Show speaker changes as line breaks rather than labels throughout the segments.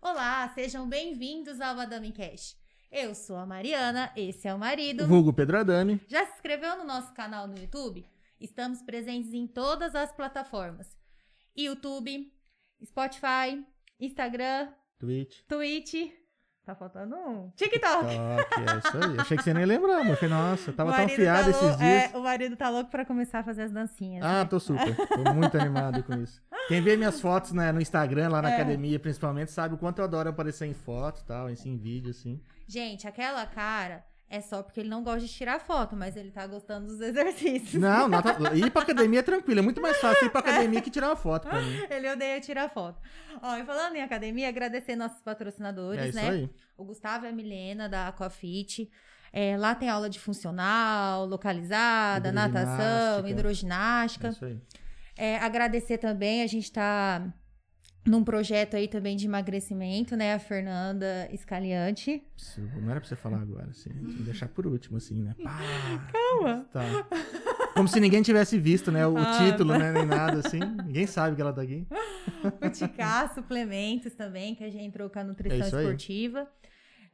Olá, sejam bem-vindos ao Madame Cash. Eu sou a Mariana, esse é o marido.
Vulgo Pedro Adame.
Já se inscreveu no nosso canal no YouTube? Estamos presentes em todas as plataformas: YouTube, Spotify, Instagram,
Twitch.
Twitch. Tá faltando um. TikTok.
Toque, é isso aí. Achei que você nem lembrava. mas Falei, nossa, eu tava
O
tão
marido
fiado
tá
esses
lou-
dias.
é, o marido tá louco pra começar a fazer as dancinhas.
Ah, tô super. Tô muito animado com isso. Quem vê minhas fotos né, no Instagram,
É.
lá na academia, principalmente, sabe o quanto eu adoro aparecer em foto e tal, assim, em vídeo, assim.
Gente, aquela cara é só porque ele não gosta de tirar foto, mas ele tá gostando dos exercícios.
Não, nota... ir pra academia é tranquilo. É muito mais fácil ir pra academia que tirar uma foto pra mim.
Ele odeia tirar foto. Ó, e falando em academia, agradecer nossos patrocinadores,
É isso
né?
aí.
O Gustavo e a Milena da Aquafit. É, lá tem aula de funcional, localizada, natação,
Hidroginástica. É
hidroginástica.
isso aí.
É, agradecer também, a gente tá num projeto aí também de emagrecimento, né? A Fernanda Escaliante.
Isso, Não era pra você falar agora, assim. Tinha que deixar por último, assim, né? Pá,
Calma.
Tá. Como se ninguém tivesse visto, né? O
Ah,
título, né? Nem nada, assim. Ninguém sabe que ela tá aqui.
Boticar, suplementos também, que a gente entrou com a
É
nutrição
isso aí.
esportiva.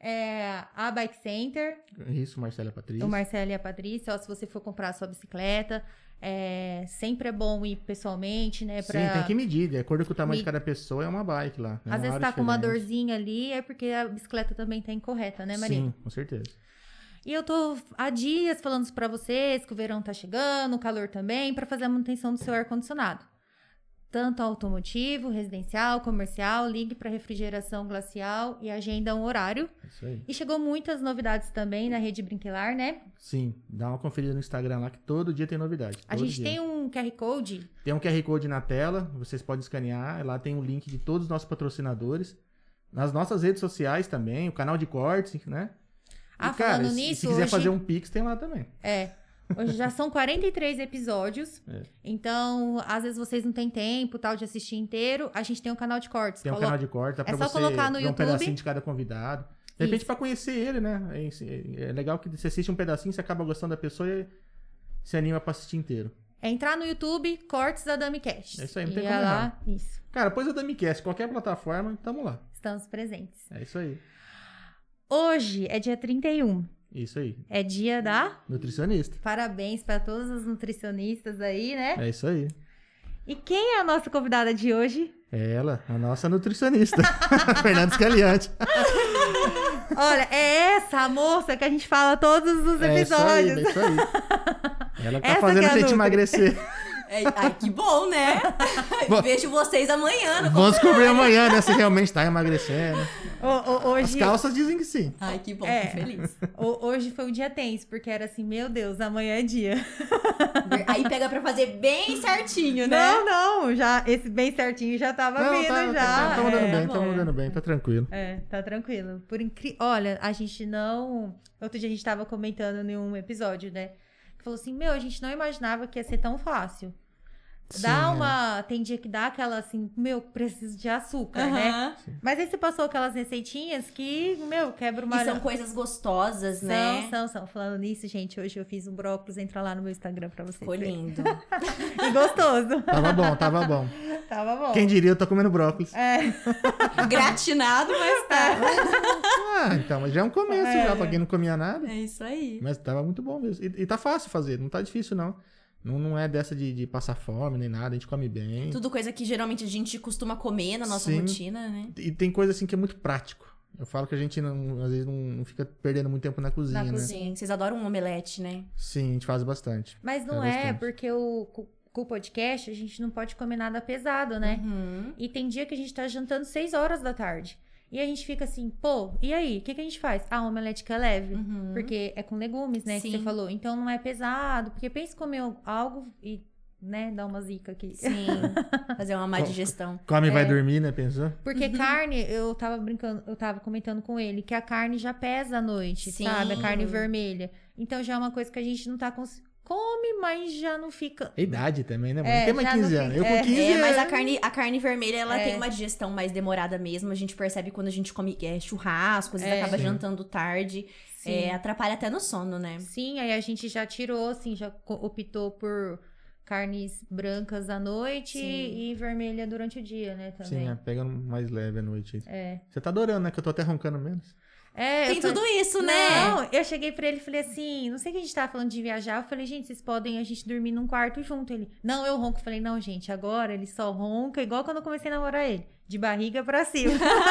É, a Bike Center,
Isso, Marcela Patrícia.
o Marcelo e a Patrícia, ó, se você for comprar a sua bicicleta, é, sempre é bom ir pessoalmente, né? Pra...
Sim, tem que medir. De acordo com o tamanho
Me-
de cada pessoa, é uma bike lá. é
Às vezes
hora
tá com uma
diferente.
dorzinha ali, é porque a bicicleta também tá incorreta, né, Maria?
Sim, com certeza.
E eu tô há dias falando isso pra vocês, que o verão tá chegando, o calor também, pra fazer a manutenção do seu ar-condicionado. Tanto automotivo, residencial, comercial, ligue pra refrigeração glacial e agenda um horário.
É Isso aí.
E chegou muitas novidades também na rede Brinquilar, né?
Sim, dá uma conferida no Instagram lá que todo dia tem novidade.
A
todo
gente
dia.
tem um QR Code
Tem um QR Code na tela, vocês podem escanear. Lá tem o link de todos os nossos patrocinadores. Nas nossas redes sociais também, o canal de cortes, né?
Ah,
e, cara,
falando
se,
nisso,
se quiser
hoje-
fazer um Pix, tem lá também.
É. Hoje já são 43 episódios.
É.
Então, às vezes vocês não têm tempo tal de assistir inteiro. A gente tem um canal de cortes.
Tem um
Colo-
canal de corte, dá pra
É só
você
colocar no
ver um
YouTube.
pedacinho de cada convidado. De repente,
Isso.
pra conhecer ele, né? É isso, É é legal que você assiste um pedacinho, você acaba gostando da pessoa e se anima pra assistir inteiro.
É entrar no YouTube, cortes da Dami Cash.
É isso aí, não
e
tem
é
como
lá, Isso.
Cara, pois é a Damicast, qualquer plataforma, tamo lá.
Estamos presentes.
É isso aí.
Hoje é dia 31.
Isso aí.
É dia da.
Nutricionista.
Parabéns para todas as nutricionistas aí, né?
É isso aí.
E quem é a nossa convidada de hoje?
É ela, a nossa nutricionista. Fernanda Scaliante.
Olha, é essa a moça que a gente fala todos os
É isso aí, é
episódios.
isso aí. Ela que tá
Essa que
fazendo
é a
a gente
Nutri.
emagrecer.
É, ai, que bom, né? Vejo vocês amanhã. no-
Vamos descobrir amanhã, né? Se realmente tá emagrecendo.
O- o-
As
hoje,
calças dizem que sim.
Ai, que bom,
É.
tô feliz.
o- hoje foi um dia tenso, porque era assim, meu Deus, amanhã é dia.
Aí pega pra fazer bem certinho, né?
Não, não, já esse bem certinho já tava vindo
tá,
já.
tá, tá mandando
é,
bem, tá
bom.
mandando bem, tá tranquilo.
é, tá tranquilo. Por incri... Olha, a gente não, outro dia a gente tava comentando em um episódio, né? Que falou assim: "Meu, a gente não imaginava que ia ser tão fácil". dá
Sim, é.
uma, tem dia que dá aquela assim, meu, preciso de açúcar, né?
Aham.
Mas aí você passou aquelas receitinhas que, meu, quebra uma
E são coisas gostosas, né?
São, são, são. Falando nisso, gente, hoje eu fiz um brócolis, entra lá no meu Instagram pra vocês.
Ficou
verem.
lindo.
E gostoso.
é. Tava bom, tava bom.
Tava bom.
Quem diria, eu tô comendo brócolis.
É,
Gratinado, mas tá.
Ah, então, mas já é um começo
É.
já, pra quem não comia nada.
É isso aí.
Mas tava muito bom mesmo. E, e tá fácil fazer, não tá difícil, não. Não, não é dessa de, de passar fome nem nada, a gente come bem.
Tudo coisa que geralmente a gente costuma comer na nossa
Sim.
rotina, né?
E tem coisa assim que é muito prático. Eu falo que a gente não- às vezes não, não fica perdendo muito tempo na cozinha, né?
cozinha.
Sim, vocês adoram um omelete, né?
Sim, a gente faz bastante.
mas não
É
é,
bastante.
porque o, com com o podcast a gente não pode comer nada pesado, né?
Uhum.
E tem dia que a gente tá jantando 6 horas da tarde. E a gente fica assim, pô, e aí? O que, que a gente faz? Ah, omelete que é leve.
Uhum.
Porque é com legumes, né? Que você
Sim.
falou. Então não é pesado. Porque pensa em comer algo e, né, dar uma zica aqui.
Sim. Fazer uma má
Qual-
digestão.
Come e
É.
vai dormir, né? Pensou?
Uhum.
Porque carne, eu tava brincando, eu tava comentando com ele que a carne já pesa à noite,
Sim.
sabe? A carne vermelha. Então já é uma coisa que a gente não tá cons- Come, mas já não fica.
É idade também, né? Mano?
É,
Não tem mais
já não
15
fica-
anos. Eu
é,
com 15
É, mas a
é-
carne, a carne vermelha, ela
É.
tem uma digestão mais demorada mesmo. A gente percebe quando a gente come é, churrasco, às vezes
É.
acaba
Sim.
jantando tarde.
Sim.
É, atrapalha até no sono, né?
Sim, aí a gente já tirou, assim, já co- optou por carnes brancas à noite
Sim.
e vermelha durante o dia, né? Também.
Sim, é, pega mais leve à noite. aí.
É.
Você tá adorando, né? Que eu tô até roncando menos.
É,
Tem
eu falei-
tudo isso, né?
Não, eu cheguei pra ele e falei assim, não sei o que a gente tava falando de viajar. Eu falei, gente, vocês podem a gente dormir num quarto junto. Ele, não, eu ronco. Eu falei, não, gente, agora ele só ronca, igual quando eu comecei a namorar ele. De barriga pra cima.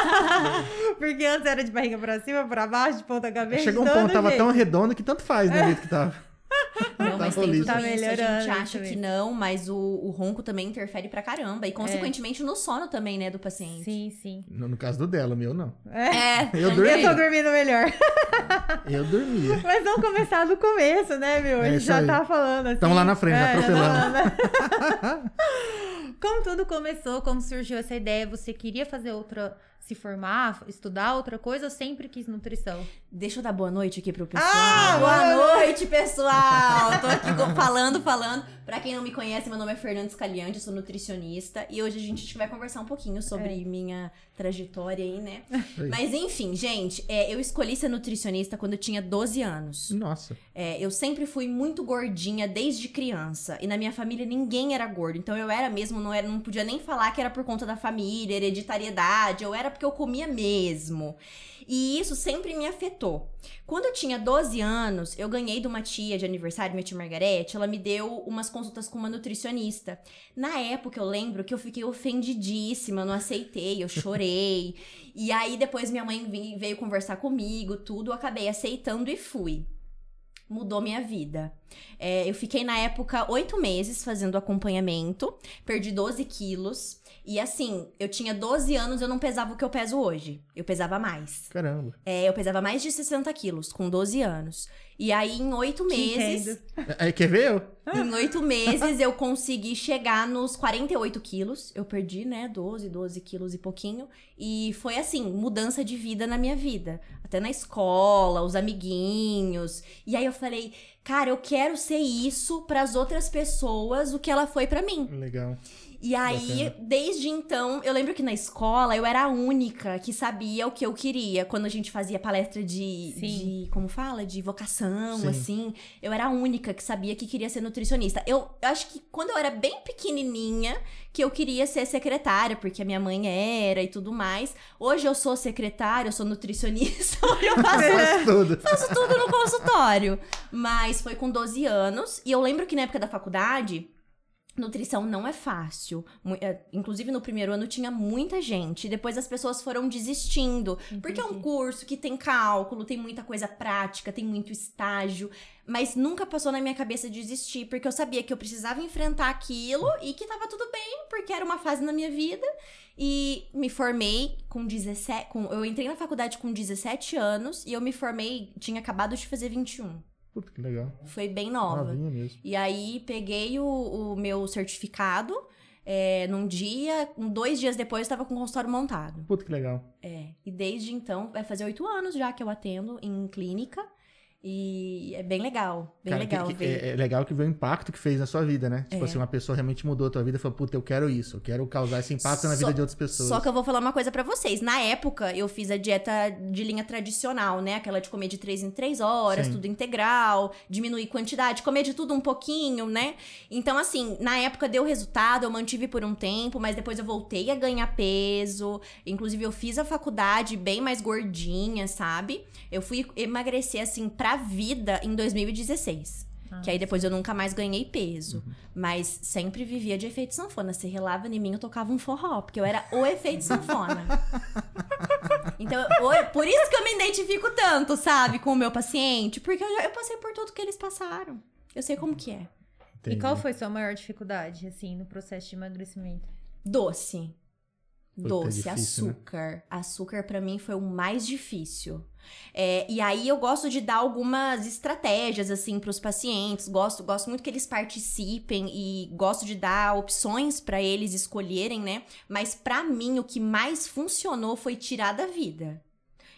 Porque antes era de barriga pra cima, pra baixo, de ponta cabeça.
Chegou um
de todo
ponto, tava
jeito.
tão redondo que tanto faz, né? Do jeito que tava. Tá
Não, mas tem tudo
feliz.
isso.
Tá
a
melhorando
gente acha
também.
que não, mas o, o ronco também interfere pra caramba. E, consequentemente, no sono também, né, do paciente.
É. Sim, sim.
No, no caso do dela, o meu não.
É,
Eu
também.
Eu
dormi.
tô dormindo melhor.
Eu dormia.
Mas vamos começar do começo, né, meu?
É
Ele
isso
já
aí.
tá falando assim.
Tamo lá na frente,
já tá
atropelando.
falando. como tudo começou, como surgiu essa ideia? Você queria fazer outra, se formar, estudar outra coisa? Eu sempre quis nutrição.
Deixa eu dar boa noite aqui pro pessoal.
Ah,
boa,
boa
noite, pessoal! Tô aqui co- falando, falando. Pra quem não me conhece, meu nome é Fernanda Scaliante, sou nutricionista. E hoje a gente vai conversar um pouquinho sobre
É.
minha trajetória aí, né?
Foi.
Mas enfim, gente, é, eu escolhi ser nutricionista quando eu tinha 12 anos.
Nossa.
É, eu sempre fui muito gordinha desde criança. E na minha família ninguém era gordo. Então eu era mesmo, não, era, não podia nem falar que era por conta da família, hereditariedade. Eu era porque eu comia mesmo. E isso sempre me afetou. Quando eu tinha 12 anos, eu ganhei de uma tia de aniversário, minha tia Margarete. Ela me deu umas consultas com uma nutricionista. Na época eu lembro que eu fiquei ofendidíssima, eu não aceitei, eu chorei. e aí depois minha mãe vi- veio conversar comigo, tudo. Eu acabei aceitando e fui mudou minha vida. É, eu fiquei na época oito meses fazendo acompanhamento, perdi 12 quilos. E assim, eu tinha 12 anos, eu não pesava o que eu peso hoje. Eu pesava mais.
Caramba.
É, eu pesava mais de 60 quilos com 12 anos. E aí, em oito meses.
Entendo.
Aí, É, quer ver eu?
Em oito meses eu consegui chegar nos 48 quilos. Eu perdi, né? 12, 12 quilos e pouquinho. E foi assim, mudança de vida na minha vida. Até na escola, os amiguinhos. E aí eu falei, cara, eu quero ser isso pras outras pessoas, o que ela foi pra mim.
Legal.
E aí,
Bacana.
desde então, eu lembro que na escola eu era a única que sabia o que eu queria. Quando a gente fazia palestra de,
Sim.
de- como fala? De vocação,
Sim.
assim. Eu era a única que sabia que queria ser nutricionista. Eu, eu acho que quando eu era bem pequenininha, que eu queria ser secretária, porque a minha mãe era e tudo mais. Hoje eu sou secretária, eu sou nutricionista. Hoje eu faço
Faz tudo.
faço tudo no consultório. Mas foi com 12 anos. E eu lembro que na época da faculdade. Nutrição não é fácil. Mu- é, Inclusive, no primeiro ano tinha muita gente. Depois as pessoas foram desistindo. Porque é um
Entendi.
curso que tem cálculo, tem muita coisa prática, tem muito estágio. Mas nunca passou na minha cabeça desistir. Porque eu sabia que eu precisava enfrentar aquilo e que tava tudo bem, porque era uma fase na minha vida. E me formei com 17. Com, eu entrei na faculdade com 17 anos e eu me formei, tinha acabado de fazer 21.
Puta que legal.
Foi bem nova.
Novinha mesmo.
E aí peguei o, o meu certificado é, num dia, um- dois dias depois eu estava com o consultório montado.
Puta que legal.
É, e desde então, vai fazer oito anos já que eu atendo em clínica. E é bem legal, bem
Cara,
legal
que- que-
ver. É.
é, é legal que vê o impacto que fez na sua vida, né? Tipo assim, uma pessoa realmente mudou a tua vida e falou, puta, eu quero isso, eu quero causar esse impacto na vida
Só-
de outras pessoas.
Só que eu vou falar uma coisa pra vocês. Na época, eu fiz a dieta de linha tradicional, né? Aquela de comer de três em três horas,
Sim.
tudo integral, diminuir quantidade, comer de tudo um pouquinho, né? Então, assim, na época deu resultado, eu mantive por um tempo, mas depois eu voltei a ganhar peso. Inclusive, eu fiz a faculdade bem mais gordinha, sabe? Eu fui emagrecer, assim, pra vida em 2016.
Ah,
Que aí depois eu nunca mais ganhei peso. Mas sempre vivia de efeito sanfona. Se relava em mim, eu tocava um forró, porque eu era o efeito sanfona. Então, eu- por isso que eu me identifico tanto, sabe, com o meu paciente. Porque eu, já- eu passei por tudo que eles passaram. Eu sei como que é.
E
Entendi.
qual foi sua maior dificuldade, assim, no processo de emagrecimento?
Doce.
Puta,
Doce,
é difícil, né?
açúcar. Açúcar pra mim foi o mais difícil. É, e aí eu gosto de dar algumas estratégias assim pros pacientes. Gosto, gosto muito que eles participem e gosto de dar opções pra eles escolherem, né? Mas pra mim o que mais funcionou foi tirar da vida.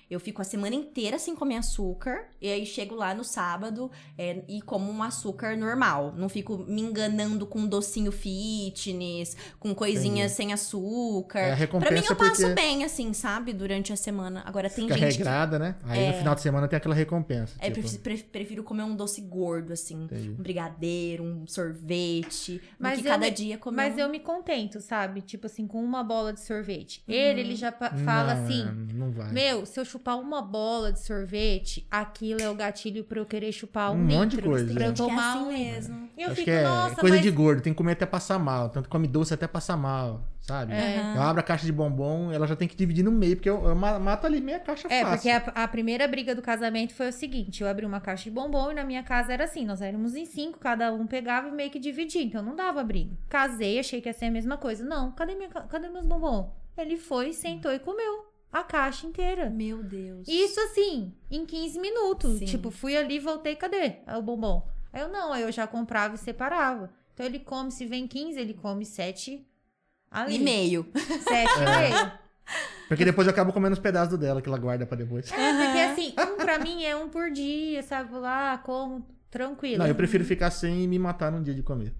Eu fico a semana inteira sem comer açúcar, e aí chego lá no sábado é, e como um açúcar normal. Não fico me enganando com docinho fitness, com coisinhas sem açúcar.
É, a recompensa
pra mim, eu passo
porque-
bem, assim, sabe? Durante a semana. Agora, tem
Fica
gente que
regrada, né? Aí no final de semana tem aquela recompensa.
É,
tipo,
prefiro, pref- prefiro comer um doce gordo, assim.
entendi.
Um brigadeiro, um sorvete.
Mas
Mas que
eu
cada
me-
dia comer
Mas
um...
eu me contento, sabe? Tipo assim, com uma bola de sorvete.
Uhum.
Ele, ele já pa- fala
Não,
assim:
é, não vai.
Meu, se eu chupar uma bola de sorvete, aquilo é o gatilho pra eu querer chupar um,
Um monte de
litro,
coisa.
pra eu
Acho que é
tomar
assim
um.
mesmo.
E eu
Acho
fico,
que é
nossa,
coisa
mas
de gordo, tem que comer até passar mal. Tanto que come doce até passar mal, sabe?
É.
Eu abro a caixa de bombom, ela já tem que dividir no meio, porque eu, eu ma- mato ali meia caixa
É, porque
fácil.
a, a primeira briga do casamento foi o seguinte: eu abri uma caixa de bombom e na minha casa era assim, nós éramos em cinco, cada um pegava e meio que dividia, então não dava briga. Casei, achei que ia ser a mesma coisa. Não, cadê, minha, ca- cadê meus bombom? Ele foi, sentou e comeu a caixa inteira.
Meu Deus.
Isso assim, em 15 minutos.
Sim.
Tipo, fui ali, voltei, cadê o bombom? Aí eu não, aí eu já comprava e separava. Então ele come, se vem 15, ele come 7 ali.
E meio.
É,
7 e meio.
Porque depois eu acabo comendo os pedaços do dela que ela guarda pra depois.
Porque assim, um pra mim é um por dia, sabe? Vou lá, como, tranquilo.
Não, eu prefiro ficar sem e me matar num dia de comer.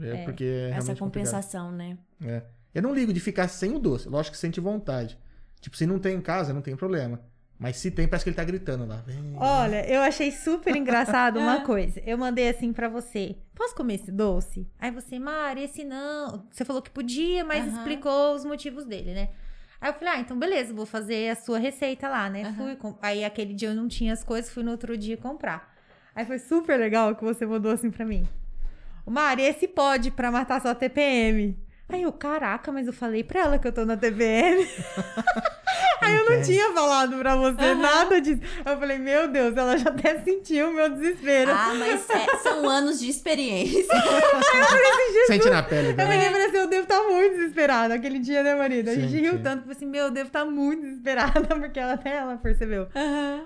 É,
É,
porque é
Essa
realmente complicado.
compensação, né?
É. Eu não ligo de ficar sem o doce. Lógico que sente vontade. Tipo, se não tem em casa, não tem problema. Mas se tem, parece que ele tá gritando lá. Vem.
Olha, eu achei super engraçado uma coisa. Eu mandei assim pra você: posso comer esse doce? Aí você, Mari, esse não. Você falou que podia, mas
Aham.
explicou os motivos dele, né? Aí eu falei, ah, então beleza, vou fazer a sua receita lá, né?
Aham.
Fui, com- aí aquele dia eu não tinha as coisas, fui no outro dia comprar. Aí foi super legal que você mandou assim pra mim. Mari, esse pode pra matar sua TPM. Aí eu, caraca, mas eu falei pra ela que eu tô na TPM. Aí eu não
Entende?
tinha falado pra você nada disso. Eu falei, meu Deus, ela já até sentiu o meu desespero.
Ah, mas é- são anos de experiência.
Sente na pele,
Eu
velho.
me lembro assim, eu devo estar muito desesperada aquele dia, né, marido? A
Sim,
gente riu
sim.
tanto, falei assim, meu, eu devo estar muito desesperada, porque ela até ela percebeu.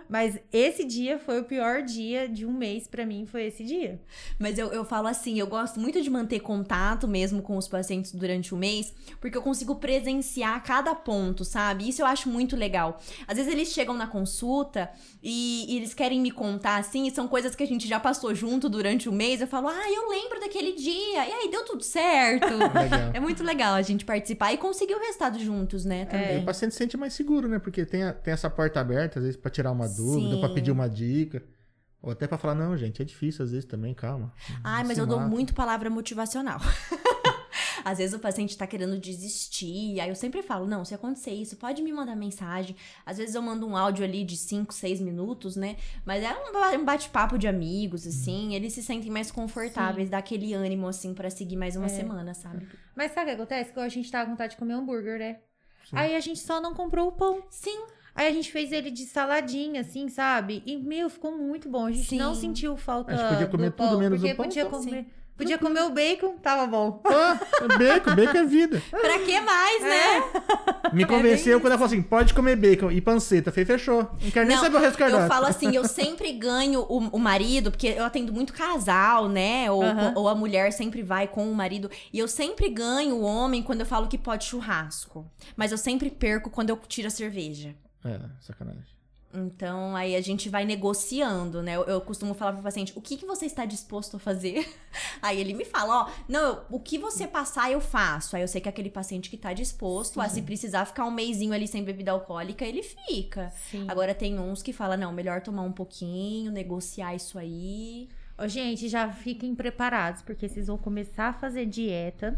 Mas esse dia foi o pior dia de um mês pra mim, foi esse dia.
Mas eu, eu falo assim, eu gosto muito de manter contato mesmo com os pacientes durante o mês, porque eu consigo presenciar cada ponto, sabe? Isso eu acho muito legal. Às vezes eles chegam na consulta e, e eles querem me contar assim, e são coisas que a gente já passou junto durante o mês. Eu falo, ah, eu lembro daquele dia, e aí deu tudo certo.
Legal.
é muito legal a gente participar e conseguir o resultado juntos, né?
E
Também.
o paciente se sente mais seguro, né? Porque tem, a- tem essa porta aberta, às vezes, pra tirar uma dúvida,
Sim.
pra pedir uma dica. Ou até pra falar, não, gente, é difícil às vezes também, calma.
Ai,
Não
mas
se
eu dou
mata.
muito palavra motivacional. Às vezes o paciente tá querendo desistir, aí eu sempre falo: não, se acontecer isso, pode me mandar mensagem. Às vezes eu mando um áudio ali de 5, 6 minutos, né? Mas é um ba- um bate-papo de amigos, assim, eles se sentem mais confortáveis, dá aquele ânimo, assim, pra seguir mais uma semana, sabe?
Mas sabe o que acontece? Que a gente tava com vontade de comer hambúrguer, né?
Sim.
Aí a gente só não comprou o pão.
Sim,
Aí a gente fez ele de saladinha, assim, sabe? E, meu, ficou muito bom. A gente
Sim.
não sentiu falta
A gente podia comer
do
tudo
pão,
menos o
porque
pão,
Podia
então.
comer, podia comer o bacon, tava bom.
Ah, bacon, bacon é vida.
pra que mais, né?
Me convenceu quando ela falou assim: pode comer bacon e panceta. Falei, fechou. Não quero nem
Não,
saber o resto do
Eu
cardápio.
falo assim, eu sempre ganho o, o marido, porque eu atendo muito casal, né? Ou,
Aham.
ou a mulher sempre vai com o marido. E eu sempre ganho o homem quando eu falo que pode churrasco. Mas eu sempre perco quando eu tiro a cerveja.
É, sacanagem.
Então, aí a gente vai negociando, né? Eu, eu costumo falar pro paciente, o que, que você está disposto a fazer? Aí ele me fala, ó, não, eu- o que você passar eu faço. Aí eu sei que aquele paciente que tá disposto, a se precisar ficar um mêsinho ali sem bebida alcoólica, ele fica.
Sim.
Agora tem uns que fala não, melhor tomar um pouquinho, negociar isso aí.
Ô, gente, já fiquem preparados, porque vocês vão começar a fazer dieta.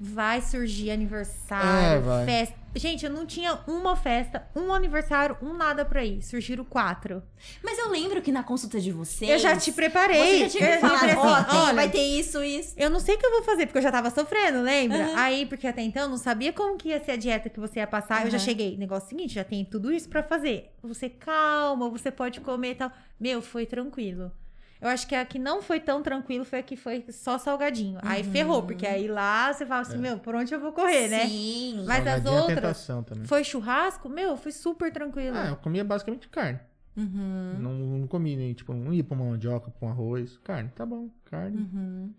Vai surgir aniversário,
É, vai.
festa. Gente, eu não tinha uma festa, um aniversário, um nada pra ir. Surgiram quatro.
Mas eu lembro que na consulta de vocês...
Eu já te
Você
preparei.
já tinha
eu
me falado,
falei
ó,
assim,
tem-
olha,
vai ter isso, isso.
Eu não sei o que eu vou fazer, porque eu já tava sofrendo, lembra? Aí, porque até então eu não sabia como que ia ser a dieta que você ia passar. Eu já
Aham.
cheguei. Negócio seguinte, já tem tudo isso pra fazer. Você calma, você pode comer e tal. Meu, foi tranquilo. Eu acho que a que não foi tão tranquilo foi a que foi só salgadinho. Aí
Uhum.
ferrou, porque aí lá você fala assim, meu, por onde eu vou correr, né?
Sim.
Mas as
Salgadinho é
outras-
tentação também.
Foi churrasco? Meu, foi super tranquilo.
Ah, eu comia basicamente carne.
Uhum.
Não, não comi nem, tipo, não ia pra uma mandioca, pra um arroz. Carne, tá bom. carne.
Uhum.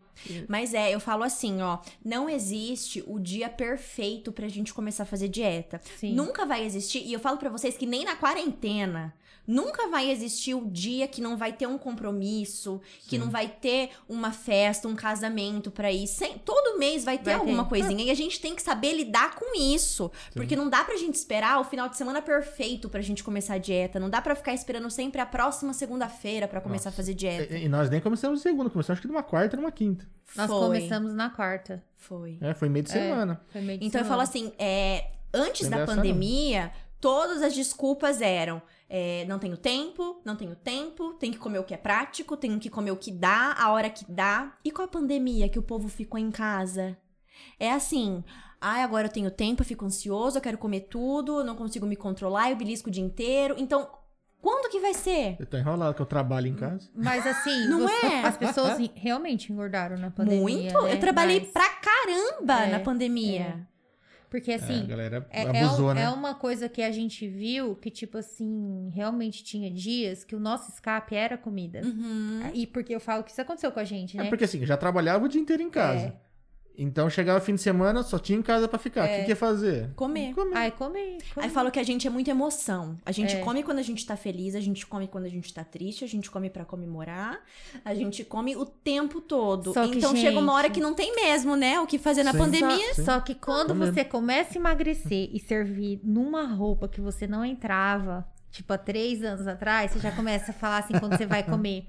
Mas é, eu falo assim, ó, não existe o dia perfeito pra gente começar a fazer dieta.
Sim.
Nunca vai existir, e eu falo pra vocês que nem na quarentena, nunca vai existir o dia que não vai ter um compromisso, que
Sim.
Hum.
não vai ter uma festa, um casamento pra ir. Sem, todo mês vai ter
Vai ter. É.
alguma coisinha e a gente tem que saber lidar com isso, porque não dá pra gente esperar o final de semana perfeito pra gente começar a dieta, não dá pra ficar esperando sempre a próxima segunda-feira pra começar a fazer dieta.
E, e nós nem começamos segunda, começamos acho que numa quarta, numa quinta.
É, Nós
Foi.
começamos na quarta.
Foi.
É, foi meio de semana.
Foi meio de
Então eu falo
semana.
assim, é, antes
Tem
da
dessa,
pandemia, todas as desculpas eram é, não tenho tempo, não tenho tempo, tem que comer o que é prático, tenho que comer o que dá, a hora que dá. E com a pandemia que o povo ficou em casa? É assim, ai, agora eu tenho tempo, eu fico ansioso, eu quero comer tudo, eu não consigo me controlar, eu belisco o dia inteiro. Então, quando que vai ser?
Eu tô tá enrolado, que eu trabalho
Hum.
em casa.
Mas assim,
Não
você-
é?
as pessoas re- realmente engordaram na pandemia.
Muito?
né?
Eu trabalhei
Mas-
pra caramba
É,
na pandemia.
Porque
é, a
assim,
galera
é, é
abusou,
um-
né?
é uma coisa que a gente viu que, tipo assim, realmente tinha dias que o nosso escape era comida.
Uhum.
E porque eu falo que isso aconteceu com a gente, né?
É porque assim, eu já trabalhava o dia inteiro em casa.
É.
Então chegava fim de semana, só tinha em casa pra ficar. O que, que ia fazer?
É.
Comer.
Ai, come, come.
Aí falo que a gente é muito emoção. A gente come quando a gente tá feliz, a gente come quando a gente tá triste, a gente come pra comemorar, a gente come o tempo todo.
Só que,
então chega uma
gente-
hora que não tem mesmo, né? O que fazer na
Sim.
pandemia.
Sim.
Só que quando
Tá mesmo.
você começa a emagrecer e servir numa roupa que você não entrava, tipo há três anos atrás, você já começa a falar assim quando você vai comer.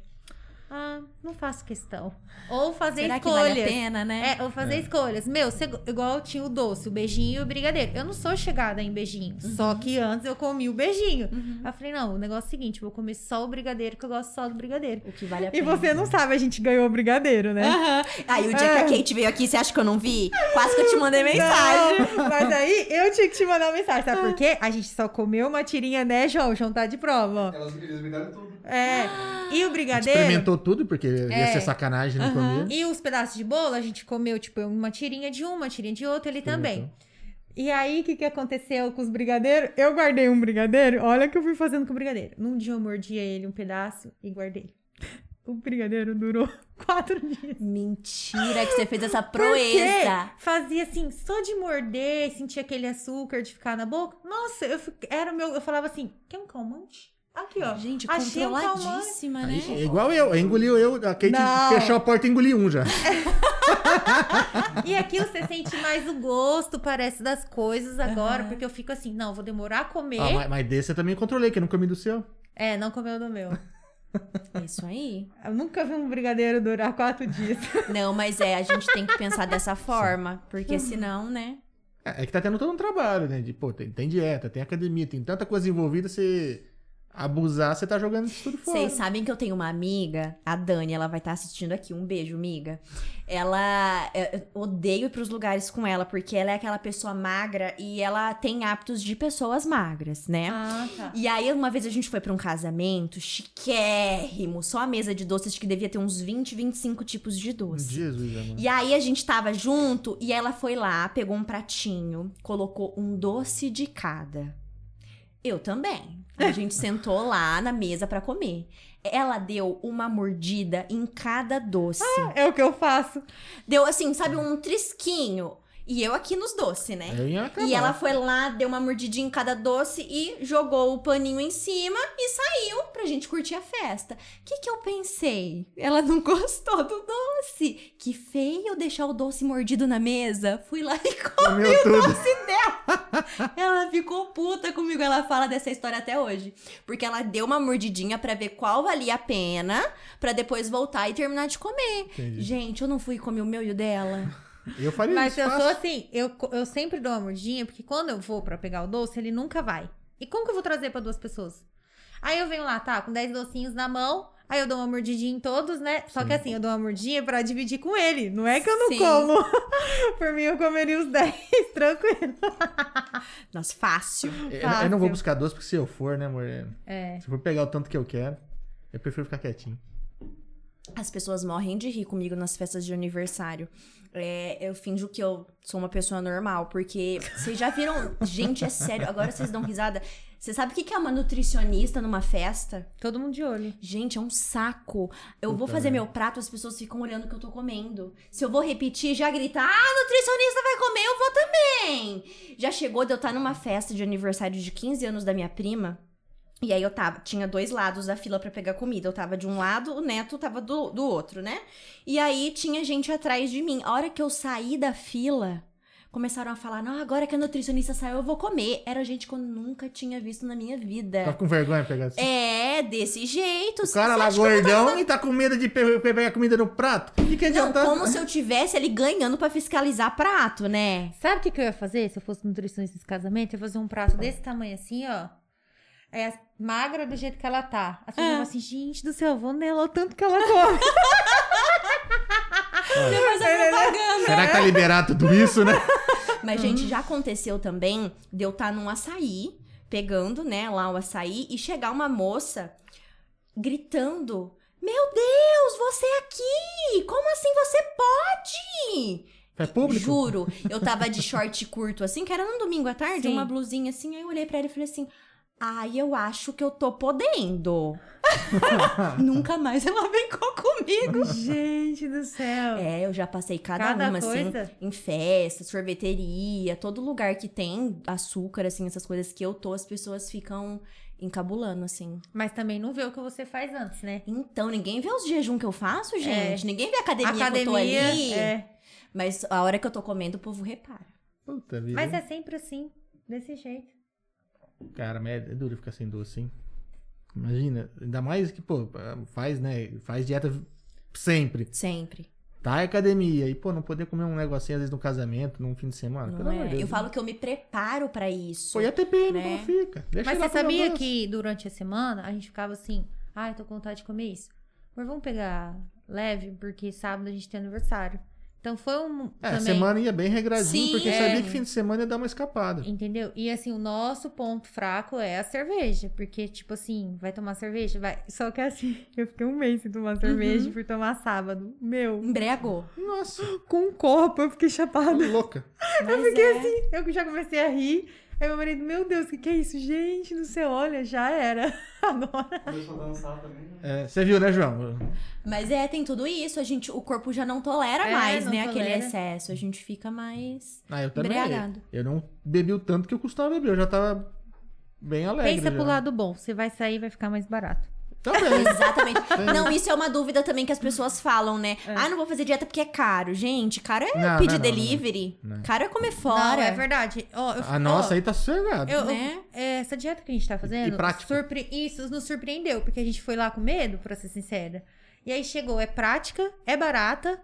Ah, não faço questão. Ou fazer
Será que
escolhas.
vale a pena, né?
É, ou fazer escolhas. Meu, você- igual tinha o doce, o beijinho e o brigadeiro. Eu não sou chegada em beijinho.
Uhum.
Só que antes eu comi o beijinho. Aí eu falei, não, o negócio é o seguinte, eu vou comer só o brigadeiro, que eu gosto só do brigadeiro.
O que vale a
E
É pena.
você não sabe, a gente ganhou o brigadeiro, né?
Aí o dia que a Kate veio aqui, você acha que eu não vi? Quase que eu te mandei Ah, mensagem.
Não, mas aí eu tinha que te mandar uma mensagem, sabe por quê? A gente só comeu uma tirinha, né, João? O João tá de prova.
Elas, eles me deram tudo.
É.
Ah.
E o brigadeiro.
Experimentou tudo, porque ia
É.
ser sacanagem não comer.
E os pedaços de bolo, a gente comeu, tipo, uma tirinha de uma, uma tirinha de outra, ele também. E aí, o que, que aconteceu com os brigadeiros? Eu guardei um brigadeiro, olha o que eu fui fazendo com o brigadeiro. Num dia eu mordi ele um pedaço e guardei. O brigadeiro durou quatro dias.
Mentira que você fez essa
Porque
proeza.
fazia assim, só de morder, sentia aquele açúcar de ficar na boca. Nossa, eu fi- era o meu, eu falava assim, quer um calmante? Aqui, ó.
Gente,
Achei um calmante.
controladíssima, né?
É igual eu, engoliu eu, a Kate
Não.
fechou a porta e engoliu um já.
E aqui você sente mais o gosto, parece, das coisas agora, porque eu fico assim, não, vou demorar a comer.
Ah, mas, mas desse eu também controlei, que eu não comi do seu.
É, não comeu do meu.
É Isso aí.
Eu nunca vi um brigadeiro durar quatro dias.
Não, mas é, a gente tem que pensar dessa forma. Porque senão, né?
É, é que tá tendo todo um trabalho, né? De, pô, tem, tem dieta, tem academia, tem tanta coisa envolvida, você abusar, você tá jogando isso tudo fora.
Vocês sabem que eu tenho uma amiga, a Dani, ela vai estar assistindo aqui. Um beijo, amiga. Ela. Eu eu odeio ir pros lugares com ela, porque ela é aquela pessoa magra e ela tem hábitos de pessoas magras, né?
Ah, tá.
E aí, uma vez a gente foi pra um casamento chiquérrimo, só a mesa de doces, acho que devia ter uns 20, 25 tipos de doce.
Jesus, amor.
E aí a gente tava junto e ela foi lá, pegou um pratinho, colocou um doce de cada. Eu também. A gente sentou lá na mesa pra comer. Ela deu uma mordida em cada doce.
É o que eu faço.
Deu assim, sabe, um trisquinho. E eu aqui nos doces,
é.
né?
Eu ia acabar.
E ela foi lá, deu uma mordidinha em cada doce e jogou o paninho em cima e saiu pra gente curtir a festa. O que, que eu pensei? Ela não gostou do doce. Que feio deixar o doce mordido na mesa. Fui lá e comi.
Comeu tudo.
Ela ficou puta comigo. Ela fala dessa história até hoje. Porque ela deu uma mordidinha pra ver qual valia a pena, pra depois voltar e terminar de comer.
Entendi.
Gente, eu não fui comer o meu e o dela.
Eu faria
Mas
isso
eu
fácil.
sou assim, eu, co- eu sempre dou uma mordinha, porque quando eu vou pra pegar o doce, ele nunca vai. E como que eu vou trazer pra duas pessoas? Aí eu venho lá, tá, com 10 docinhos na mão, aí eu dou uma mordidinha em todos, né? Só que assim, eu dou uma mordinha pra dividir com ele. Não é que eu não
Sim.
como. Por mim, eu comeria os 10, tranquilo.
Nossa, fácil.
Eu- Eu, não
fácil.
vou buscar doce, porque se eu for, né, amor? é-
É.
Se eu for pegar o tanto que eu quero, eu prefiro ficar quietinho.
As pessoas morrem de rir comigo nas festas de aniversário. É, eu finjo que eu sou uma pessoa normal, porque vocês já viram. Gente, é sério, agora vocês dão risada. Você sabe o que que é uma nutricionista numa festa?
Todo mundo de olho.
Gente, é um saco. Eu vou
Puta
fazer
merda.
meu prato, as pessoas ficam olhando o que eu tô comendo. Se eu vou repetir, já gritar, ah, nutricionista vai comer, eu vou também. Já chegou de eu estar numa festa de aniversário de 15 anos da minha prima. E aí eu tava, tinha dois lados da fila pra pegar comida. Eu tava de um lado, o neto tava do, do outro, né? E aí tinha gente atrás de mim. A hora que eu saí da fila, começaram a falar: não, agora que a nutricionista saiu, eu vou comer. Era gente que eu nunca tinha visto na minha vida.
Tá com vergonha de pegar assim.
É, desse jeito.
O cara
Você
lá
acha que eu não
gordão e tá com medo de pe- pegar comida no prato. E que
Não,
adianta?
como se eu tivesse ali ganhando pra fiscalizar prato, né?
Sabe o que, que eu ia fazer se eu fosse nutricionista de casamento? Eu ia fazer um prato desse tamanho assim, ó. É a- magra do jeito que ela tá. As pessoas falam assim, gente do céu, vou nela o tanto que ela come.
Será que tá liberado tudo isso, né?
Mas, gente, já aconteceu também de eu estar num açaí, pegando, né, lá o açaí, e chegar uma moça gritando: Meu Deus, você é aqui! Como assim você pode?
É público?
Juro, eu tava de short curto, assim, que era num domingo à tarde,
Sim.
uma blusinha assim, aí eu olhei pra ela e falei assim. Ai, eu acho que eu tô podendo. Nunca mais ela brincou comigo.
gente do céu.
É, eu já passei cada,
Cada
uma, assim,
coisa.
em festa, sorveteria, todo lugar que tem açúcar, assim, essas coisas que eu tô, as pessoas ficam encabulando, assim.
Mas também não vê o que você faz antes, né?
Então, ninguém vê os jejum que eu faço, gente. Ninguém vê a academia, que eu tô
É. Academia.
ali.
é.
Mas a hora que eu tô comendo, o povo repara.
Puta vida.
Mas é sempre assim, desse jeito.
Cara, mas é duro ficar sem doce, hein? Imagina, ainda mais que, pô, faz, né? Faz dieta sempre.
Sempre.
Tá em academia. E, pô, não poder comer um negocinho, às vezes, no casamento, num fim de semana.
Não
Pelo amor de
é?
Deus,
Eu
né?
falo que eu me preparo pra isso.
Pô, e a TPM
né?
não fica. Deixa
Mas
ela
você
comer
sabia
doce.
que durante a semana a gente ficava assim, ai, tô com vontade de comer isso. Mas vamos pegar leve, porque sábado a gente tem aniversário. Então foi um.
É,
também...
semana ia bem regradinho,
Sim,
porque
é.
sabia que fim de semana ia dar uma escapada.
Entendeu? E assim, o nosso ponto fraco é a cerveja. Porque, tipo assim, vai tomar cerveja? Vai. Só que assim, eu fiquei um mês sem tomar cerveja por tomar sábado. Meu,
Embriagou.
Nossa,
com um copo, eu fiquei
tá
chapada.
louca.
Mas
fiquei
é.
assim.
Eu já comecei a rir. Aí meu marido, meu Deus, o que, que é isso? Gente, não sei, olha, já era. Agora.
Começou a dançar também, né?
É, Você viu, né, João?
Mas é, tem tudo isso. A gente, o corpo já não tolera
É,
mais,
não
né? Aquele
tolera.
excesso. A gente fica mais
Ah, eu também.
embriagado.
Eu não bebi o tanto que eu custava beber, eu já tava bem alegre.
Pensa pro
já. Tá
lado bom. Você vai sair vai ficar mais barato.
Também.
Exatamente. Não, isso é uma dúvida também que as pessoas falam, né? Ah, não vou fazer dieta porque é caro. Gente, caro é
Não, não,
pedir
não,
delivery.
não, não.
Caro é comer fora.
Não, é verdade. Ó, eu-
A nossa
ó,
aí tá sossegada.
eu-
Né?
é, essa dieta que a gente tá fazendo,
E prática.
surpre- isso nos surpreendeu, porque a gente foi lá com medo, pra ser sincera. E aí chegou, é prática, é barata,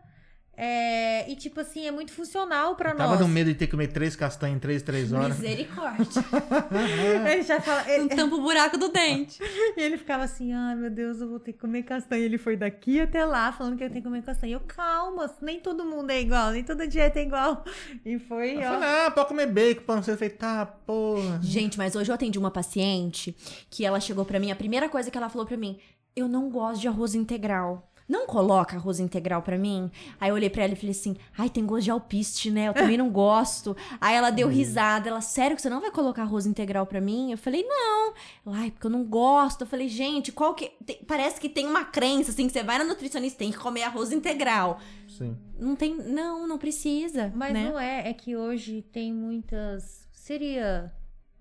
é, e tipo assim, é muito funcional pra
Eu tava
nós.
no medo de ter que comer três castanhas em três, três horas.
Misericórdia.
Ele já fala,
Não
É.
ele,
tampa o buraco
Ah.
do dente.
e ele ficava assim, ai meu Deus, eu vou ter que comer castanha. Ele foi daqui até lá falando que eu tenho que comer castanha. Eu, calma, nem todo mundo é igual, nem toda dieta é igual. E foi,
Eu
ó.
falei, ah, pode comer bacon, pão. Eu falei, tá, porra.
Gente, mas hoje eu atendi uma paciente que ela chegou pra mim, a primeira coisa que ela falou pra mim, eu não gosto de arroz integral. Não coloca arroz integral pra mim. Aí eu olhei pra ela e falei assim: "Ai, tem gosto de alpiste, né? Eu também não gosto". Aí ela
Uhum.
deu risada, ela: "Sério que você não vai colocar arroz integral pra mim?". Eu falei: "Não". Ela: "Ai, porque eu não gosto". Eu falei: "Gente, qual que tem- parece que tem uma crença assim que você vai na nutricionista tem que comer arroz integral".
Sim.
Não tem, não, não precisa,
Mas
né?
não é, é que hoje tem muitas. Seria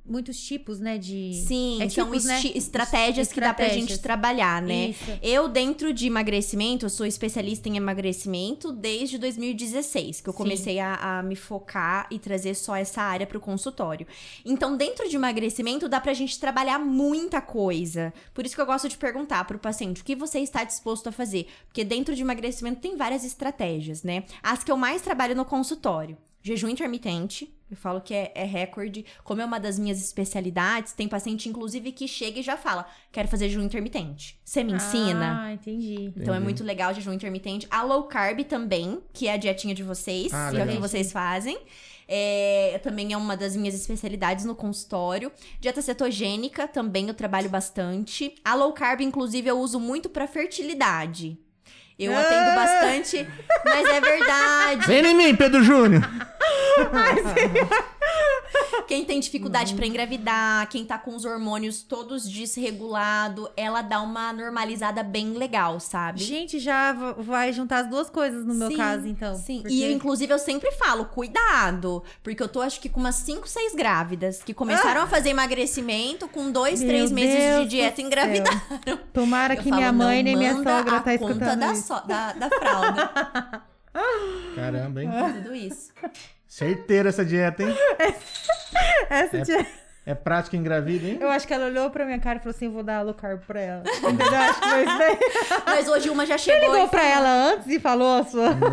muitos tipos, né? De.
Sim,
é
são
tipos, né?
esti- estratégias que dá pra gente
Estratégias.
trabalhar, né?
Isso.
Eu, dentro de emagrecimento, eu sou especialista em emagrecimento desde 2016, que eu
Sim.
comecei a, a me focar e trazer só essa área pro consultório. Então, dentro de emagrecimento, dá pra gente trabalhar muita coisa. Por isso que eu gosto de perguntar pro paciente o que você está disposto a fazer. Porque dentro de emagrecimento tem várias estratégias, né? As que eu mais trabalho no consultório. Jejum intermitente, eu falo que é, é recorde, como é uma das minhas especialidades, tem paciente, inclusive, que chega e já fala: quero fazer jejum intermitente. Você me ensina?
Ah, entendi.
Entendi.
Então é muito legal o jejum intermitente. A low carb também, que é a dietinha de vocês,
Ah,
que é o que
legal.
vocês fazem. É, também é uma das minhas especialidades no consultório. Dieta cetogênica também eu trabalho bastante. A low carb, inclusive, eu uso muito pra fertilidade. Eu
Ah!
atendo bastante, mas é verdade.
Vem em mim, Pedro Júnior.
Quem tem dificuldade
Uhum.
pra engravidar, quem tá com os hormônios todos desregulado, ela dá uma normalizada bem legal, sabe?
Gente, já v- vai juntar as duas coisas no meu
Sim,
caso, então.
Sim,
porque-
e eu, inclusive eu sempre falo, cuidado, porque eu tô acho que com umas 5, 6 grávidas que começaram a fazer emagrecimento com 2,
Ah! Meu
3 meses
Deus
de
do
dieta
céu.
engravidaram.
é. Tomara
Eu
que
falo,
minha mãe
não,
nem minha
manda
sogra
a
tá
conta
escutando
da,
isso.
so- da, da fralda,
Caramba, hein?
tudo isso.
Certeira essa dieta, hein?
Essa
É.
tia-
É prática engravida, hein?
Eu acho que ela olhou pra minha cara e falou assim, eu vou dar low carb pra ela. Entendeu? Eu acho que foi isso daí.
Mas hoje uma já chegou
Ligou
e
pra ela antes e falou a sua...
Não,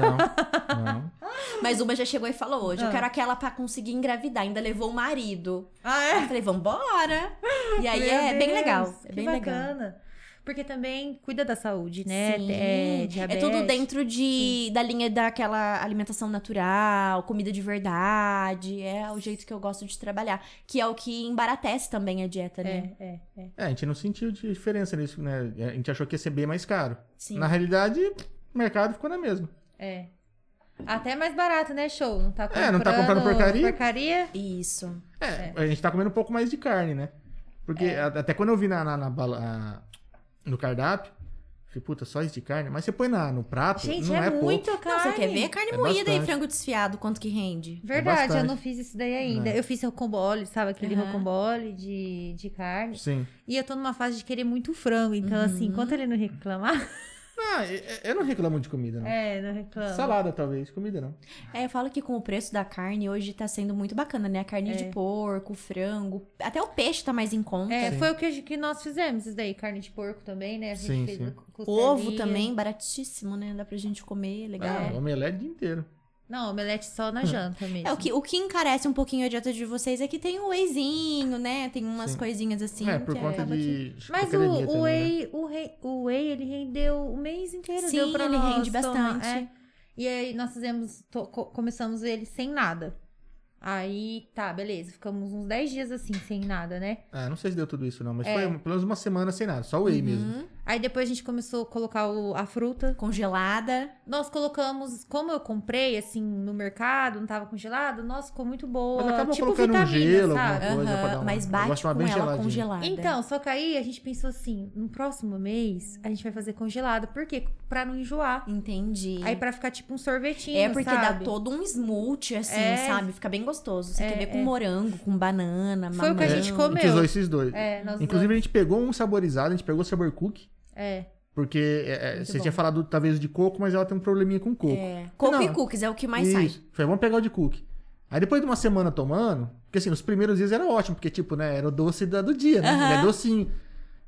não.
Mas uma já chegou e falou hoje, eu quero aquela pra conseguir engravidar. Ainda levou o marido.
Ah,
Eu falei, vambora. E é? aí
Meu
é bem
Deus,
legal. É
que
bem legal.
bacana. Porque também cuida da saúde, né?
Sim.
É, diabetes.
tudo dentro de, da linha daquela alimentação natural, comida de verdade. É o jeito que eu gosto de trabalhar. Que é o que embaratece também a dieta, né?
É, é, é.
É, a gente não sentiu de diferença nisso, né? A gente achou que ia ser bem mais caro.
Sim.
Na realidade, o mercado ficou na mesma.
É. Até mais barato, né? Show. Não tá comprando,
É, não tá comprando porcaria.
porcaria.
Isso.
É, a gente tá comendo um pouco mais de carne, né? Porque
É.
a- até quando eu vi na, na- na bala- a- no cardápio, falei, puta, só isso de carne? Mas você põe na, no prato,
Gente,
não
é,
é, pouco.
muito
Não,
caro.
você quer ver? Carne
É
moída e
bastante.
frango desfiado, quanto que rende?
Verdade, eu
bastante.
não fiz isso daí ainda.
É.
Eu fiz rocambole, sabe? Aquele
Né. Aham.
rocambole de, de carne.
Sim.
E eu tô numa fase de querer muito frango. Então, assim,
Uhum.
enquanto ele não reclamar...
Não, Ah, eu, eu não reclamo de comida, não.
É, não reclama.
Salada, talvez, comida não.
É, eu falo que com o preço da carne hoje tá sendo muito bacana, né? A carne de porco, frango, até o peixe tá mais em conta.
É,
Sim.
foi o que, que nós fizemos, isso daí. Carne de porco também, né? A gente
Sim,
fez
sim.
a co-
Ovo
costelinha.
também, baratíssimo, né? Dá pra gente comer,
É.
legal.
Ah, omelete o dia inteiro.
Não, omelete só na janta mesmo.
É, o, que, o que encarece um pouquinho a dieta de vocês é que tem o wheyzinho, né? Tem umas
Sim.
coisinhas assim.
é, por
que
conta
acaba que-
de.
Mas o,
academia
o,
também, né?
whey, o, rei- o whey, ele rendeu o mês inteiro.
Sim,
deu pra
ele
nós
rende
tomar,
bastante.
é. E aí nós fizemos, to- co- começamos ele sem nada. Aí, tá, beleza. Ficamos uns 10 dias assim, sem nada, né?
Ah, não sei se deu tudo isso, não, mas
É.
foi um- pelo menos uma semana sem nada, só o whey mesmo.
Uhum.
Aí depois a gente começou a colocar o- a fruta.
Congelada.
Nós colocamos, como eu comprei, assim, no mercado, não tava congelado, nossa, ficou muito boa.
Mas acabou
tipo
colocando
vitamina,
um gelo,
sabe?
alguma coisa pra dar uma.
mas
eu
bate
gosto de
com
uma bem
ela
geladinha.
congelada.
Então, só que aí a gente pensou assim, no próximo mês a gente vai fazer congelado. Por quê? Pra não enjoar.
Entendi.
Aí pra ficar tipo um sorvetinho,
É porque
sabe?
dá todo um smoothie, assim,
É.
sabe? Fica bem gostoso. Você
É,
quer ver com
é.
morango, com banana,
Foi o que a
mamão.
gente
É,
comeu.
A gente usou esses dois.
É, nós
Inclusive, a gente pegou um saborizado, a gente pegou o sabor cookie,
É.
porque é, é,
Muito
você
bom.
tinha falado talvez de coco, mas ela tem um probleminha com coco.
É. Coco
Não.
e cookies é o que mais sai.
Falei, vamos pegar o de cookie. Aí depois de uma semana tomando, porque assim, os primeiros dias era ótimo, porque tipo, né, era o doce da- do dia, né? Ele é docinho.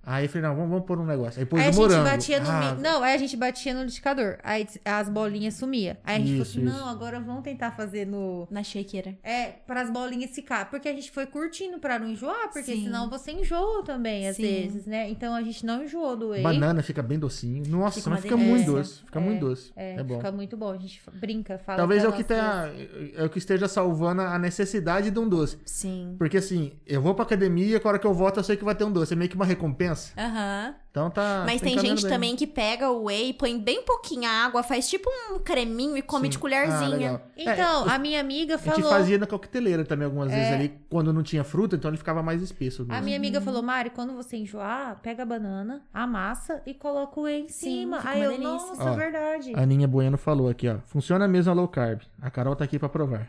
Aí eu falei, não, vamos, vamos pôr um negócio. Aí pôs
Aí a
o
gente
morango.
batia no.
Ah,
mi- Não, aí a gente batia no liquidificador. Aí des- as bolinhas sumiam. Aí a gente
Isso,
falou assim:
isso.
não, agora vamos tentar fazer no.
Na shakeira.
É, para as bolinhas ficar. Porque a gente foi curtindo pra não enjoar, porque
Sim.
senão você enjoa também, às
Sim.
vezes, né? Então a gente não enjoou do whey.
Banana fica bem docinho. Nossa,
Fica uma
mas fica
delícia.
muito doce. Fica muito doce.
É,
É, bom.
fica muito bom. A gente f- brinca, fala.
Talvez é
pra
o que
nós
tenha, é o que esteja salvando a necessidade de um doce.
Sim.
Porque assim, eu vou pra academia, com a hora que eu volto, eu sei que vai ter um doce. É meio que uma recompensa.
Aham.
Então tá.
Mas
tá
tem
encaminhando
gente
bem.
também que pega o whey, põe bem pouquinha água, faz tipo um creminho e come
Sim.
de
Ah,
colherzinha.
legal.
dois.
É,
Então, a minha amiga
a gente
falou.
fazia na coqueteleira também algumas vezes
É.
ali, quando não tinha fruta, então ele ficava mais espesso.
A
Mesmo.
Uhum.
minha amiga falou, Mari, quando você enjoar, pega a banana, amassa e coloca o whey em
Sim,
cima.
fica
Aí
uma
eu,
delícia.
nossa, é
Ó,
verdade.
A Aninha Bueno falou aqui, ó. Funciona mesmo a low carb. A Carol tá aqui pra provar.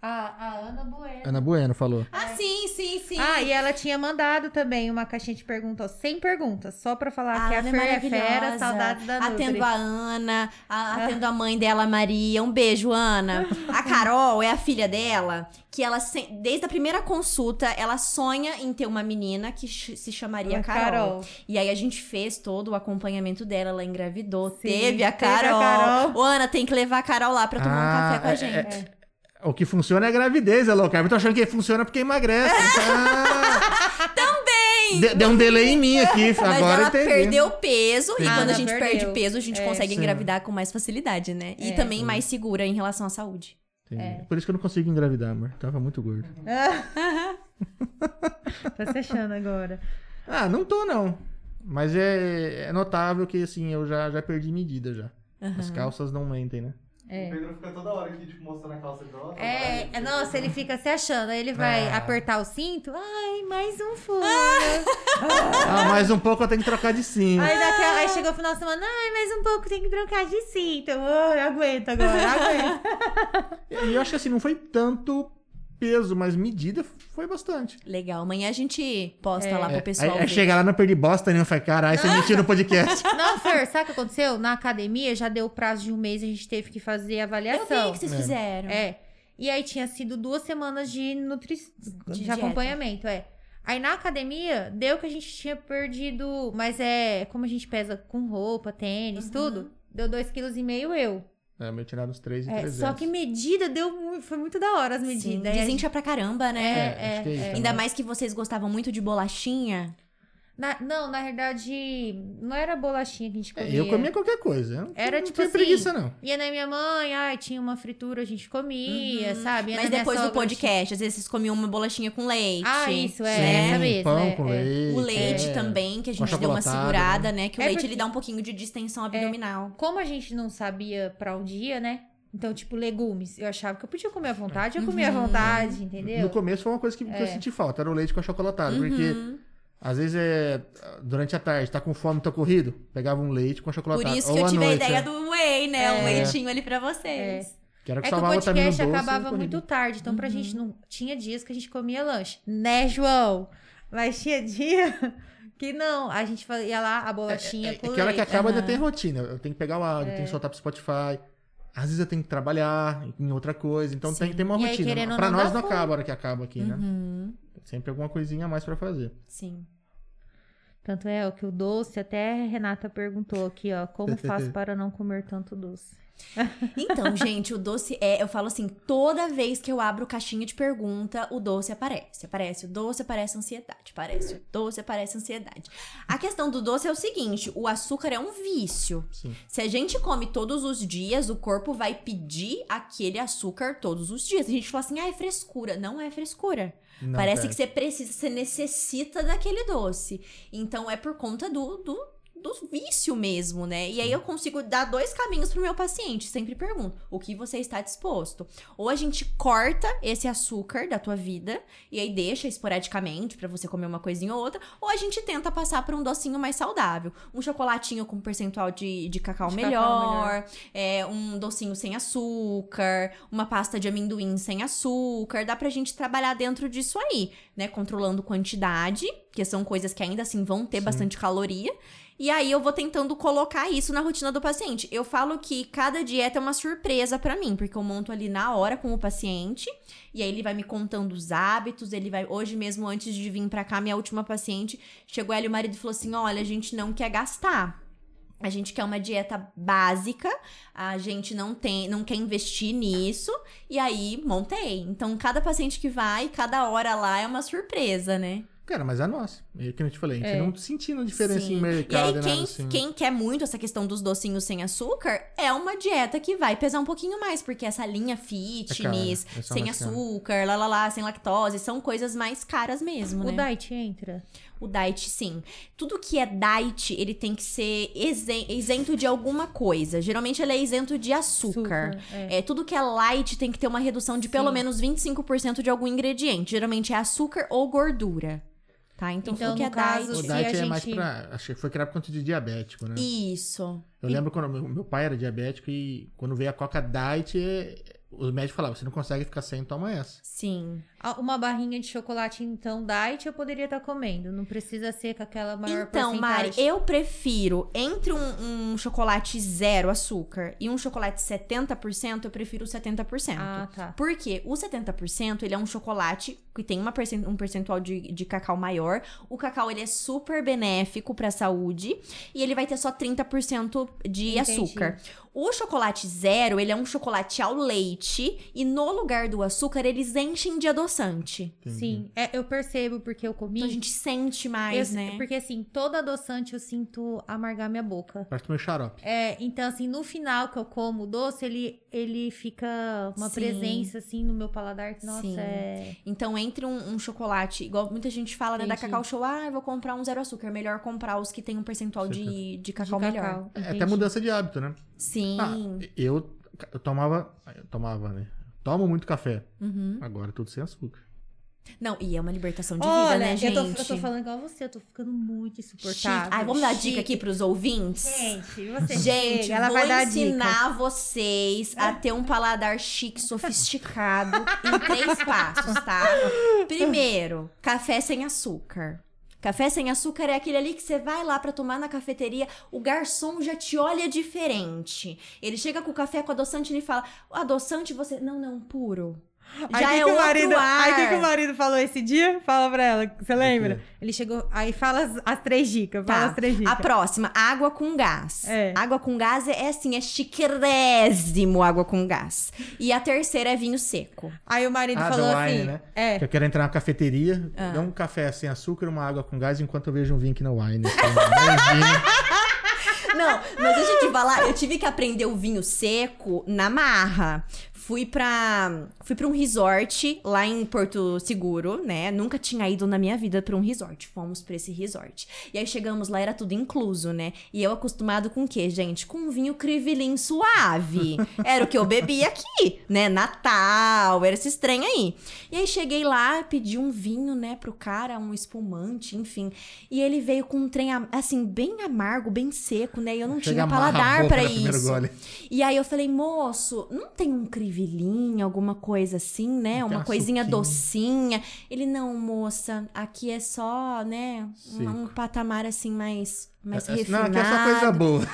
A, a Ana
É.
Bueno.
Ana Bueno falou.
Ah, sim, sim, sim.
Ah, e ela tinha mandado também uma caixinha de perguntas, sem perguntas, só pra falar que a
Ana
Fer é fera,
Ah, maravilhosa.
saudades da Nutri. Ah.
Atendo a Ana, a- atendo a mãe dela, a Maria. Um beijo, Ana. A Carol é a filha dela, que ela, se- desde a primeira consulta, ela sonha em ter uma menina que ch- se chamaria
A
Carol.
é Carol.
E aí a gente fez todo o acompanhamento dela. Ela engravidou,
Sim,
teve a
teve a
Carol.
Carol.
Ô, Ana, tem que levar a Carol lá pra tomar um café com a
é-
gente.
é- o que funciona é a gravidez, a low carb. Eu tô achando que funciona porque emagrece. Também! deu um delay em mim aqui,
Mas
agora
ela
entendi.
perdeu peso e
Ah,
quando a
ela
gente
perdeu.
perde peso, a gente consegue
Sim.
engravidar com mais facilidade, né? E
É.
também mais segura em relação à saúde.
Entendi.
É.
Por isso que eu não consigo engravidar, amor. Tava muito gordo.
Tá se achando agora.
Ah, não tô, não. Mas é, é notável que, assim, eu já, já perdi medida já. As calças não mentem, né?
É.
O Pedro fica toda hora aqui, tipo, mostrando a calça dele. ó, assim.
É,
vai.
nossa, ele fica se achando. Aí ele vai
Ah.
apertar o cinto. Ai, mais um furo.
Ah, mais um pouco eu tenho que trocar de cinto.
Aí, daqui a- aí chegou o final de semana. Ai, mais um pouco, tem que trocar de cinto. Ai, aguento agora, aguento.
E eu acho que assim, não foi tanto peso, mas medida foi bastante.
Legal, amanhã a gente posta
É.
lá pro
Aí,
pessoal.
É, aí
ver.
chega lá, não perdi bosta nenhuma. Falei, caralho,
Ah.
você mentiu no podcast.
Não, Fer, sabe o que aconteceu? Na academia já deu prazo de um mês, a gente teve que fazer a
Eu vi
avaliação.
o que vocês
É.
fizeram.
É. E aí tinha sido duas semanas de nutrição. De,
dieta.
acompanhamento, é. Aí na academia, deu que a gente tinha perdido. Mas é. Como a gente pesa com roupa, tênis,
Uhum.
tudo. Deu 2,5 kg eu.
É, meu tiraram uns 3 e
É,
300.
só que medida deu muito. Foi muito da hora as
Sim,
medidas. Aí a gente-
desincha pra caramba, né?
É, acho que é isso,
Ainda
né?
mais que vocês gostavam muito de bolachinha.
na- não, na verdade, não era bolachinha que a gente
É,
comia.
Eu comia qualquer coisa. Eu não-
Era
não
tipo
tinha
assim,
preguiça, não.
E aí na minha mãe, ai, tinha uma fritura, a gente comia, sabe? E na
Uhum. Mas
minha
depois do
sogra,
podcast, às vezes vocês comiam uma bolachinha com leite.
Ah, isso, é.
né?
essa mesmo,
pão
é,
com
é.
leite.
O leite
é.
também, que a
Uma
gente deu uma
chocolatada,
segurada, né? Que o
É
leite
porque- É.
ele dá um pouquinho de distensão abdominal.
Como a gente não sabia pra onde ia, né? Então, tipo, legumes. Eu achava que eu podia comer à vontade, eu comia à
Uhum.
vontade, entendeu?
No começo foi uma coisa que, que eu
É.
senti falta, era o leite com achocolatado. Porque
Uhum.
às vezes é. Durante a tarde, tá com fome, tá corrido, pegava um leite com achocolatado.
Por isso
Ou
que eu
à
tive a
noite,
ideia
é.
do whey, né? Um leitinho ali pra vocês.
Que era
É
que
que o
salvava também no
podcast
doce. e
acabava
corrido.
muito tarde, então pra gente não. Tinha dias que a gente comia lanche, né, João? Mas tinha dia que não. A gente fa- ia lá, a bolachinha
É,
com
que a hora que
leite.
acaba ainda tem rotina. Eu tenho que pegar o áudio, tenho que soltar pro Spotify. Às vezes eu tenho que trabalhar em outra coisa. Então tem que ter uma
E aí,
rotina.
querendo ou
pra
não,
nós
dá
não
fome.
acaba a hora que acaba aqui, né?
Uhum.
Tem Sempre alguma coisinha a mais pra fazer.
Sim.
Tanto é o que o doce, até a Renata perguntou aqui, ó, como faço para não comer tanto doce?
Então, gente, o doce é. Eu falo assim, toda vez que eu abro caixinha de pergunta, o doce aparece. Aparece o doce, aparece a ansiedade. Aparece o doce, aparece a ansiedade. A questão do doce é o seguinte: o açúcar é um vício.
Sim.
Se a gente come todos os dias, o corpo vai pedir aquele açúcar todos os dias. A gente fala assim, ah, é frescura. Não é frescura.
Não,
Parece
pera.
que você precisa, você necessita daquele doce. Então é por conta do, do, do vício mesmo, né? E aí eu consigo dar dois caminhos pro meu paciente. Sempre pergunto: o que você está disposto? Ou a gente corta esse açúcar da tua vida e aí deixa esporadicamente pra você comer uma coisinha ou outra, ou a gente tenta passar por um docinho mais saudável. Um chocolatinho com percentual de, de cacau
De cacau
melhor,
melhor.
é, um docinho sem açúcar, uma pasta de amendoim sem açúcar. Dá pra gente trabalhar dentro disso aí, né? Controlando quantidade, que são coisas que ainda assim vão ter
Sim.
bastante caloria. E aí eu vou tentando colocar isso na rotina do paciente. Eu falo que cada dieta é uma surpresa pra mim, porque eu monto ali na hora com o paciente, e aí ele vai me contando os hábitos, ele vai hoje mesmo antes de vir pra cá, minha última paciente, chegou ela e o marido falou assim: "Olha, a gente não quer gastar. A gente quer uma dieta básica, a gente não tem, não quer investir nisso". E aí montei. Então cada paciente que vai, cada hora lá é uma surpresa, né?
Cara, mas é nossa. É que nem eu te falei, a gente
É.
não sentindo diferença em
Sim. E aí,
né,
mercado.
quem,
nada assim.
quem quer muito essa questão dos docinhos sem açúcar, é uma dieta que vai pesar um pouquinho mais, porque essa linha fitness,
É caro, é só
sem
mais caro.
açúcar, lá, lá, lá, sem lactose, são coisas mais caras mesmo,
O
né?
diet entra?
O diet, sim. Tudo que é diet, ele tem que ser isen- isento de alguma coisa. Geralmente, ele é isento de açúcar.
é.
É, tudo que é light tem que ter uma redução de pelo
Sim.
menos 25% de algum ingrediente. Geralmente é açúcar ou gordura. Tá? Então,
Então,
tudo que é
no caso,
O
se
diet.
a
diet é mais
gente-
pra. Acho que foi criado por conta de diabético, né?
Isso.
Eu lembro quando meu, meu pai era diabético e quando veio a Coca Diet, eh, os médicos falavam: você não consegue ficar sem, toma essa.
Sim.
Ah, Uma barrinha de chocolate, então, diet, eu poderia estar comendo. Não precisa ser com aquela maior
Então, Mari,
porcentagem.
eu prefiro entre um, um chocolate zero açúcar e um chocolate 70%, eu prefiro o 70%.
Ah, tá.
Porque o 70% ele é um chocolate que tem uma percen- um percentual de, de cacau maior. O cacau ele é super benéfico para a saúde e ele vai ter só 30% de
Entendi.
açúcar. O chocolate zero, ele é um chocolate ao leite e no lugar do açúcar eles enchem de adoçante.
Entendi.
Sim, é, eu percebo porque eu comi.
Então a gente sente mais,
eu-
né?
Porque assim, todo adoçante eu sinto amargar minha boca.
Parece meu xarope.
É, então assim, no final que eu como o doce, ele, ele fica uma
Sim.
presença assim no meu paladar. que, Nossa,
Sim.
é...
Então, entre um, um chocolate, igual muita gente fala, né, da
Entendi.
Cacau Show, ah, eu vou comprar um zero açúcar, melhor comprar os que tem um percentual de, de cacau
de
melhor.
cacau.
É
entendi.
até mudança de hábito, né?
Sim.
Ah, eu ca- eu tomava. Eu tomava, né? Tomo muito café.
Uhum.
Agora tudo sem açúcar.
Não, e é uma libertação de vida,
Olha,
né, gente?
eu, tô, eu tô falando igual você, eu tô ficando muito
Chique.
insuportável.
Ai, vamos dar dica
Chique. Hum.
aqui pros ouvintes?
Gente, você
Gente,
chega, ela
vou
vai dar dica.
ensinar vocês a ter um paladar chique, sofisticado, em três passos, tá? Primeiro, café sem açúcar. Café sem açúcar é aquele ali que você vai lá pra tomar na cafeteria, o garçom já te olha diferente. Ele chega com o café com adoçante e ele fala: "O adoçante você, não, não, puro". Já
aí que, que
é
o
outro
marido, aí que, que
ar.
o marido falou esse dia? Fala pra ela, você lembra?
quê?
Ele chegou, aí fala as, as três dicas, fala
Tá.
as três dicas.
A próxima, água com gás.
É.
Água com gás é assim, é chiquérrimo água com gás. E a terceira é vinho seco.
Aí o marido
Ah,
falou
da wine,
assim,
né?
é, Ah.
Que eu quero entrar na cafeteria, dar um café sem açúcar, uma água com gás, enquanto eu vejo um vinho aqui na wine. Imagina.
Não, mas deixa eu te falar, eu tive que aprender o vinho seco na marra. Fui pra, fui pra um resort lá em Porto Seguro, né? Nunca tinha ido na minha vida pra um resort. Fomos pra esse resort. E aí chegamos lá, era tudo incluso, né? E eu acostumado com o quê, gente? Com um vinho crivelin suave. Era o que eu bebia aqui, né? Natal, era esse estranho aí. E aí cheguei lá, pedi um vinho, né, pro cara, um espumante, enfim. E ele veio com um trem, am- assim, bem amargo, bem seco, né? E eu não
Chega,
tinha
amarra a
paladar
boca
pra
no primeiro
isso.
gole.
E aí eu falei, moço, não tem um crivelinho, alguma coisa assim,
Não
né?
tem
Uma
uma
coisinha
suquinha.
docinha. Ele, não, moça, aqui é só, né? Um, um
Seco.
patamar assim mais, mais
Não,
refinado.
aqui é só coisa boa.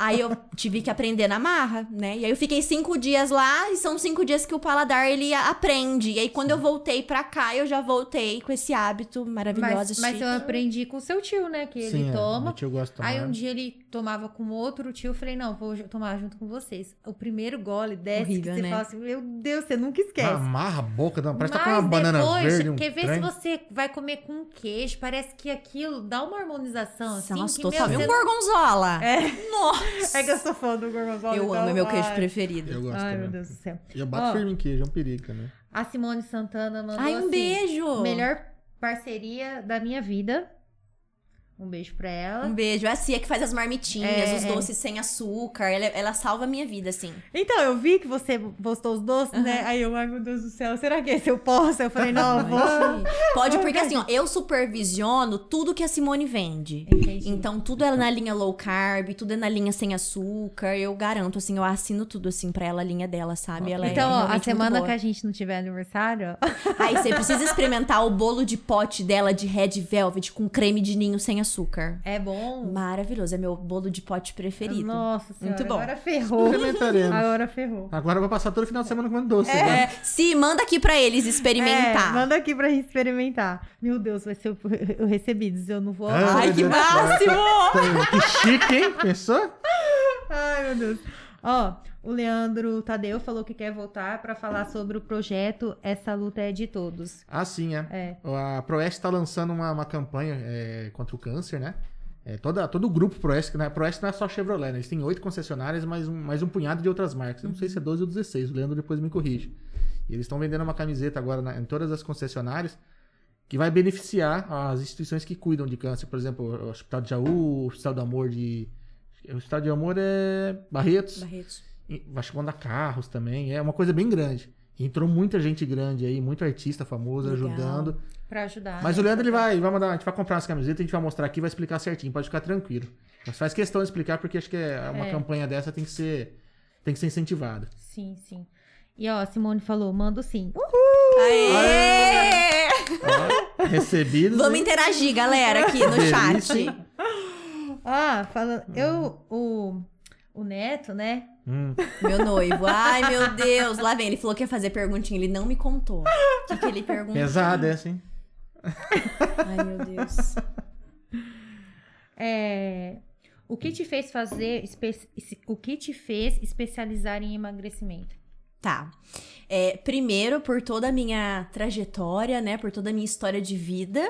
Aí eu tive que aprender na marra, né? E aí eu fiquei cinco dias lá e são cinco dias que o paladar ele a- aprende. E aí quando eu voltei pra cá, eu já voltei com esse hábito maravilhoso.
mas, mas
chique.
eu aprendi com o seu tio, né, que ele
é,
toma.
meu tio gosta de tomar.
Aí um dia ele tomava com outro tio, eu falei, não, vou ju- tomar junto com vocês. O primeiro gole desce,
Horrível,
que você
né?
fala assim, meu Deus, você nunca esquece.
Amarra a boca, dá- Ah, parece que tá com
é Mas
uma banana
depois,
verde. Um
quer ver se
trem.
você vai comer com queijo, parece que aquilo dá uma harmonização, assim,
Nossa,
que,
totalmente.
meu,
Um
você-
gorgonzola.
É.
Nossa.
É que eu sou fã do gorgonzola.
Eu
então,
amo, é meu queijo
ai.
preferido.
Eu gosto
Ai,
também.
meu Deus do céu.
E eu bato
Ó.
firme em queijo, é um perica, né?
A Simone Santana mandou
Ai, um
assim,
beijo.
Melhor parceria da minha vida. Um beijo pra ela.
Um beijo. É a Cia que faz as marmitinhas,
É,
os
é.
doces sem açúcar. Ela, ela salva a minha vida, assim.
Então, eu vi que você postou os doces, né? Aí eu, ai meu Deus do céu, será que esse eu posso? Eu falei, não, eu vou.
Pode, porque assim, ó, eu supervisiono tudo que a Simone vende.
Entendi.
Então, tudo é na linha low carb, tudo é na linha sem açúcar. Eu garanto, assim, eu assino tudo, assim, pra ela, a linha dela, sabe? Ela
Então,
é
ó, a
realmente
semana
muito
que
boa.
a gente não tiver aniversário, ó,
Aí você precisa experimentar o bolo de pote dela de red velvet com creme de ninho sem açúcar.
é bom.
Maravilhoso, é meu bolo de pote preferido.
Nossa senhora,
Muito bom.
agora ferrou.
Experimentaremos.
Agora ferrou.
Agora eu vou passar todo final de semana comendo doce. né?
É, se manda aqui pra eles
É,
experimentar.
manda aqui pra gente experimentar. Meu Deus, vai ser. Eu recebi, diz eu não vou.
Ah.
Ai, que
Meu Deus.
máximo!
Que chique, hein? Pensou?
Ai, meu Deus. Ó, o Leandro Tadeu falou que quer voltar pra falar sobre o projeto Essa Luta é de Todos.
Ah, sim, é.
É.
A Proeste tá lançando uma, uma campanha é, contra o câncer, né? É, toda, todo o grupo Proeste, né? Proeste não é só Chevrolet, né? Eles têm oito concessionárias, mais um, mais um punhado de outras marcas. Eu não sei se é 12 ou 16, o Leandro depois me corrige. E eles estão vendendo uma camiseta agora na- em todas as concessionárias que vai beneficiar as instituições que cuidam de câncer. Por exemplo, o Hospital de Jaú, o Hospital do Amor de... O Hospital de Amor é Barretos.
Barretos.
E Vasconda Carros também. É uma coisa bem grande. Entrou muita gente grande aí, muito artista famoso
Legal.
ajudando.
Pra ajudar.
Mas
né?
o Leandro ele vai, vai mandar, a gente vai comprar umas camisetas, a gente vai mostrar aqui, vai explicar certinho, pode ficar tranquilo. Mas faz questão de explicar porque acho que é uma
É.
campanha dessa tem que ser tem que ser incentivada.
Sim, sim. E ó, a Simone falou, mando sim. Uh!
Aê!
Ó, Recebido.
Vamos
hein?
interagir, galera, aqui no
Delícia,
chat.
hein?
Ah, falando. Eu, o, o Neto, né?
Hum.
Meu noivo. Ai, meu Deus. Lá vem, ele falou que ia fazer perguntinha, ele não me contou. O que, que ele perguntou?
Pesada essa, hein?
Ai, meu Deus.
É. O que te fez fazer. espe- O que te fez especializar em emagrecimento?
Tá. É, primeiro, por toda a minha trajetória, né? Por toda a minha história de vida.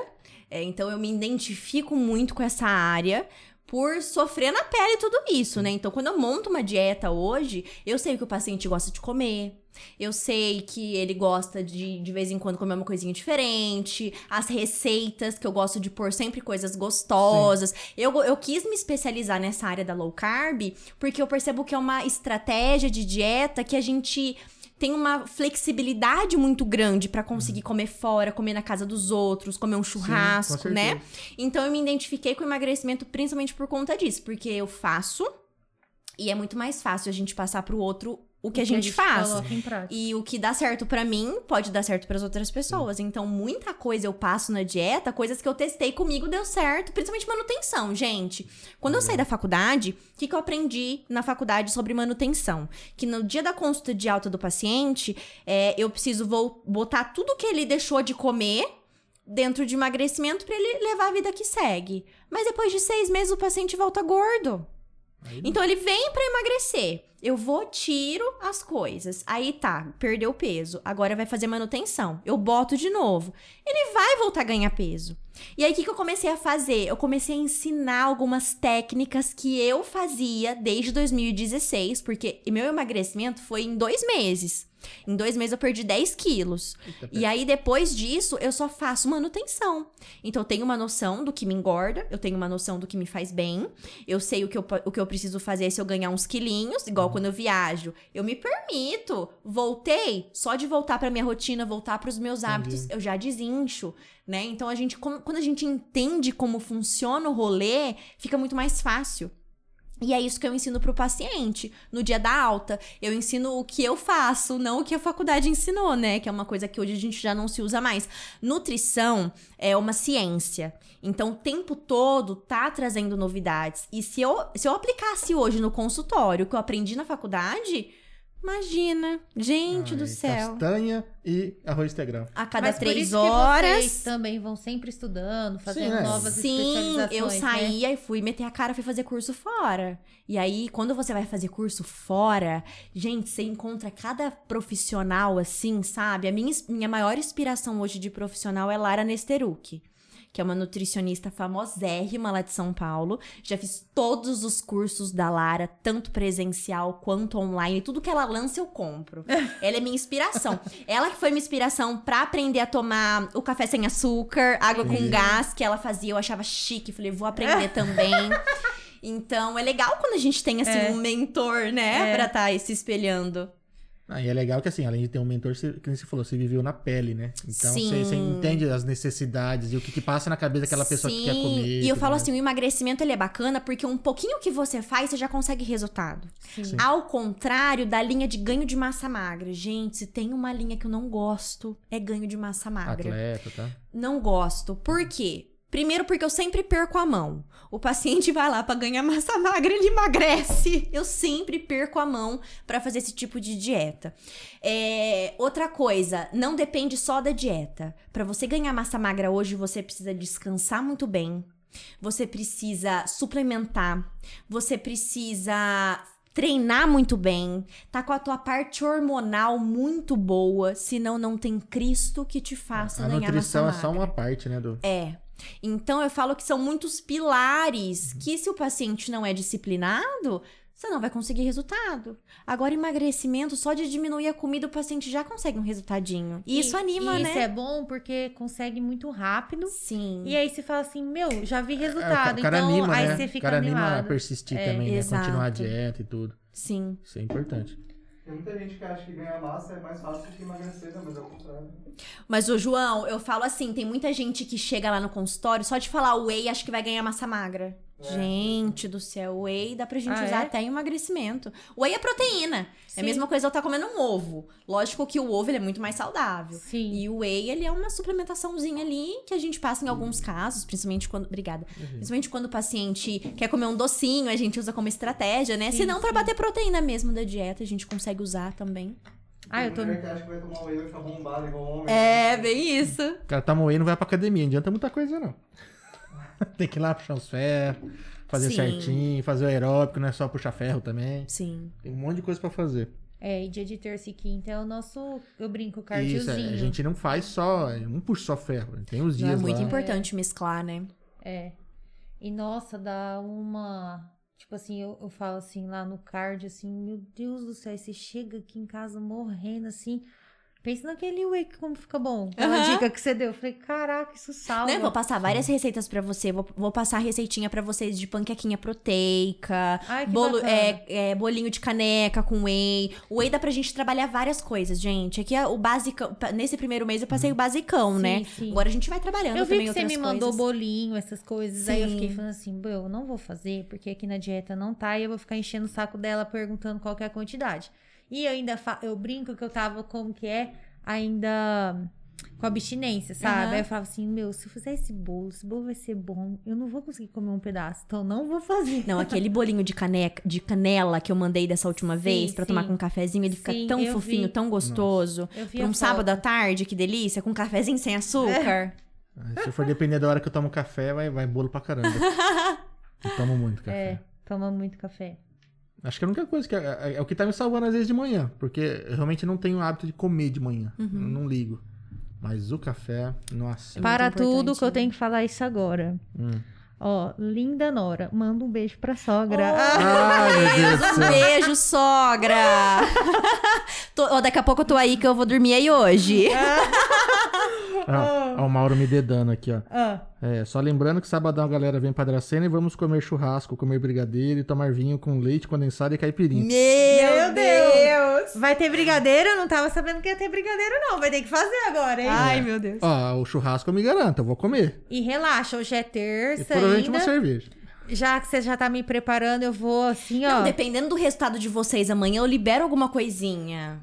É, então, eu me identifico muito com essa área. por sofrer na pele tudo isso, né? Então, quando eu monto uma dieta hoje, eu sei que o paciente gosta de comer. Eu sei que ele gosta de, de vez em quando, comer uma coisinha diferente. As receitas, que eu gosto de pôr sempre coisas gostosas. Eu, go- eu quis me especializar nessa área da low carb, porque eu percebo que é uma estratégia de dieta que a gente tem uma flexibilidade muito grande pra conseguir comer fora, comer na casa dos outros, comer um churrasco,
com
né?
certeza.
Então eu me identifiquei com o emagrecimento principalmente por conta disso, porque eu faço e é muito mais fácil a gente passar pro outro o que a gente faz.
Coloca em prática.
E o que dá certo pra mim pode dar certo pras outras pessoas. Então, muita coisa eu passo na dieta, coisas que eu testei comigo deu certo, principalmente manutenção, gente. Quando eu saí da faculdade, o que, que eu aprendi na faculdade sobre manutenção? Que no dia da consulta de alta do paciente, é, eu preciso vou botar tudo que ele deixou de comer dentro de emagrecimento pra ele levar a vida que segue. Mas depois de seis meses, o paciente volta gordo.
Aí
Então ele vem pra emagrecer. Eu vou, tiro as coisas. Aí tá, perdeu peso. Agora vai fazer manutenção. Eu boto de novo. Ele vai voltar a ganhar peso. E aí o que, que eu comecei a fazer? Eu comecei a ensinar algumas técnicas que eu fazia desde 2016, porque meu emagrecimento foi em dois meses. Em dois meses eu perdi 10 quilos.
Eita,
E aí, depois disso, eu só faço manutenção. Então, eu tenho uma noção do que me engorda, eu tenho uma noção do que me faz bem, eu sei o que eu, po- o que eu preciso fazer se eu ganhar uns quilinhos, igual quando eu viajo. Eu me permito. Voltei, só de voltar pra minha rotina, voltar pros meus
Entendi.
hábitos, eu já desincho, né? Então, a gente, com- quando a gente entende como funciona o rolê, fica muito mais fácil. E é isso que eu ensino pro paciente no dia da alta. Eu ensino o que eu faço, não o que a faculdade ensinou, né? Que é uma coisa que hoje a gente já não se usa mais. Nutrição é uma ciência. Então, o tempo todo tá trazendo novidades. E se eu, se eu aplicasse hoje no consultório o que eu aprendi na faculdade, imagina. Gente do
Ai,
céu.
Castanha e arroz integral.
A
tá
cada
Mas por
três
isso que Vocês
horas.
também vão sempre estudando, fazendo
né?
novas
Sim,
especializações.
eu
né?
saía e fui meter a cara, fui fazer curso fora. E aí, quando você vai fazer curso fora, gente, você encontra cada profissional assim, sabe? A minha, ins- minha maior inspiração hoje de profissional é Lara Nesteruk. Que é uma nutricionista famosérrima lá de São Paulo. Já fiz todos os cursos da Lara, tanto presencial quanto online. Tudo que ela lança, eu compro. Ela é minha inspiração. Ela que foi minha inspiração pra aprender a tomar o café sem açúcar, água com
Uhum.
Entendi.
gás que ela fazia, eu achava chique. Falei, vou aprender também. Então, é legal quando a gente tem, assim,
É.
um mentor, né?
É.
Pra tá aí se espelhando.
Ah, e é legal que assim, além de ter um mentor, você, que nem você falou, você viveu na pele, né? Então
Sim.
você, você entende as necessidades e o que, que passa na cabeça daquela pessoa que quer comer.
E eu
tudo
falo
mais.
assim, o emagrecimento, ele é bacana porque um pouquinho que você faz, você já consegue resultado.
Sim.
Ao contrário da linha de ganho de massa magra. Gente, se tem uma linha que eu não gosto, é ganho de massa magra.
Atleta, tá?
Não gosto. Por quê? Primeiro, porque eu sempre perco a mão. O paciente vai lá pra ganhar massa magra, ele emagrece. Eu sempre perco a mão pra fazer esse tipo de dieta. É, outra coisa, não depende só da dieta. Pra você ganhar massa magra hoje, você precisa descansar muito bem. Você precisa suplementar. Você precisa treinar muito bem. Tá com a tua parte hormonal muito boa, senão não tem Cristo que te faça
a
ganhar
nutrição é
massa magra.
só uma parte, né? Do...
É. Então eu falo que são muitos pilares que se o paciente não é disciplinado, você não vai conseguir resultado. Agora emagrecimento, só de diminuir a comida o paciente já consegue um resultadinho. E, isso anima,
e
né?
Isso é bom porque consegue muito rápido.
Sim.
E aí você fala assim, meu, já vi
É, o ca-
resultado.
o cara
então,
anima,
aí
né?
você
o
fica
cara anima a
animado.
persistir
É,
também,
exato.
né? Continuar a dieta e tudo.
Sim.
Isso é importante.
Tem muita gente que acha que ganhar massa é mais fácil do que emagrecer, né? Mas é o contrário.
Mas o João, eu falo assim, tem muita gente que chega lá no consultório só de falar whey, acho que vai ganhar massa magra.
É.
Gente do céu, whey dá pra gente
Ah,
usar
é?
até em emagrecimento. Whey é proteína. É
Sim.
a mesma coisa eu estar comendo um ovo. Lógico que o ovo ele é muito mais saudável.
Sim.
E o whey, ele é uma suplementaçãozinha ali que a gente passa em
Uhum.
alguns casos, principalmente quando. Obrigada. Principalmente quando o paciente quer comer um docinho, a gente usa como estratégia, né?
Sim,
Se não, pra
sim.
bater proteína mesmo da dieta, a gente consegue usar também.
Ah,
Tem
eu tô.
mulher que acha que vai tomar whey e vai ficar bombada igual um homem.
É, bem isso.
O cara tá moendo, vai pra academia. Não adianta muita coisa, não. Tem que ir lá puxar os ferros, fazer
Sim.
certinho, fazer o aeróbico, não é só puxar ferro também.
Sim.
Tem um monte de coisa pra fazer.
É, e dia de terça e quinta é o nosso, eu brinco,
Isso, é,
cardiozinho.
a gente não faz um só, não puxa só ferro. né? Tem os
Não, é
dias
muito
lá.
importante mesclar, né?
É. E nossa, dá uma. Tipo assim, eu, eu falo assim lá no card, assim, meu Deus do céu, aí você chega aqui em casa morrendo assim. Pensa naquele whey que como fica bom. Aquela
Aham.
dica que você deu. Eu falei, caraca, isso salva.
Né, vou passar várias receitas pra você. Vou, vou passar a receitinha pra vocês de panquequinha proteica,
Ai, que
bolo,
bacana.
é, é, bolinho de caneca com whey. O whey dá pra gente trabalhar várias coisas, gente. Aqui é o basicão. pa- Nesse primeiro mês eu passei o basicão,
Sim,
né?
sim.
Agora a gente vai trabalhando
Eu vi
também
que você
outras
me mandou
coisas.
bolinho, essas coisas. Aí eu
Sim.
fiquei falando assim, "Bom, eu não vou fazer, porque aqui na dieta não tá, e eu vou ficar enchendo o saco dela perguntando qual que é a quantidade. E eu ainda fa- eu brinco que eu tava, como que é, ainda com abstinência, sabe?
Aham.
Aí eu falava assim, meu, se eu fizer esse bolo, esse bolo vai ser bom, eu não vou conseguir comer um pedaço, então não vou fazer.
Não, aquele bolinho de caneca, de canela que eu mandei dessa última
Sim,
vez pra tomar
sim.
com um cafezinho, ele fica
Sim,
tão
eu
fofinho,
vi.
tão gostoso.
Eu vi
Pra
a
um
foto. É.
sábado à tarde, que delícia, com um cafezinho sem açúcar.
Ah, Se eu for depender da hora que eu tomo café, vai, vai bolo pra caramba. Eu tomo muito café.
É, toma muito café.
Acho que a única coisa que é, é- é o que tá me salvando às vezes de manhã, porque eu realmente não tenho o hábito de comer de manhã. Eu Não ligo. Mas o café, nossa.
Para
importante,
tudo que eu
né?
tenho que falar isso agora.
Hum.
Ó, linda Nora, manda um beijo pra sogra.
Oh.
Ah,
Ai, meu Deus do
Um
céu.
beijo, sogra! Tô- ó, daqui a pouco eu tô aí que eu vou dormir aí hoje.
Ah, ó, o Mauro me dedando aqui, ó.
ah.
É, só lembrando que sabadão a galera vem pra Dracena e vamos comer churrasco, comer brigadeiro e tomar vinho com leite condensado e caipirinha.
Meu Deus! Vai ter brigadeiro? Eu não tava sabendo que ia ter brigadeiro, não. Vai ter que fazer agora, hein?
Ai, meu Deus.
Ó, o churrasco eu me garanto, eu vou comer.
E relaxa, hoje é
E
terça
provavelmente uma
ainda.
cerveja.
Já que você já tá me preparando, eu vou assim, ó.
Não,
Não,
dependendo do resultado de vocês amanhã, eu libero alguma coisinha.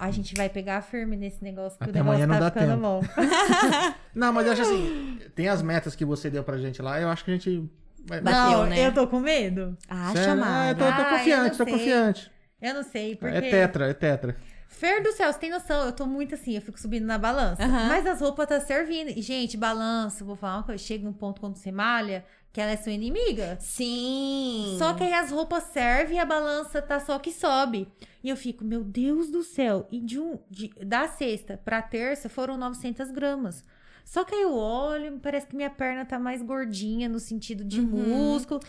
a gente vai pegar firme nesse negócio, que
Até
o
amanhã
negócio tá
não dá
ficando
tempo.
bom.
Não, mas eu acho assim, tem as metas que você deu pra gente lá, eu acho que a gente vai. vai-
Bateu,
não,
né?
eu tô com medo.
Acha,
Sério? Ah, eu tô,
Mara.
eu tô
Ah, eu
confiante,
não
tô
sei.
confiante.
Eu não sei, porque...
É tetra, é tetra.
Fer do céu, você tem noção, eu tô muito assim, eu fico subindo na balança.
Aham.
Mas as roupas tá servindo. E, gente, balança, vou falar uma coisa. Chega um ponto quando você malha, que ela é sua inimiga.
Sim.
Só que aí as roupas servem e a balança tá só que sobe. E eu fico, meu Deus do céu. E de um, de- da sexta pra terça foram 900 gramas. Só que aí eu olho, parece que minha perna tá mais gordinha no sentido de
Uhum.
músculo.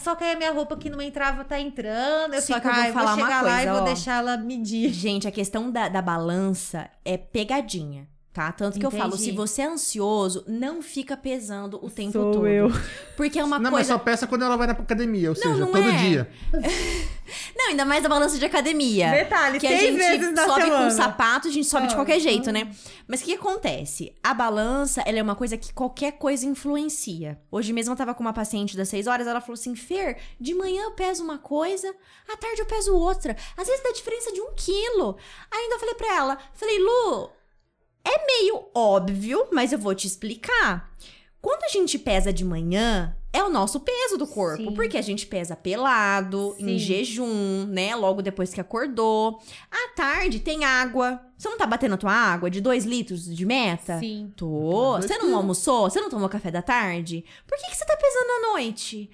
Só que aí a minha roupa que não entrava tá entrando. Eu
Só
fico,
que eu vou
"Ai,
falar uma
chegar lá e
coisa,
vou
ó."
deixar ela medir.
Gente, a questão da, da balança é pegadinha, tá? Tanto que eu falo,
Entendi.
se você é ansioso, não fica pesando o tempo
Sou
todo.
eu.
Porque é uma
não, mas
coisa.
só peça quando ela vai na academia, ou seja,
não
todo
é.
dia.
Não, ainda mais a balança de academia.
Detalhe,
É, que a
seis
gente
vezes na
sobe
semana.
com sapato, a gente sobe de
Ah,
qualquer jeito, né? Mas o que que acontece? A balança, ela é uma coisa que qualquer coisa influencia. Hoje mesmo eu tava com uma paciente das 6 horas, ela falou assim, Fer, de manhã eu peso uma coisa, à tarde eu peso outra. Às vezes dá diferença de um quilo. Ainda eu falei pra ela, falei, Lu, é meio óbvio, mas eu vou te explicar. Quando a gente pesa de manhã, é o nosso peso do corpo.
Sim.
Porque a gente pesa pelado, em
Sim.
jejum, né? Logo depois que acordou. À tarde tem água. Você não tá batendo a tua água de 2 litros de meta?
Sim.
Tô.
Dois
Você não almoçou? Você não tomou café da tarde? Por que, que você tá pesando à noite?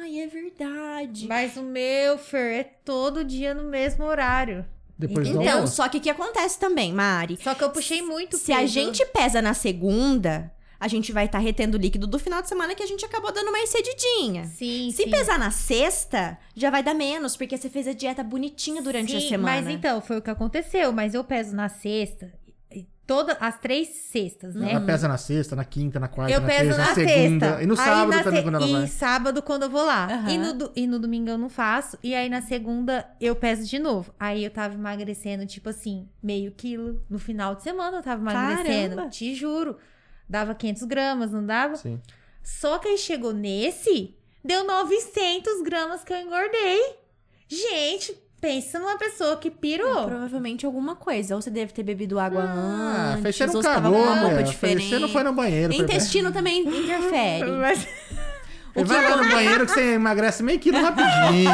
Ai, é verdade.
Mas o meu, Fer, é todo dia no mesmo horário.
Depois do
Então,
almoço.
só que o que acontece também, Mari?
Só que eu puxei muito
Se a
peso.
gente pesa na segunda, a gente vai estar retendo o líquido do final de semana que a gente acabou dando mais cedidinha.
Sim,
Se
sim.
pesar na sexta, já vai dar menos, porque você fez a dieta bonitinha durante a
Sim,
semana.
Mas então, foi o que aconteceu. Mas eu peso na sexta, e- toda, as três sextas, né?
Ela pesa na sexta, na quinta, na quarta,
Eu
Uhum. na
peso
terça,
na,
na segunda.
sexta.
E no
Aí
sábado
na
também,
se-
quando ela
e
vai.
sábado quando eu vou lá.
Aham.
E, no, do- e no domingo eu não faço. E aí na segunda eu peso de novo. Aí eu tava emagrecendo, tipo assim, meio quilo. No final de semana eu tava emagrecendo.
Caramba!
Te juro. Dava 500 gramas, não dava?
Sim.
Só que aí chegou nesse, deu 900 gramas que eu engordei. Gente, pensa numa pessoa que pirou.
Provavelmente alguma coisa. Ou você deve ter bebido água
Ah,
antes,
fez você
ou
não
você tava com
cagou,
uma roupa
mulher. Fez-
diferente.
Você
Então,
não foi no banheiro. foi bem.
Intestino também interfere.
Mas
Você vai lá no banheiro que você emagrece meio quilo rapidinho.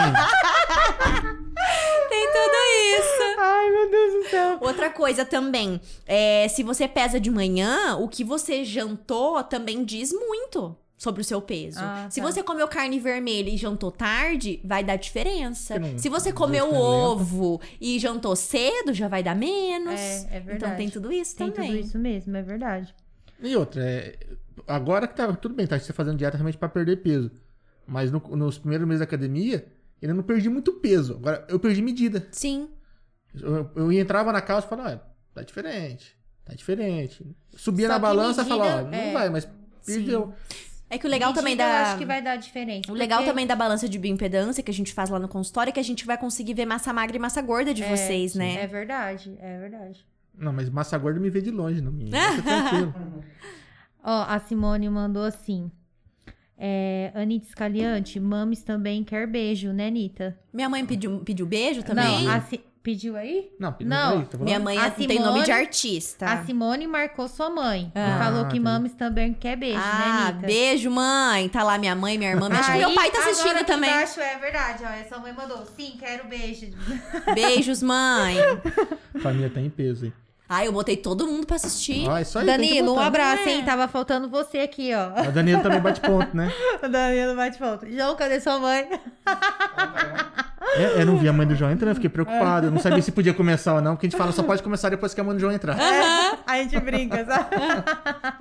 Tem tudo isso. Ai, meu Deus do céu. Outra coisa também, é, se você pesa de manhã, o que você jantou também diz muito sobre o seu peso.
Ah,
Se
tá.
você comeu carne vermelha e jantou tarde, vai dar diferença.
Que não-
se você
não
comeu
fica
ovo e jantou cedo, já vai dar menos.
É, é verdade.
Então tem tudo isso
tem
também.
tudo isso mesmo, é verdade.
e outra, é, agora que tá. Tudo bem, tá você fazendo dieta realmente pra perder peso. Mas no- nos primeiros meses da academia, eu não perdi muito peso. Agora, eu perdi medida.
Sim.
Eu, eu entrava na calça e falava, olha, tá diferente. Tá diferente. Subia
Só
na
que
balança e
medida,
falava, ó, não
é.
vai, mas perdeu.
É que o legal também
Medida,
da.
Eu acho que vai dar diferente.
O legal
porque-
também é da balança de bioimpedância que a gente faz lá no consultório é que a gente vai conseguir ver massa magra e massa gorda de vocês, né?
É verdade, é verdade.
Não, mas massa gorda me vê de longe, não me fica tranquilo.
Ó, a Simone mandou assim. É, Anitta Scaliante, mames também quer beijo, né, Anitta?
Minha mãe pediu, pediu beijo também.
Não, assim a Si- pediu aí?
Não,
Não,
aí, tá falando?
Minha mãe
A
é- tem nome
Simone-
de artista.
A Simone marcou sua mãe.
Ah.
e falou que
Ah, tá.
mames também quer beijo, né,
ah,
Anitta?
beijo, mãe. Tá lá minha mãe, minha irmã. Acho que
Aí,
meu pai tá
agora
assistindo
aqui
também.
Embaixo, é verdade, ó. Essa mãe mandou. Sim, quero beijo.
Beijos, mãe.
Família tá em peso aí.
Ai, eu botei todo mundo pra assistir.
Ó, é só aí, tem que
Danilo, um
botar.
abraço, hein? Tava faltando você aqui, ó.
A Danilo também bate ponto, né?
Danilo bate falta. João, cadê sua mãe?
É, eu não vi a mãe do João entrando, fiquei preocupado. Eu não sabia se podia começar ou não, porque a gente fala só pode começar depois que a mãe do João entrar.
A gente brinca, sabe?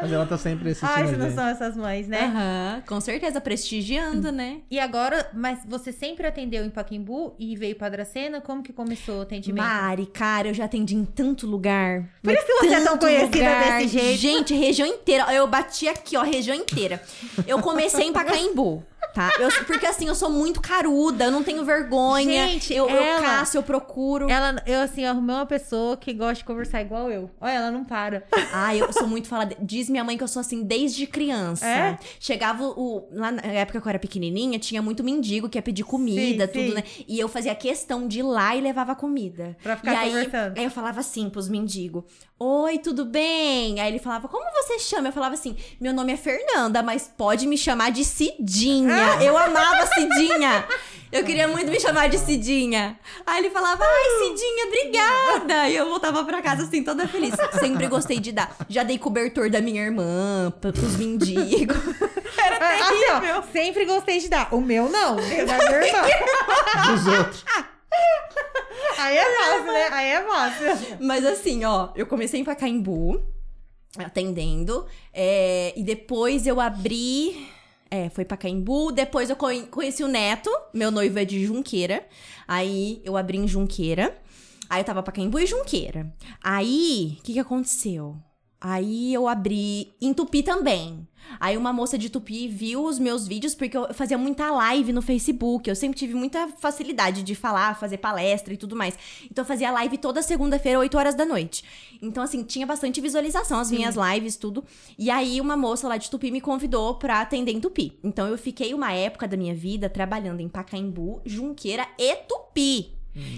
Mas ela tá sempre assistindo.
Ai,
a
se não
gente.
são essas mães, né?
Aham, com certeza, prestigiando, né?
E agora, mas você sempre atendeu em Paquimbu e veio pra Dracena? Como que começou o atendimento?
Mari, cara, eu já atendi em tanto lugar.
Por
Mas
isso que você é tão
tanto
conhecida desse jeito.
Gente, região inteira. Ó, Eu bati aqui, ó, região inteira. Eu comecei em Pacaembu. Tá? Eu- porque assim, eu sou muito caruda, eu não tenho vergonha.
Gente,
eu, eu
ela-
caço, eu procuro.
Ela, eu assim, arrumei uma pessoa que gosta de conversar igual eu. Olha, ela não para.
Ah, eu sou muito falada. Diz minha mãe que eu sou assim desde criança.
É?
Chegava o. Lá na época que eu era pequenininha, tinha muito mendigo que ia pedir comida,
Sim,
tudo,
sim.
né? E eu fazia questão de ir lá e levava comida.
Pra ficar
e aí,
conversando.
Aí eu falava assim pros mendigos: Oi, tudo bem? Aí ele falava: Como você chama? Eu falava assim: Meu nome é Fernanda, mas pode me chamar de Cidinha.
Ah!
Eu amava Cidinha. Eu queria muito me chamar de Cidinha. Aí ele falava:
Ah!
Ai, Cidinha, obrigada. E eu voltava pra casa assim, toda feliz. Sempre gostei de dar. Já dei cobertor da minha irmã pra- pros mendigos.
Era terrível. Assim, sempre gostei de dar. O meu não, o da minha irmã.
Dos outros.
Aí é fácil, né? Aí é fácil.
Mas assim, ó, eu comecei em Pacaembu, atendendo, é, e depois eu abri. É, foi Pacaembu, depois eu conhe- conheci o Neto, meu noivo é de Junqueira. Aí eu abri em Junqueira. Aí eu tava Pacaembu e Junqueira. Aí, o que que aconteceu? Aí eu abri em Tupi também. Aí uma moça de Tupi viu os meus vídeos, porque eu fazia muita live no Facebook. Eu sempre tive muita facilidade de falar, fazer palestra e tudo mais. Então eu fazia live toda segunda-feira, 8 horas da noite. Então, assim, tinha bastante visualização, as minhas lives, tudo. E aí uma moça lá de Tupi me convidou pra atender em Tupi. Então eu fiquei uma época da minha vida trabalhando em Pacaembu, Junqueira e Tupi.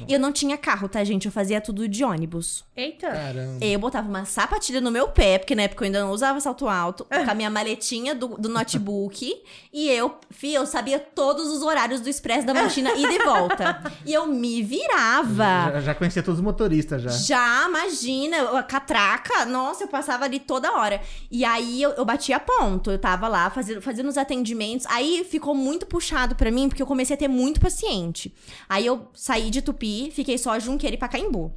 E eu não tinha carro, tá, gente? Eu fazia tudo de ônibus. É,
Eita.
Caramba.
Eu botava uma sapatilha no meu pé, porque na época eu ainda não usava salto alto, com a minha maletinha do, do notebook. e eu, fi, eu sabia todos os horários do expresso da Mantina ida e volta. E eu me virava.
Já, já conhecia todos os motoristas já.
Já, imagina, eu- a catraca, nossa, eu passava ali toda hora. E aí eu, eu batia ponto, eu tava lá fazendo, fazendo os atendimentos. Aí ficou muito puxado pra mim, porque eu comecei a ter muito paciente. Aí eu saí de Tupi, fiquei só Junqueira e Pacaembu.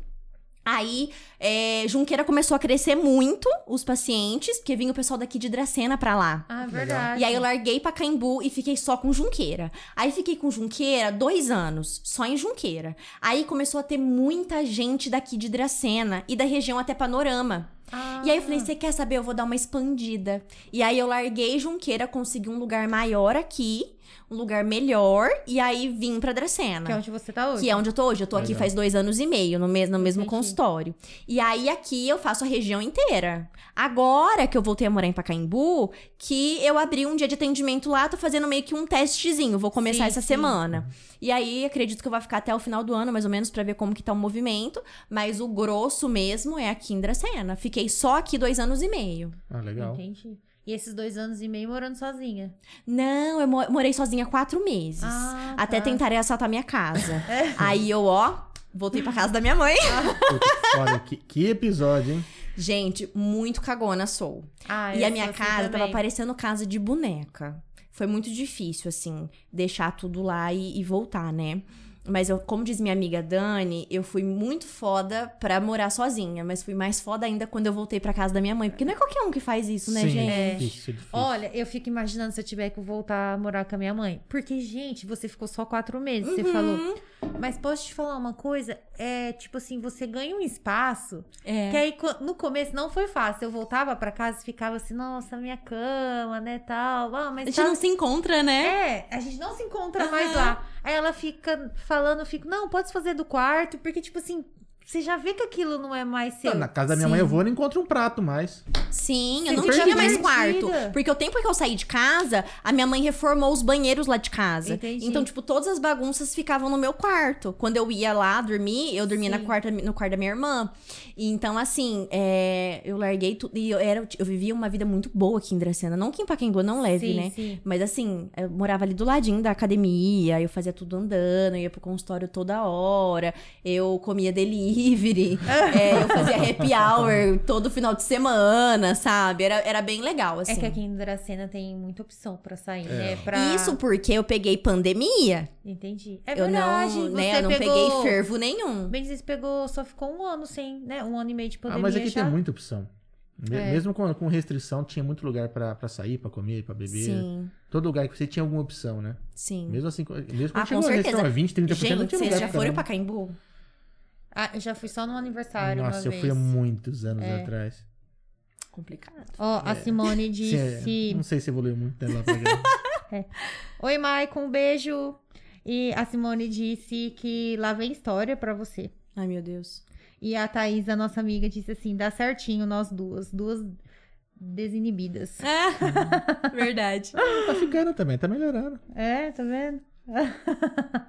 Aí, é, Junqueira começou a crescer muito os pacientes, porque vinha o pessoal daqui de Dracena pra lá.
Ah, verdade.
E aí eu larguei pra Caimbu e fiquei só com Junqueira. Aí fiquei com Junqueira dois anos, só em Junqueira. Aí começou a ter muita gente daqui de Dracena e da região até Panorama.
Ah.
E aí eu falei, você quer saber? Eu vou dar uma expandida. E aí eu larguei Junqueira, consegui um lugar maior aqui, um lugar melhor, e aí vim pra Dracena.
Que é onde você tá hoje.
Que é onde eu tô hoje. Eu tô aqui
Legal.
faz dois anos e meio, no, mes no mesmo
Entendi.
consultório. E aí, aqui eu faço a região inteira. Agora que eu voltei a morar em Pacaembu, que eu abri um dia de atendimento lá, tô fazendo meio que um testezinho. Vou começar
Sim,
essa
sim.
semana. E aí, acredito que eu vou ficar até o final do ano, mais ou menos, pra ver como que tá o movimento. Mas o grosso mesmo é aqui em Dracena. Fiquei só aqui dois anos e meio.
Ah, legal.
Entendi. E esses dois anos e meio morando sozinha.
Não, eu mo- morei sozinha quatro meses.
Ah,
até
tá. É.
tentarem assaltar minha casa. Aí eu, ó, voltei pra casa da minha mãe.
Puta, que foda. Que, que episódio, hein?
Gente, muito cagona sou.
Ah,
e
eu
a minha
sou assim
casa tava
também.
parecendo casa de boneca. Foi muito difícil, assim, deixar tudo lá e, e voltar, né? Mas eu, como diz minha amiga Dani, eu fui muito foda pra morar sozinha, mas fui mais foda ainda quando eu voltei pra casa da minha mãe, porque não é qualquer um que faz isso, né,
Sim,
gente?
é difícil, é difícil.
Olha, eu fico imaginando se eu tiver que voltar a morar com a minha mãe. Porque, gente, você ficou só quatro meses,
Uhum.
você falou. Mas posso te falar uma coisa? É tipo assim, você ganha um espaço.
É.
Que aí co- no começo não foi fácil. Eu voltava pra casa e ficava assim, nossa, minha cama, né, tal. Ah,
A
mas
gente
tá-
não se encontra, né?
É, a gente não se encontra
Aham.
mais lá. Aí ela fica falando, eu fico, não, pode fazer do quarto, porque, tipo assim, você já vê que aquilo não é mais seu.
Na casa da minha
Sim.
mãe eu vou e não encontro um prato mais.
Sim,
Você
eu não
fica
tinha mais
perdida.
quarto. Porque o tempo que eu saí de casa, a minha mãe reformou os banheiros lá de casa.
Entendi.
Então, tipo, todas as bagunças ficavam no meu quarto. Quando eu ia lá dormir, eu dormia na
Sim.
quarta, no quarto da minha irmã. E então, assim, é, eu larguei tudo. E eu, era, eu vivia uma vida muito boa aqui em Dracena. Não que em Pacaembu eu não leve,
sim,
né?
sim.
Mas assim, eu morava ali do ladinho da academia, eu fazia tudo andando, eu ia pro consultório toda hora, eu comia delivery, é, eu fazia happy hour todo final de semana, sabe? Era, era bem legal, assim. É.
É que aqui em Dracena tem muita opção pra sair, né? Pra...
Isso porque eu peguei pandemia.
Entendi. É
eu
verdade. você
não, né, eu não
pegou...
peguei fervo nenhum.
Bem, você pegou, só ficou um ano sem, né? Um ano e meio de
Ah,
pandemia.
mas aqui
já.
tem muita opção. Me-
É.
Mesmo com, com restrição, tinha muito lugar pra pra sair, pra comer, pra beber.
Sim,
Todo lugar que você tinha alguma opção, né?
sim.
Mesmo assim, co- mesmo quando
Ah,
chegou
com
a restrição
certeza.
a 20, 30%, não
Gente,
tinha
vocês
lugar pra
já foram
caramba.
pra Caimbu?
Ah, eu já fui só no aniversário.
Nossa,
uma
eu fui há
vez.
muitos anos
É.
atrás.
Complicado.
Ó, a Simone
Sim, é,
disse.
Não sei se evoluiu muito até lá pra cá. é.
Oi, Maicon, um beijo. E a Simone disse que lá vem história pra você.
Ai, meu Deus.
E a Thaís, a nossa amiga, disse assim: dá certinho nós duas. Duas desinibidas.
Ah, verdade.
tá ficando também, tá melhorando.
É, tá vendo?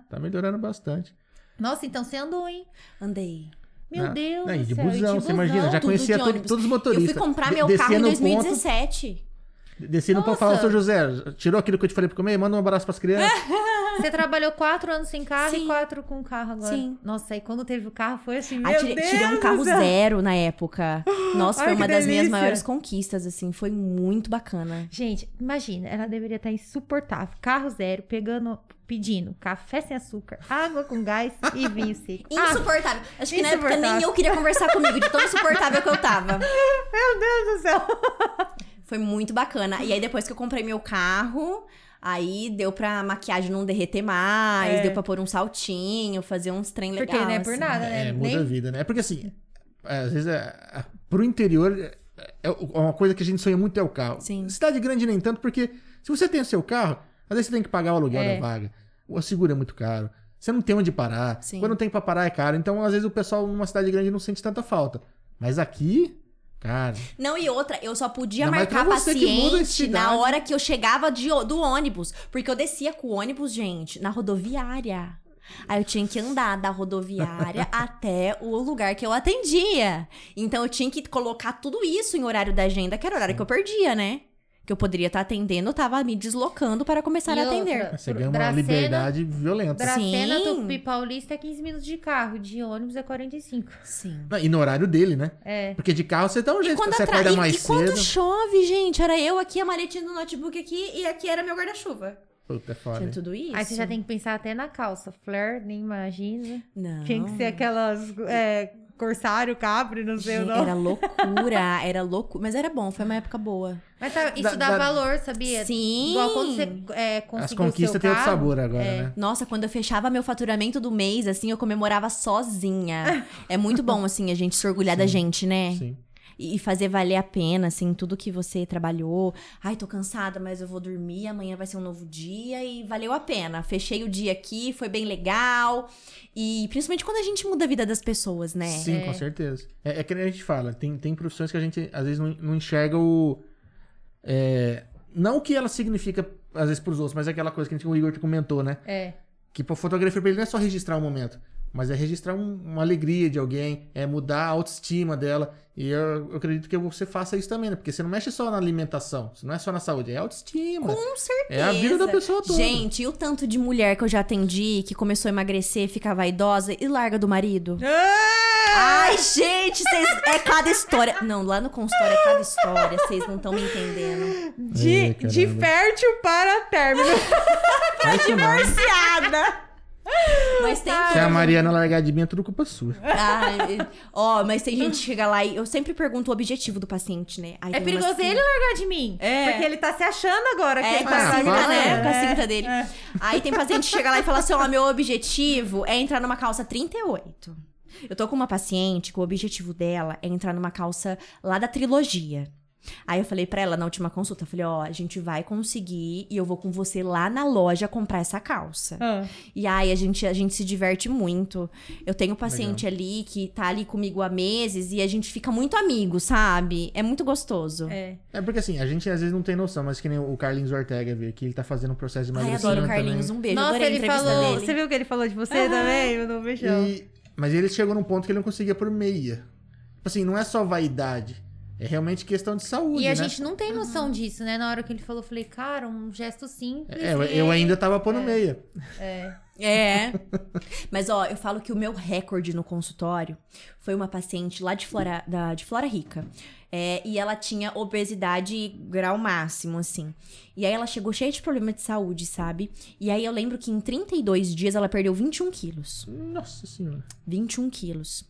Tá melhorando bastante.
Nossa, então você andou, hein?
Andei.
Meu
Ah,
Deus.
Não,
do
e de
céu, e
busão, você imagina. Já
Tudo
conhecia
de
todo-
ônibus.
todos os
Eu
motoristas.
fui comprar
De-
meu
descia
carro em
no ponto,
2017.
Desci no ponto e falava, seu José, tirou aquilo que eu te falei pra comer? Manda um abraço pras crianças.
Você trabalhou quatro anos sem carro e
Sim.
quatro com carro agora.
Sim.
Nossa, aí quando teve o carro foi assim, meu
Ah, tirei,
Deus
tirei um carro
do céu.
zero na época. Nossa,
Ai,
foi
que
uma das minhas
delícia.
maiores conquistas, assim. Foi muito bacana.
Gente, imagina, ela deveria estar insuportável. Carro zero, pegando, pedindo café sem açúcar, água com gás e vinho seco. Ah,
Insuportável. Acho que na época
insuportável.
nem eu queria conversar comigo, de tão insuportável que eu tava.
Ah, meu Deus do céu.
Foi muito bacana. E aí, depois que eu comprei meu carro, aí deu pra maquiagem não derreter mais,
É.
deu pra pôr um saltinho, fazer uns trem legal.
Porque não é por
assim.
nada, né?
É, muda a
Nem...
vida, né? É porque assim, às vezes, é, é, pro interior, é, é uma coisa que a gente sonha muito é o carro.
Sim.
Cidade grande nem tanto, porque se você tem o seu carro, às vezes você tem que pagar o aluguel
É.
da vaga, o seguro é muito caro, você não tem onde parar,
Sim.
quando tem pra parar é caro. Então, às vezes, o pessoal numa cidade grande não sente tanta falta. Mas aqui, cara,
Não, e outra, eu só podia
Ainda mais
marcar
pra você que muda de
paciente
cidade.
na hora que eu chegava de ô- do ônibus. Porque eu descia com o ônibus, gente, na rodoviária. Aí eu tinha que andar da rodoviária até o lugar que eu atendia. Então eu tinha que colocar tudo isso em horário da agenda, que era o horário que eu perdia, né? Que eu poderia estar atendendo, eu tava me deslocando para começar
E
a atender.
outra,
você
pro-
ganha uma
Dracena-
liberdade violenta.
Dracena,
Sim.
Tupi Paulista é 15 minutos de carro, de ônibus é 45.
Sim.
Não, E no horário dele, né?
É.
Porque de carro você dá um
E
jeito,
quando,
você
atra-
acorda
e-
mais
e quando
cedo.
chove, gente, era eu aqui, a maletinha do notebook aqui, e aqui era meu guarda-chuva.
Puta, é foda.
Tinha
hein?
tudo isso.
Aí você já tem que pensar até na calça. Flare, nem imagina.
Não.
Tinha que ser aquelas. É, corsário, capri, não sei o
Gente,
nome.
Era loucura, era loucura. Mas era bom, foi uma época boa.
Mas sabe, isso
Da-
dá
da-
valor, sabia?
Sim.
Igual quando você é, conseguiu
As
o seu
conquistas têm outro
carro.
sabor agora, né?
Nossa, quando eu fechava meu faturamento do mês, assim, eu comemorava sozinha. É muito bom, assim, a gente se orgulhar da gente, né?
Sim.
E e fazer valer a pena, assim, tudo que você trabalhou. Ai, tô cansada, mas eu vou dormir, amanhã vai ser um novo dia e valeu a pena. Fechei o dia aqui, foi bem legal. E principalmente quando a gente muda a vida das pessoas, né?
Sim, com certeza. É, é que nem a gente fala, tem, tem profissões que a gente às vezes não, não enxerga o. é, não o que ela significa, às vezes, pros outros, mas é aquela coisa que a gente- o Igor te comentou, né?
É.
Que pô, fotografia pra ele não é só registrar um momento, mas é registrar um- uma alegria de alguém, é mudar a autoestima dela. E eu, eu acredito que você faça isso também, né? Porque você não mexe só na alimentação, você não é só na saúde, é a autoestima.
Com certeza.
É a vida da pessoa toda.
Gente, e o tanto de mulher que eu já atendi que começou a emagrecer, fica vaidosa e larga do marido?
Ah!
Ai, gente, vocês. É cada história. Não, lá no consultório é cada história, vocês não estão me entendendo.
De,
Ih,
de
caramba.
fértil para término.
Vai chamar.
É
Divorciada! Mas tem
Se a
todo-
Mariana largar de mim, é tudo culpa sua.
Ai, ó, mas tem gente que chega lá e eu sempre pergunto o objetivo do paciente, né? Ai,
É
tem umas
perigoso
que-
ele largar de mim.
É.
Porque ele tá se achando agora que
É,
ele
com
tá
a
Ah,
cinta,
vai,
né?
é.
Com a cinta dele. Aí tem paciente que chega lá e fala assim: ó, meu objetivo é entrar numa calça 38. Eu tô com uma paciente que o objetivo dela é entrar numa calça lá da trilogia. Aí eu falei pra ela na última consulta, eu falei, ó, a gente vai conseguir e eu vou com você lá na loja comprar essa calça.
Ah.
E aí a gente, a gente se diverte muito. Eu tenho paciente ali que tá ali comigo há meses e a gente fica muito amigo, sabe? É muito gostoso.
É.
É porque assim, a gente às vezes não tem noção, mas que nem o Carlinhos Ortega veio aqui, ele tá fazendo um processo de
Ai,
emagrecimento.
adoro o Carlinhos,
também.
um beijo.
Nossa,
adorei a
ele
entrevista
falou.
dele.
Você viu que ele falou de você também? Mandou um beijão.
E- Mas ele chegou num ponto que ele não conseguia por meia. Tipo assim, não é só vaidade. É realmente questão de saúde,
E a
né?
gente não tem noção disso, né? Na hora que ele falou, eu falei, cara, um gesto simples.
É, eu,
e-
eu ainda tava pondo meia.
É. Mas, ó, eu falo que o meu recorde no consultório foi uma paciente lá de Flora, da- de Flora Rica. É, e ela tinha obesidade grau máximo, assim. E aí ela chegou cheia de problema de saúde, sabe? E aí eu lembro que em 32 dias ela perdeu 21 quilos.
Nossa senhora.
21 quilos.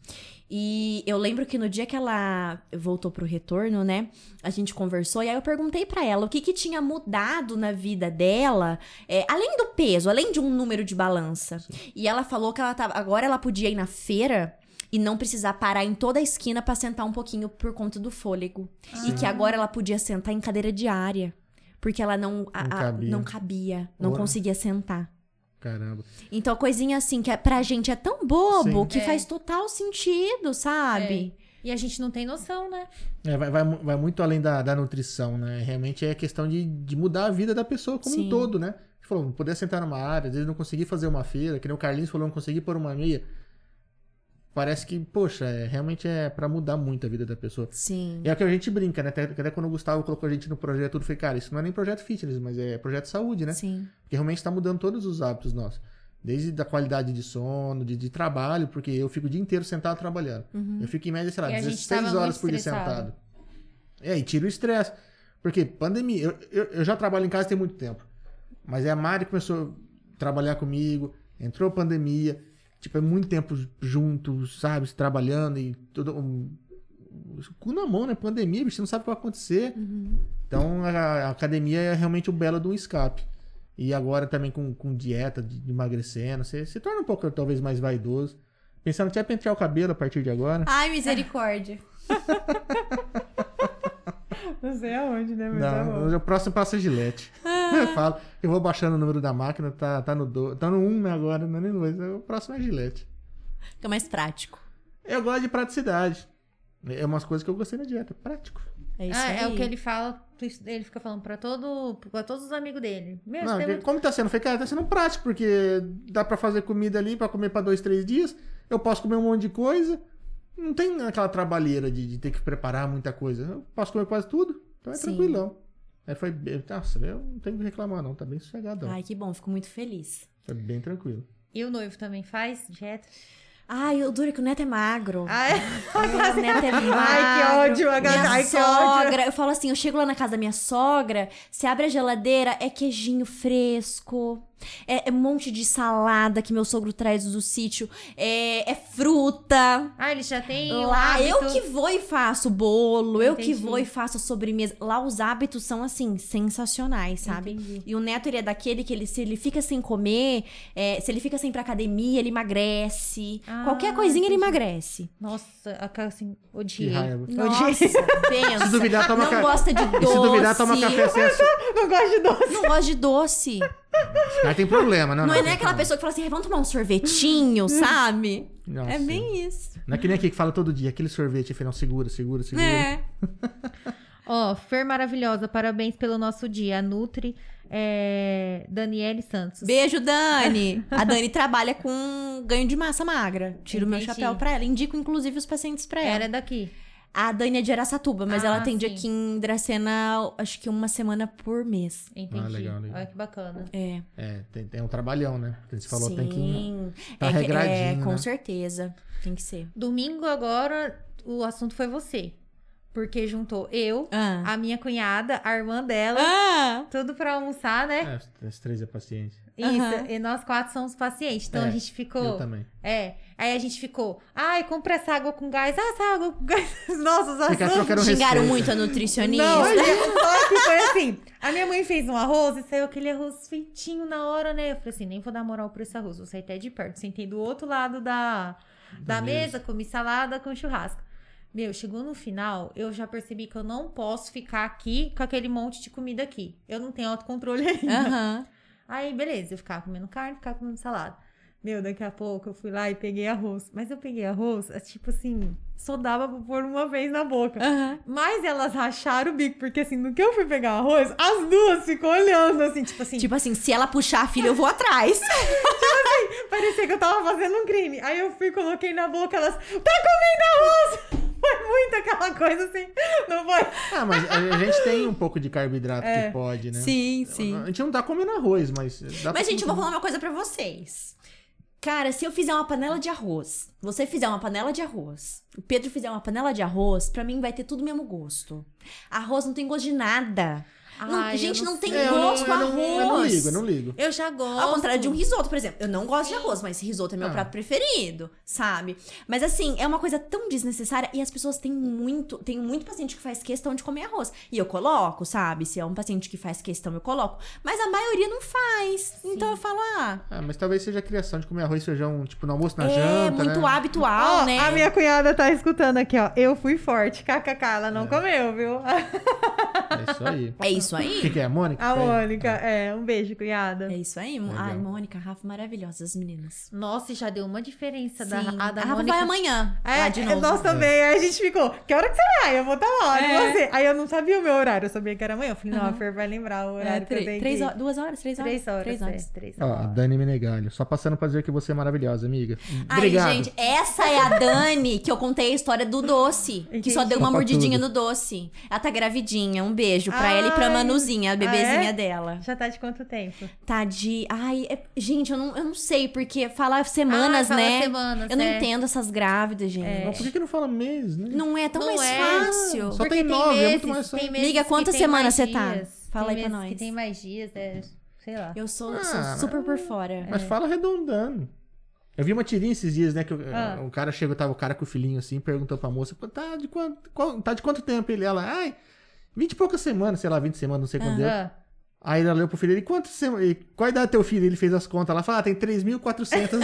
E eu lembro que no dia que ela voltou pro retorno, né? A gente conversou e aí eu perguntei pra ela o que que tinha mudado na vida dela, é, além do peso, além de um número de balança. E ela falou que ela tava, agora ela podia ir na feira e não precisar parar em toda a esquina pra sentar um pouquinho por conta do fôlego.
Ah.
E que agora ela podia sentar em cadeira diária, porque ela não a-
Não
a-
cabia.
não, cabia, não
Ora.
conseguia sentar.
Caramba.
Então, coisinha assim, que é- pra gente é tão bobo
Sim.
que
É.
faz total sentido, sabe?
E a gente não tem noção, né?
É, vai, vai, mu- vai muito além da, da nutrição, né? Realmente é questão de, de mudar a vida da pessoa como
Sim.
um todo, né? Você falou, não poder sentar numa área, às vezes não conseguir fazer uma feira, que nem o Carlinhos falou, não conseguir pôr uma meia. Parece que, poxa, é, realmente é pra mudar muito a vida da pessoa.
Sim.
E é o que a gente brinca, né? Até, até quando o Gustavo colocou a gente no projeto, tudo foi, cara, isso não é nem projeto fitness, mas é projeto saúde, né?
Sim.
Porque realmente está mudando todos os hábitos nossos. Desde da qualidade de sono, de, de trabalho, porque eu fico o dia inteiro sentado trabalhando. Eu fico em média, sei lá,
Uhum. E a gente tava
16
muito
horas por dia
estressado.
sentado. É, e tira o estresse. Porque pandemia, eu, eu, eu já trabalho em casa tem muito tempo. Mas é a Mari que começou a trabalhar comigo, entrou pandemia. Tipo, é muito tempo juntos, sabe? se Trabalhando e todo. Um, cu na mão, né? Pandemia, bicho, você não sabe o que vai acontecer. Então a, a academia é realmente o belo de um escape. E agora também com, com dieta, de, de emagrecendo, você se torna um pouco talvez mais vaidoso. Pensando até pentear o cabelo a partir de agora.
Ai, misericórdia.
Não sei aonde,
Ah,
né?
tá
Não, o próximo passa a gilete. eu falo, eu vou baixando o número da máquina, tá, tá no 1 tá no um, né, agora, não é nem dois, o próximo é gilete.
Fica mais prático.
Eu gosto de praticidade. É umas coisas que eu gostei na dieta, prático.
É isso
Ah,
aí.
é o que ele fala, ele fica falando pra, todo, pra todos os amigos dele.
É,
Meu,
Não,
você
que-
tem muito-
como tá sendo feito, cara, tá sendo prático, porque dá pra fazer comida ali, pra comer pra dois, três dias, eu posso comer um monte de coisa, não tem aquela trabalheira de, de ter que preparar muita coisa, eu posso comer quase tudo, então é
Sim.
tranquilão. Aí foi, bem- nossa, eu não tenho que reclamar não, tá bem sossegadão,
Ai, que bom, fico muito feliz.
foi bem tranquilo.
E o noivo também faz dieta?
Ai, o duro é que o neto é magro.
Ah, é?
Ai, o neto é
Ah,
magro.
ódio, a
Minha
gata- ai, que
sogra, eu falo assim, eu chego lá na casa da minha sogra, se abre a geladeira, é queijinho fresco, é, é um monte de salada que meu sogro traz do sítio, é- é fruta,
Ah, ele já tem o
Lá, eu
hábito.
que vou e faço bolo, eu que
Entendi.
vou e faço a sobremesa. Lá os hábitos são, assim, sensacionais, sabe?
Entendi.
E o Neto, ele é daquele que ele, se ele fica sem comer, é, se ele fica sem ir pra academia, ele emagrece.
Ah,
Qualquer coisinha, ele
entendi.
emagrece.
Nossa, a cara assim,
Que
odiei.
raiva.
Nossa, pensa.
Se duvidar, toma
não assim.
ca-
gosta de
E
doce.
se duvidar, toma café sem açúcar.
Não gosto de doce.
Não gosta de doce.
Mas tem problema, não,
Não, é
tem
nem aquela
problema.
pessoa que fala assim, "Ai, vamos tomar um sorvetinho, sabe?
Não,
é
sim.
bem isso.
Não é que nem aqui que fala todo dia, aquele sorvete, afinal, segura, segura, segura.
É.
Ó, Fer maravilhosa, parabéns pelo nosso dia. A Nutri, é... Daniele Santos.
Beijo, Dani! A Dani trabalha com ganho de massa magra. Tiro meu
Entendi.
chapéu pra ela. Indico, inclusive, os pacientes pra ela.
Era é daqui.
A Dani é de Araçatuba, mas
Ah,
ela atende
sim.
aqui em Dracena, acho que uma semana por mês.
Entendi.
Ah, legal, legal.
Olha que bacana.
É.
É, tem, tem um trabalhão, né? Você falou,
sim.
tem que... tá
é, que- é,
regradinho,
com
né?
certeza. Tem que ser.
Domingo agora, o assunto foi você. Porque juntou eu,
Ah.
a minha cunhada, a irmã dela,
Ah.
tudo pra almoçar, né?
É, as- as três é paciente.
Aham.
Isso. E nós quatro somos pacientes. Então
É,
a gente
Eu
ficou.
também.
É. Aí a gente ficou. Ai, compra essa água com gás. Ah, essa água com gás. Nossa, os
Fica
assuntos.
trocando
Xingaram
receita.
muito a nutricionista.
Não, só que foi assim. A minha mãe fez um arroz e saiu aquele arroz feitinho na hora, né? Eu falei assim, nem vou dar moral pra esse arroz, vou sair até de perto. Sentei do outro lado da, da,
Da
mesa,
mesa.
comi salada com churrasco. Meu, chegou no final, eu já percebi que eu não posso ficar aqui com aquele monte de comida aqui. Eu não tenho autocontrole ainda.
Aham.
Aí, beleza, eu ficava comendo carne, ficava comendo salada. Meu, daqui a pouco eu fui lá e peguei arroz. Mas eu peguei arroz, é tipo assim, só dava pra pôr uma vez na boca.
Aham.
Mas elas racharam o bico, porque assim, no que eu fui pegar o arroz, as duas ficam olhando, assim, tipo assim,
Tipo assim, se ela puxar a filha, eu vou atrás.
parecia que eu tava fazendo um crime. Aí eu fui, coloquei na boca, elas, tá comendo arroz! Foi muito aquela coisa assim, não foi?
Ah, mas a gente tem um pouco de carboidrato
É.
que pode, né?
Sim, sim.
A gente não tá comendo arroz, mas. Dá pra
Mas, gente, eu
comer.
vou falar uma coisa pra vocês. Cara, se eu fizer uma panela de arroz, você fizer uma panela de arroz, o Pedro fizer uma panela de arroz, pra mim vai ter tudo o mesmo gosto. Arroz não tem gosto de nada. Não-
Ai, eu
gente,
não
não, tem
sei. Eu
gosto
É, eu
arroz.
eu não ligo, eu não ligo.
Eu já gosto.
Ao contrário de um risoto, por exemplo. Eu não gosto de arroz, mas risoto é meu
Ah.
prato preferido, sabe? Mas assim, é uma coisa tão desnecessária e as pessoas têm muito, tem muito paciente que faz questão de comer arroz. E eu coloco, sabe? Se é um paciente que faz questão, eu coloco. Mas a maioria não faz. Então eu falo, ah,
Ah, mas talvez seja a criação de comer arroz e feijão, tipo, no almoço, na
é
janta.
muito
né?
habitual,
Ó,
né?
A minha cunhada tá escutando aqui, ó. Eu fui forte, kkk, ela não comeu, viu?
É isso aí.
É isso
O que,
aí?
que é? A Mônica?
A
Tá aí.
Mônica, é, um beijo, cunhada.
É isso aí.
Legal.
Ai, Mônica, Rafa, maravilhosas meninas.
Nossa, e já deu uma diferença da,
Sim.
a da
a Rafa
Mônica.
vai amanhã.
É,
lá de novo.
nós também. Aí a gente ficou, que hora que você vai? Eu vou estar lá, e
É.
você? Aí eu não sabia o meu horário, eu sabia que era amanhã. Eu falei, não, a
Aham.
Fer vai lembrar o
É,
horário que eu
tre-
tenho
três
que ir.
horas, duas horas, três horas.
Três horas.
Três horas.
é, três
Ó,
horas.
Dani Menegalho. Só passando pra dizer que você é maravilhosa, amiga.
Ai,
Obrigado.
gente, essa é a Dani que eu contei a história do doce. Que só
Entendi.
deu uma
Topa
mordidinha
tudo.
no doce. Ela tá gravidinha. Um beijo pra ela e pra
Ai.
Manuzinha, a bebezinha
Ah, é?
dela.
Já tá de quanto tempo?
Tá de. Ai, é- gente, eu não, eu não sei, porque fala semanas,
Ah, fala
né?
semanas,
eu não
é.
entendo essas grávidas, gente.
Mas por que, que não fala mês, né?
é. Não é tão
Não
mais
é.
fácil.
Só tem nove, é muito mais
tem
fácil.
meses
Miga,
que
quantas
tem
semanas
mais
você tá?
dias.
Fala
tem
aí pra
meses
nós.
Que tem mais dias, é, sei lá.
Eu sou,
Ah,
sou
mas-
super por fora.
É.
Mas fala arredondando. Eu vi uma tirinha esses dias, né? Que eu-
Ah.
o cara chegou, tava o cara com o filhinho assim, perguntou pra moça, "Pô, tá de quanto, qual- tá de quanto tempo ele? Ela, ai, vinte e poucas semanas, sei lá, vinte semanas, não sei quando deu.
Ah,
Aí ela olhou pro filho, ele, quantas semanas, e qual a idade do teu filho? Ele fez as contas, ela falou, ah, tem 3.400,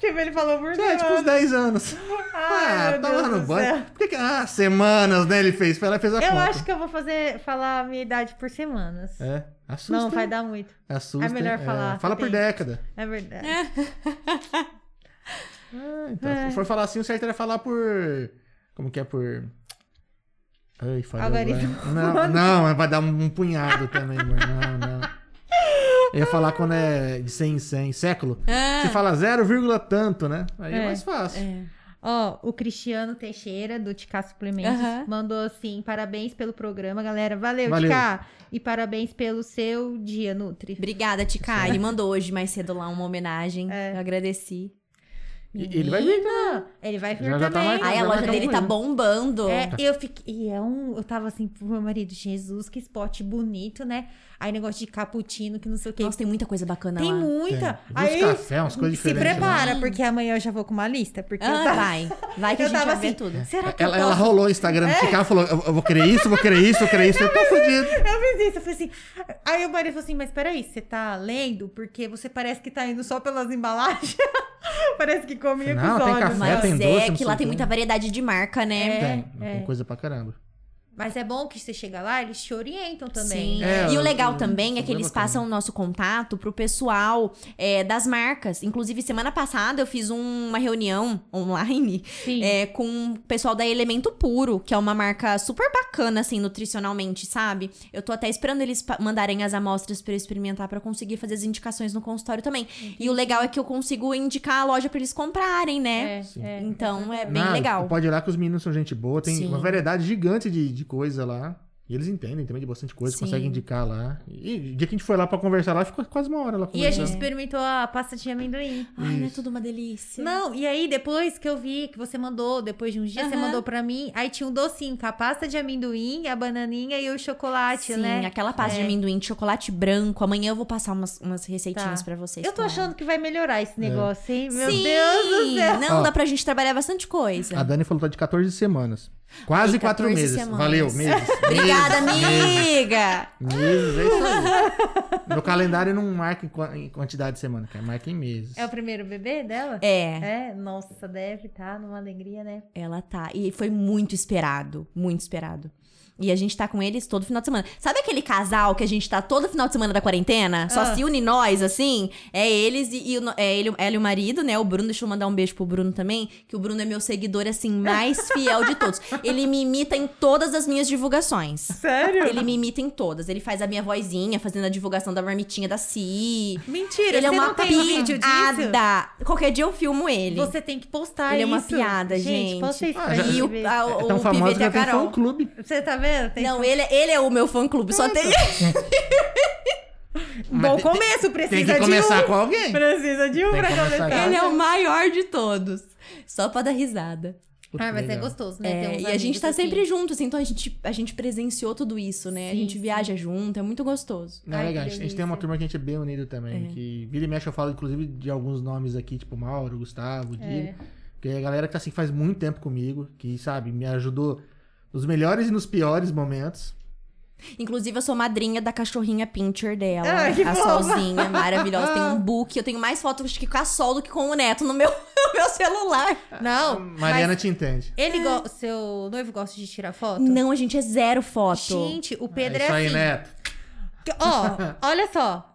Tipo, ele falou por
é, tipo uns 10 anos.
Ai, meu
tá
Deus
lá no
do
banho.
céu.
Por que que, ah, semanas, né, ele fez, ela fez a
Eu
conta.
acho que eu vou fazer, falar a minha idade por semanas.
É, assusta.
não, vai
hein?
dar muito.
Assusta.
é melhor
hein?
falar,
Fala
tem-
por década.
É verdade.
Ah, então,
É.
se for falar assim, o certo era falar por. Como que é por. Ai, falei.
Algarismo.
Não, não, mas vai dar um punhado também, amor. Não, não. Eu ia falar quando é de 100 em 100, século. Você fala 0, vírgula tanto, né? Aí é,
É,
mais fácil.
Ó, o Cristiano Teixeira, do Ticá Suplementos,
Aham.
mandou assim: parabéns pelo programa, galera. Valeu,
Valeu.
Ticá. E parabéns pelo seu dia, Nutri.
Obrigada, Tica. Ele mandou hoje mais cedo lá uma homenagem.
É.
Eu agradeci.
E- e ele vai vir.
Não, ele vai vir
Já- já tá
também.
marcado.
né? Aí a
vai
loja
marcar um
dele tá
banho.
bombando.
É, eu fiquei. E é um. Eu tava assim pro meu marido, Jesus, que spot bonito, né? Aí negócio de cappuccino, que não sei o quê.
Nossa, é. tem muita coisa bacana
tem
lá.
muita.
Tem. Uns
Aí
café, umas coisas
se
diferentes. né? lá.
prepara, porque amanhã eu já vou com uma lista. Porque eu
Ah,
tava-
vai. Vai que a
eu
gente
tava
vai ver
assim,
É.
tudo.
Será que
Ela,
eu
ela
posso É.
rolou o Instagram do Chicago e falou: eu, eu vou crer isso, vou crer isso, vou crer isso, eu tô fudido.
Eu fiz isso, eu falei assim. Aí o marido falou assim: Mas peraí, você tá lendo? Porque você parece que tá indo só pelas embalagens. parece que comia com
Não,
os
tem
olhos.
café,
né?
tem
Mas
doce,
é
não
que
sei
lá
o
tem
quê.
muita variedade de marca, né?
É,
tem,
é.
tem coisa pra caramba.
Mas é bom que você chega lá, eles te orientam também.
Sim.
né?
É,
e
eu-
o legal
eu-
também é
eu
que eles
lembro também.
passam o nosso contato pro pessoal é, das marcas. Inclusive, semana passada eu fiz um- uma reunião online
Sim.
é, com o pessoal da Elemento Puro, que é uma marca super bacana, assim, nutricionalmente, sabe? Eu tô até esperando eles pa- mandarem as amostras pra eu experimentar pra eu conseguir fazer as indicações no consultório também.
Uhum.
E o legal é que eu consigo indicar a loja pra eles comprarem, né?
É,
Sim.
é.
Então é bem
Não,
legal.
Pode ir lá que os meninos são gente boa, tem
Sim.
uma variedade gigante de, de coisa lá. E eles entendem também de bastante coisa,
Sim.
conseguem indicar lá. E o dia que a gente foi lá pra conversar lá, ficou quase uma hora lá
E a gente
conversando.
experimentou a pasta de amendoim.
Ai, não é tudo uma delícia.
Não, e aí depois que eu vi que você mandou, depois de uns dias, você
Aham.
mandou pra mim, aí tinha um docinho com a pasta de amendoim, a bananinha e o chocolate,
Sim,
né?
aquela pasta de amendoim, de chocolate branco. Amanhã eu vou passar umas, umas receitinhas
Tá.
pra vocês.
Eu tô
tomarem.
achando que vai melhorar
É.
esse negócio, hein? Meu
Sim!
Deus do céu!
Não,
Ó.
dá pra gente trabalhar bastante coisa.
A Dani falou que tá de 14 semanas. Quase
Ai,
4
14
meses.
semanas.
Valeu, meses.
Obrigada,
meses, meses,
amiga!
Meses, é isso aí. Meu calendário não marca em qua- em quantidade de semana, cara. Marca em meses.
É o primeiro bebê dela?
É,
É, nossa, deve estar numa alegria, né?
ela tá. E foi muito esperado. Muito esperado. E a gente tá com eles todo final de semana. Sabe aquele casal que a gente tá todo final de semana da quarentena? Só
Ah.
se une nós, assim? É eles e, e o no- é ele, ela e o marido, né? O Bruno, deixa eu mandar um beijo pro Bruno também, que o Bruno é meu seguidor, assim, mais fiel de todos. Ele me imita em todas as minhas divulgações.
Sério?
Ele me imita em todas. Ele faz a minha vozinha, fazendo a divulgação da marmitinha da Si.
Mentira,
Ele
você
é uma
não tem um vídeo disso?
piada. Qualquer dia eu filmo ele.
Você tem que postar
Ele é
isso.
uma piada, gente.
posta isso
Ah,
pra
já-
gente
E
ver.
o, a,
É
o,
tão
o
famoso
Pivete
que
e a
até foi
Carol.
um clube.
Você tá vendo? Tem- tá
Não, ele, ele é o meu fã clube, só tem.
Mas
Bom
tem-
começo, precisa
Tem que
de
começar
um.
com alguém.
Precisa de um
Tem que
pra
começar
começar.
com-
Ele é o maior de todos. Só pra dar risada.
Puta,
Ah,
que
mas é
legal.
gostoso, né? Ter
É,
uns
e a gente
amigos
tá
assim.
sempre junto, assim, então a gente, a gente presenciou tudo isso, né? a
Sim,
gente
sim.
viaja junto, é muito gostoso.
Não, é
Ai,
legal. A
que
gente, a gente tem uma
delícia.
turma que a gente é bem unido também.
É.
Que vira e mexe, eu falo, inclusive, de alguns nomes aqui, tipo Mauro, Gustavo, Diego.
É.
Que é a galera que tá assim faz muito tempo comigo, que, sabe, me ajudou nos melhores e nos piores momentos.
Inclusive, eu sou madrinha da cachorrinha pincher dela.
Ai, que
a
fofa.
Solzinha, maravilhosa. Tem um book. Eu tenho mais fotos acho que com a Sol do que com o Neto no meu, no meu celular.
Não,
Ah, Mariana te entende.
mas ele go... seu noivo gosta de tirar foto?
É. Não, a gente é zero foto.
Gente, o Pedro
é
é,
isso aí,
assim.
Neto.
Que- Ó, olha só.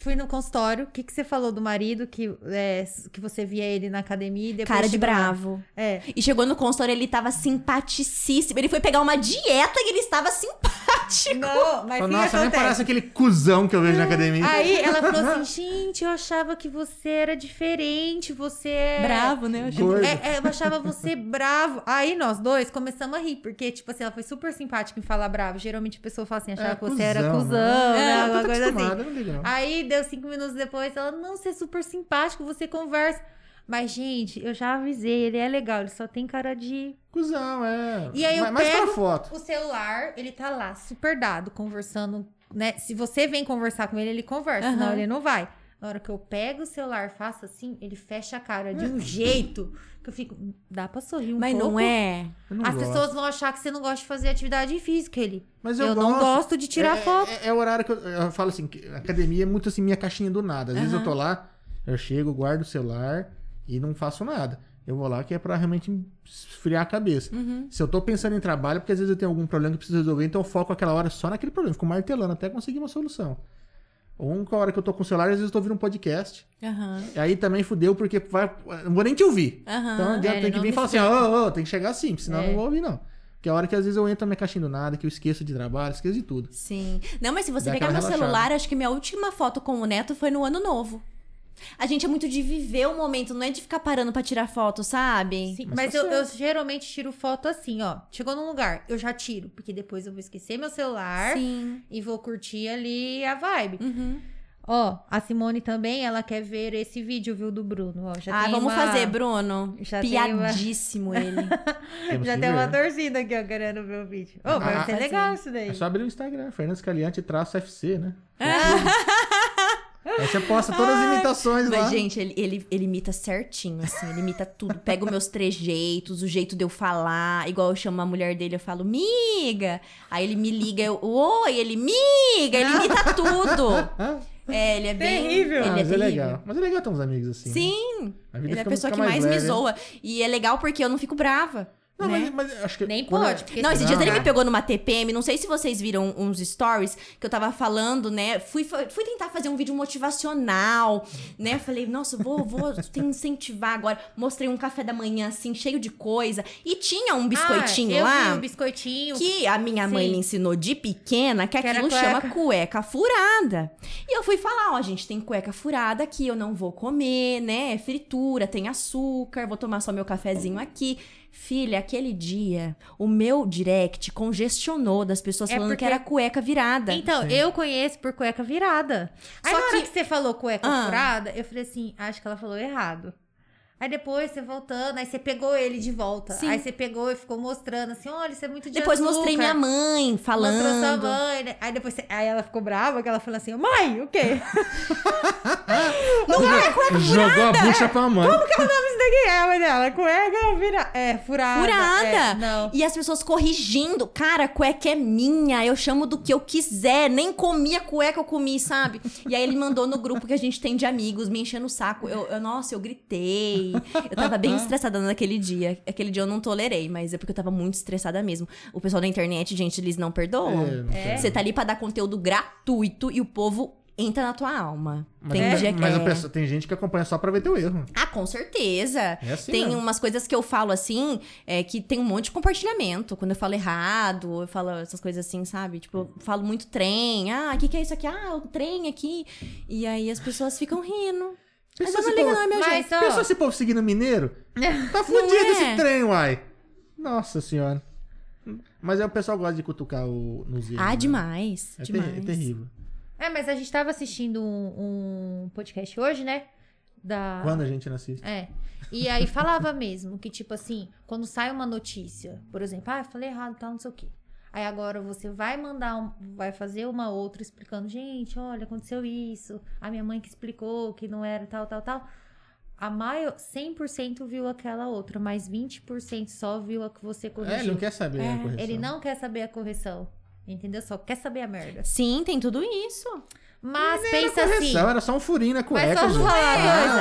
Fui no consultório. O que, que você falou do marido? Que, é, que você via ele na academia e depois.
Cara de
chegou lá.
bravo.
É.
E chegou no consultório, ele tava simpaticíssimo. Ele foi pegar uma dieta e ele estava simpático.
Não, mas o
Fala,
que
Nossa, nem
acontece?
parece aquele cuzão que eu vejo na academia.
Aí ela falou assim: gente, eu achava que você era diferente, você é.
né? Eu achei-
Gordo.
É, é, eu achava você bravo. Aí nós dois começamos a rir, porque, tipo assim, ela foi super simpática em falar bravo. Geralmente a pessoa fala assim, achava
É,
que você era
cuzão,
cuzão,
né?
né?
É,
Alguma
eu tô
coisa assim.
acostumado, eu não ligo, não.
Aí deu cinco minutos depois, ela, não, você é super simpático, você conversa. Mas, gente, eu já avisei, ele é legal, ele só tem cara de.
Cuzão, é.
E aí eu
mas, mas pra
pego-
foto.
O celular, ele tá lá, super dado, conversando, né? Se você vem conversar com ele, ele conversa,
Aham.
senão ele não vai. Na hora que eu pego o celular, faço assim, ele fecha a cara de um jeito que eu fico, dá pra sorrir um
Mas
pouco.
não é.
Eu não
As
gosto.
pessoas vão achar que você não gosta de fazer atividade física, ele.
Mas
eu não gosto de tirar
É-
foto.
É, é o horário que eu, eu falo assim, que a academia é muito assim, minha caixinha do nada. Às vezes eu tô lá, eu chego, guardo o celular e não faço nada. Eu vou lá que é pra realmente esfriar a cabeça.
Uhum.
Se eu tô pensando em trabalho, porque às vezes eu tenho algum problema que eu preciso resolver, então eu foco aquela hora só naquele problema, fico martelando até conseguir uma solução. Ou uma hora que eu tô com o celular, às vezes eu tô ouvindo um podcast.
Aham.
Aí também fudeu, porque vai, não vou nem te ouvir.
Aham.
Então adianta,
é,
tem que
não
vir e falar assim, ô, ô, ô, tem que chegar assim, porque senão eu
É.
não vou ouvir, não. Porque a hora que às vezes eu entro na minha caixinha do nada, que eu esqueço de trabalho, esqueço de tudo.
Sim. Não, mas se você
Dá
pegar meu
aquela relaxada.
celular, acho que minha última foto com o Neto foi no ano novo. A gente é muito de viver o momento, não é de ficar parando pra tirar foto, sabe?
Sim,
Mas
mas
tá
eu, eu geralmente tiro foto assim, ó. Chegou num lugar, eu já tiro, porque depois eu vou esquecer meu celular
Sim.
e vou curtir ali a vibe.
Uhum.
Ó, a Simone também, ela quer ver esse vídeo, viu, do Bruno. Ó, já
ah,
tem
vamos
uma-
fazer, Bruno.
Já tem uma-
Piadíssimo ele.
Temos
Já
que
tem
ver.
uma dorzinha aqui, ó, querendo ver o vídeo. Ô, vai
Ah,
ser
fazer.
legal isso daí.
É só abrir o Instagram, Fernandes Caliante traço FC, né? Aí você posta todas as imitações lá.
Mas, gente, ele, ele, ele imita certinho, assim, ele imita tudo. Pega os meus trejeitos, o jeito de eu falar. Igual eu chamo a mulher dele, eu falo, miga. Aí ele me liga, eu, oi, ele, miga. Ele imita tudo.
Ah,
É, ele é bem...
Terrível.
Ele é
mas é,
terrível.
legal. Mas é legal ter uns amigos assim. né?
Sim,
A vida
ele é a
fica-
pessoa
fica
que mais, me
leve, né?
zoa. E é legal porque eu não fico brava.
Não,
né?
mas, mas acho que.
Nem
quando
pode,
é-
porque
Não, esse dia
Não,
ele me
né?
pegou numa TPM, não sei se vocês viram uns stories que eu tava falando, né? Fui, fa- fui tentar fazer um vídeo motivacional, né? Falei, nossa, vou, vou te incentivar agora. Mostrei um café da manhã, assim, cheio de coisa. E tinha um biscoitinho
ah, Eu
lá.
vi o biscoitinho.
Que a minha mãe
Sim.
me ensinou de pequena que
Que era
aquilo
cueca.
chama cueca furada. E eu fui falar: ó, gente, tem cueca furada aqui, eu não vou comer, né? É fritura, tem açúcar, vou tomar só meu cafezinho aqui. Filha, aquele dia, o meu direct congestionou das pessoas
É
falando
porque-
que era cueca virada.
Então,
Sim.
eu conheço por cueca virada. Aí
Só
na hora
que-
que você falou cueca
Ah.
furada, eu falei assim, acho que ela falou errado. Aí depois você voltando, aí você pegou ele de volta.
Sim.
Aí você pegou e ficou mostrando assim, olha, isso é muito de
Depois mostrei
açúcar.
minha mãe
Mostrou sua
falando.
mãe. né? Aí depois você- aí ela ficou brava, que ela falou assim, mãe, o quê?
Não era cueca
Jogou a bucha pra mãe.
Isso daqui é a mãe dela, cueca vira... é, furada.
furada.
É, não.
E as pessoas corrigindo. Cara, a cueca é minha. Eu chamo do que eu quiser. Nem comi a cueca, eu comi, sabe? E aí ele mandou no grupo que a gente tem de amigos, me enchendo o saco. Eu, eu- nossa, eu gritei. Eu tava bem estressada naquele dia. Aquele dia eu não tolerei, mas é porque eu tava muito estressada mesmo. O pessoal da internet, gente, eles não perdoam.
É,
Você tá ali pra dar conteúdo gratuito e o povo entra na tua alma.
mas,
Tem dia que
mas a
é.
pessoa- tem gente que acompanha só pra ver teu erro.
Ah, com certeza.
É assim
tem um-
mesmo.
umas coisas que eu falo assim, é, que tem um monte de compartilhamento. Quando eu falo errado, eu falo essas coisas assim, sabe? Tipo, eu falo muito trem. Ah, o que, que é isso aqui? Ah, o trem aqui. E aí as pessoas ficam rindo. Mas eu
Pessoa
não
se
ligo,
pô-
não, é meu jeito.
Mas, ó,
Pensa esse povo seguindo mineiro? Tá fudido
é?
esse trem, uai. Nossa senhora. Mas é o pessoal gosta de cutucar o, nos erros.
Ah,
né?
demais.
É,
demais.
terri- é terrível.
É, mas a gente tava assistindo um, um podcast hoje, né? Da...
Quando a gente não assiste.
É. E aí falava mesmo que, tipo assim, quando sai uma notícia, por exemplo, ah, eu falei errado, tal, não sei o quê. Aí agora você vai mandar, um- vai fazer uma outra explicando, gente, olha, aconteceu isso, a minha mãe que explicou que não era tal, tal, tal. A maior, 100% viu aquela outra, mas 20% só viu a que você corrigiu.
É, ele não quer saber a correção.
Ele não quer saber a correção, entendeu? Só quer saber a merda.
Sim, tem tudo isso.
Mas
Era
pensa assim,
correção, era só um furinho na cueca.
só
gente.
falar,
Ah,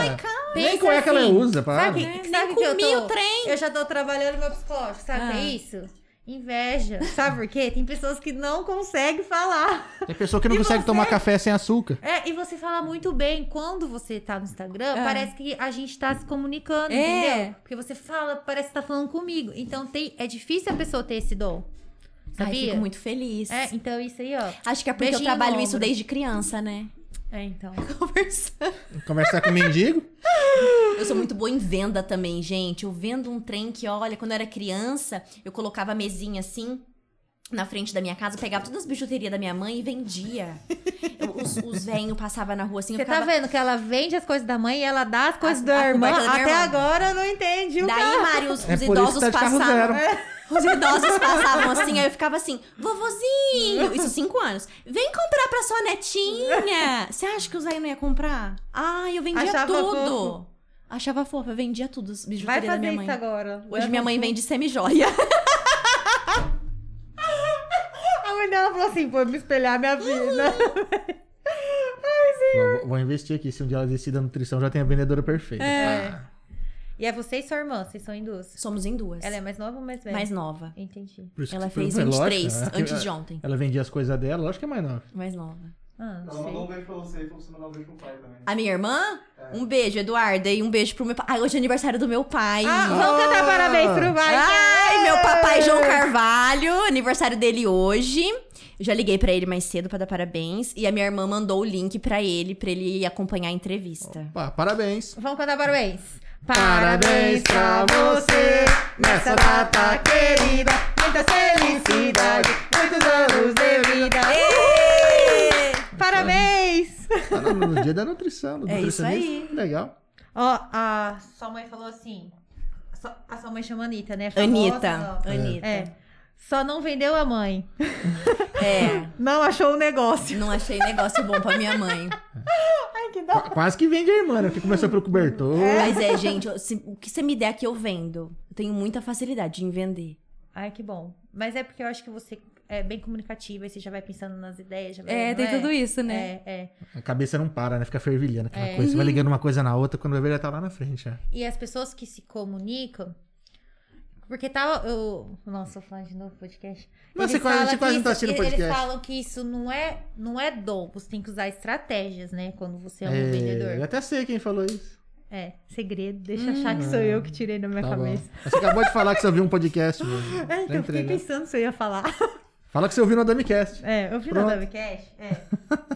pensa
nem cueca ela
assim.
usa, para.
Sabe,
É,
sabe
nem
que eu
comi
tô-
o trem.
Eu já tô trabalhando meu psicológico, sabe o que
Ah.
é isso? Inveja. Sabe por quê? Tem pessoas que não conseguem falar.
Tem pessoa que não consegue tomar café sem açúcar.
É, e você fala muito bem. Quando você tá no Instagram,
Ah.
parece que a gente tá se comunicando,
É.
entendeu? Porque você fala, parece que tá falando comigo. Então tem, é difícil a pessoa ter esse dom.
Ai,
Sabia?
fico muito feliz.
É, então isso aí, ó.
Acho que é porque eu
Beijinho no
trabalho isso
ombro.
desde criança, né?
É, então.
Conversando.
Conversar com mendigo.
Eu sou muito boa em venda também, gente. Eu vendo um trem que, olha, quando eu era criança, eu colocava a mesinha assim na frente da minha casa, pegava todas as bijuterias da minha mãe e vendia. Eu- os os velhinhos passavam na rua assim, eu
Você tá
ficava.
vela vendo que ela vende as coisas da mãe e ela dá as coisas
As- a
da irmã.
coberta da minha
Até
irmã.
agora eu não entendi o
Daí, Mari, os,
É
os
por isso que
idosos
tá de carro
passavam.
zero.
Os idosos passavam assim, aí eu ficava assim, vovozinho, isso cinco anos, vem comprar pra sua netinha. Você acha que os velhos não ia comprar? Ah, eu vendia
Achava
tudo.
fofo.
Achava fofa, eu vendia tudo, as
Vai
bijuterias da
fazer
minha
isso
mãe.
agora.
Hoje
Eu
minha
não-
mãe vende semijoia.
A mãe dela falou assim: vou me espelhar minha vida.
Não, vou, vou investir aqui. Se um dia ela descer da nutrição, já tem a vendedora perfeita.
É.
Ah,
E é você e sua irmã, vocês são em duas.
Somos em duas.
Ela é mais nova ou mais velha?
mais nova.
Entendi.
por isso que
Ela
você foi-
fez
foi
23
lógico, né?
antes de ontem.
Ela vendia as coisas dela, lógico que é mais nova.
Mais nova.
Ah,
Ela
não
mandou
sei.
um beijo pra você e falou pra você mandar um beijo pro pai também.
É.
A minha irmã?
É.
Um beijo, Eduarda. E um beijo pro meu pai. Ai, hoje é aniversário do meu pai.
Ah, vamos cantar parabéns pro Vai.
Ah! Ai, meu papai João Carvalho. Aniversário dele hoje. Eu já liguei pra ele mais cedo pra dar parabéns. E a minha irmã mandou o link pra ele, pra ele acompanhar a entrevista.
Pá, parabéns.
é. Vamos cantar parabéns.
Parabéns pra você nessa data querida.
Muita
Felicidade, muitos anos de vida.
Ê!
Parabéns!
Tá no, no dia da nutrição, do
É isso aí.
nutricionista. Legal.
Ó, a sua mãe falou assim. só- A sua mãe chama Anitta, né? Famosa,
Anitta.
ó.
Anitta.
É. Só não vendeu a mãe.
é.
Não achou o negócio.
Não achei negócio bom pra minha mãe.
Ai, que dó.
Qu- Quase que vende a irmã, né? Porque começou pelo cobertor.
Mas é, gente, eu- se- o que você me der aqui eu vendo. Eu tenho muita facilidade em vender.
Ai, que bom. Mas é porque eu acho que você é bem comunicativa e você já vai pensando nas ideias. Já vai,
É,
não
tem
é?
tudo isso, né?
É, é.
A cabeça não para, né? Fica fervilhando aquela
É.
coisa. Você vai ligando uma coisa na outra, quando vai ver, já tá lá na frente. né?
E as pessoas que se comunicam. Porque tá. Eu, nossa, eu vou falar de novo podcast. Eles
Mas você quase-
falam
você quase
que
não tá
isso-
assistindo
Eles
podcast.
falam que isso não é, não é dom. Você tem que usar estratégias, né? Quando você é um
É, eu
vendedor.
até sei quem falou isso.
É, segredo. Deixa achar que sou eu que tirei na minha
Hum. Tá bom.
cabeça.
Você acabou de falar que você ouviu um podcast. mesmo.
É,
Já
então eu fiquei
entregou.
pensando se eu ia falar.
Fala que você ouviu no Adamicast.
É, eu vi
Pronto.
na webcast.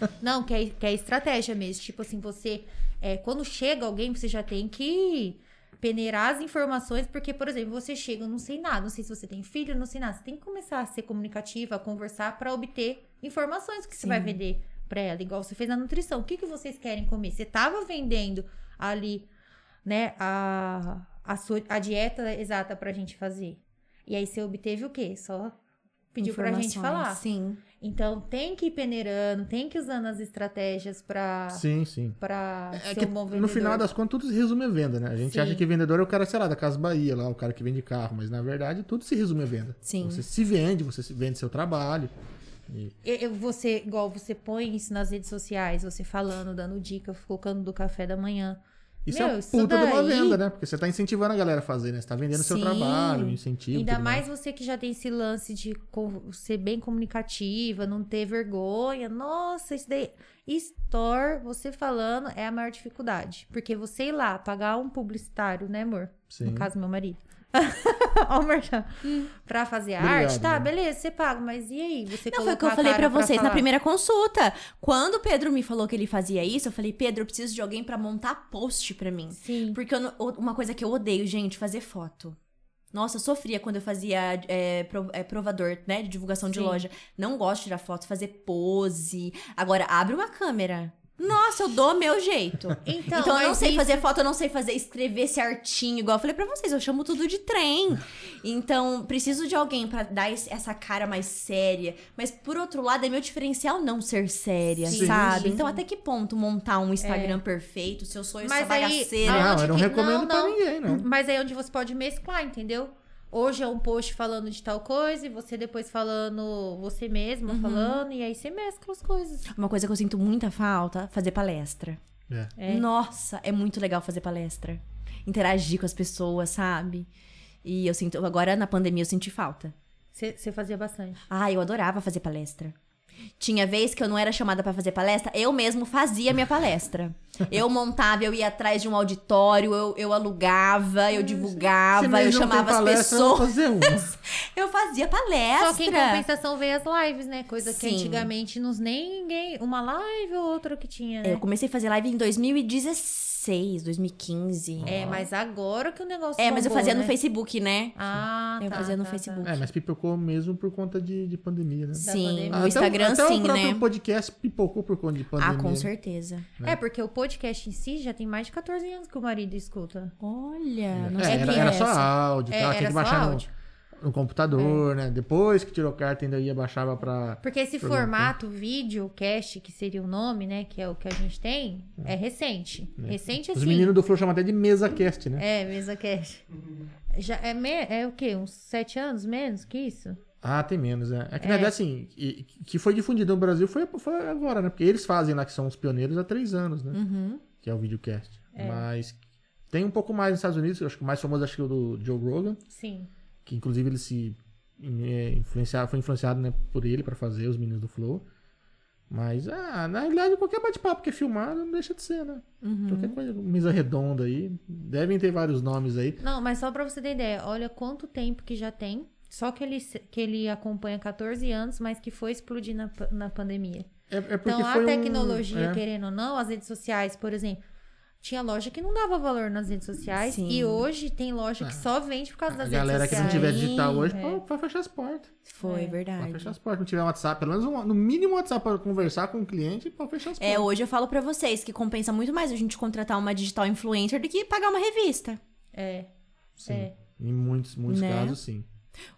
É. Não, que é, que é estratégia mesmo. Tipo assim, você. é, quando chega alguém, você já tem que peneirar as informações, porque, por exemplo, você chega, eu não sei nada, não sei se você tem filho, não sei nada. Você tem que começar a ser comunicativa, a conversar para obter informações que você
Sim.
vai vender para ela, igual você fez na nutrição. O que, que vocês querem comer? Você tava vendendo ali, né, a, a, sua, a dieta exata pra gente fazer. E aí você obteve o quê? Só pediu pra gente
Informações,
falar.
Sim.
Então tem que ir peneirando, tem que ir usando as estratégias pra
Sim, sim.
para
É
ser
que
Ah. um bom
no final
vendedor.
das contas tudo se resume a venda, né? A gente
Sim.
acha que vendedor é o cara, sei lá, da Casa Bahia, lá, o cara que vende carro, mas na verdade tudo se resume a venda.
Sim.
Você se vende, você se vende seu trabalho. E-
Eu- eu- você, igual você põe isso nas redes sociais, você falando, dando dica, colocando do café da manhã.
Isso
Meu,
é uma
isso
puta de uma
daí-
venda, né? Porque você tá incentivando a galera a fazer, né? Você tá vendendo seu
Sim.
trabalho, um incentivo.
Ainda
tudo
mais você que já tem esse lance de co- ser bem comunicativa, não ter vergonha. Nossa, isso daí. Store, você falando, é a maior dificuldade. Porque você ir lá pagar um publicitário, né, amor?
Sim.
No caso, meu marido. Ó, o merchan.
Hum.
Pra fazer a
Obrigado,
arte, tá,
né?
beleza, você paga, mas e aí? Você
Não, foi o que
colocar
eu
a
falei
cara
pra vocês na
falar?
primeira consulta. Quando o Pedro me falou que ele fazia isso, eu falei, Pedro, eu preciso de alguém pra montar post pra mim.
Sim.
Porque eu não- o- uma coisa que eu odeio, gente, fazer foto. Nossa, eu sofria quando eu fazia é, pro- é, provador, né? De divulgação de
Sim.
loja. Não gosto de tirar foto, fazer pose. Agora, abre uma câmera. Nossa, eu dou meu jeito.
Então,
Então, eu não
mas
sei
isso-
fazer foto, eu não sei fazer escrever certinho, igual eu falei pra vocês, eu chamo tudo de trem. Então, preciso de alguém pra dar esse- essa cara mais séria. Mas por outro lado, é meu diferencial não ser séria,
Sim.
sabe?
Sim. É.
Então, até que ponto montar um Instagram perfeito, se eu sou essa
Mas aí-
bagaceira?
Ah,
Não,
onde
eu não
que-
recomendo
não,
pra
não.
ninguém, não.
Mas aí é onde você pode mesclar, entendeu? Hoje é um post falando de tal coisa e você depois falando você mesma
Uhum.
falando e aí você mescla as coisas.
Uma coisa que eu sinto muita falta, fazer palestra.
É.
É.
Nossa, é muito legal fazer palestra. Interagir com as pessoas, sabe? E eu sinto, agora na pandemia eu senti falta.
Você você fazia bastante.
Ah, eu adorava fazer palestra. Tinha vez que eu não era chamada pra fazer palestra, eu mesmo fazia minha palestra. Eu montava, eu ia atrás de um auditório, eu, eu alugava, eu
Se
divulgava, eu
mesmo não
chamava
tem
as
palestra, né? eu vou
pessoas.
fazer uma.
Eu fazia palestra.
Só que em compensação veio as lives, né? Coisa que
Sim.
antigamente nos nem ninguém. Uma live ou outra que tinha,
É, Eu
né?
comecei a fazer live em 2016, 2015.
É, mas agora que o negócio.
É, mas eu
bombou,
fazia no
né?
Facebook, né?
Ah,
Eu
tá,
fazia no
tá,
Facebook.
É, mas pipocou mesmo por conta de, de pandemia, né?
Sim,
pandemia.
Ah,
o Instagram
até o,
sim,
até O
né?
próprio podcast pipocou por conta de
Ah,
pandemia.
com certeza.
Né?
Tá. É, porque o podcast em si já tem mais de 14 anos que o marido escuta.
Olha, não
É,
sabia
era, era
essa.
só áudio,
É,
tá? Tinha
era só
que baixar
áudio.
no, no computador, né? Depois que tirou carta, ainda ia baixava pra.
Porque esse
Pergunta.
formato vídeo, cast, que seria o nome, né? Que é o que a gente tem, é recente. Recente
Hum. Né? Os
assim.
meninos do Flow chamam até de mesa cast, né?
É, mesa cast. Já é, me... é o quê? Uns sete anos menos que isso?
Ah, tem menos, né? É que, na verdade, assim, que, que foi difundido no Brasil foi, foi agora, né? Porque eles fazem lá, que são os pioneiros, há três anos, né?
Uhum.
Que é o videocast. Mas tem um pouco mais nos Estados Unidos, eu acho que o mais famoso acho que é o do Joe Rogan,
Sim.
que inclusive ele se é, influenciado, foi influenciado né, por ele pra fazer os meninos do Flow. Mas, ah, na realidade, qualquer bate-papo que é filmado não deixa de ser, né? Qualquer coisa, mesa redonda aí, devem ter vários nomes aí.
Não, mas só pra você ter ideia, olha quanto tempo que já tem. Só que ele, se- que ele acompanha 14 anos, mas que foi explodir na, pa- na pandemia.
É, é porque
Então,
foi
a
um-
tecnologia,
é.
querendo ou não, as redes sociais, por exemplo. Tinha loja que não dava valor nas redes sociais.
Sim.
E hoje tem loja que
Ah,
só vende por causa
A
das redes
galera
sociais.
que não tiver
Sim,
digital hoje
é.
pô, vai fechar as portas.
Foi
É.
Vai
verdade.
fechar as portas. Não tiver WhatsApp, pelo menos um- no mínimo um WhatsApp pra conversar com o cliente, pode fechar as portas.
É, hoje eu falo pra vocês que compensa muito mais a gente contratar uma digital influencer do que pagar uma revista.
É.
sim.
é.
Em muitos, muitos
Né?
casos, sim.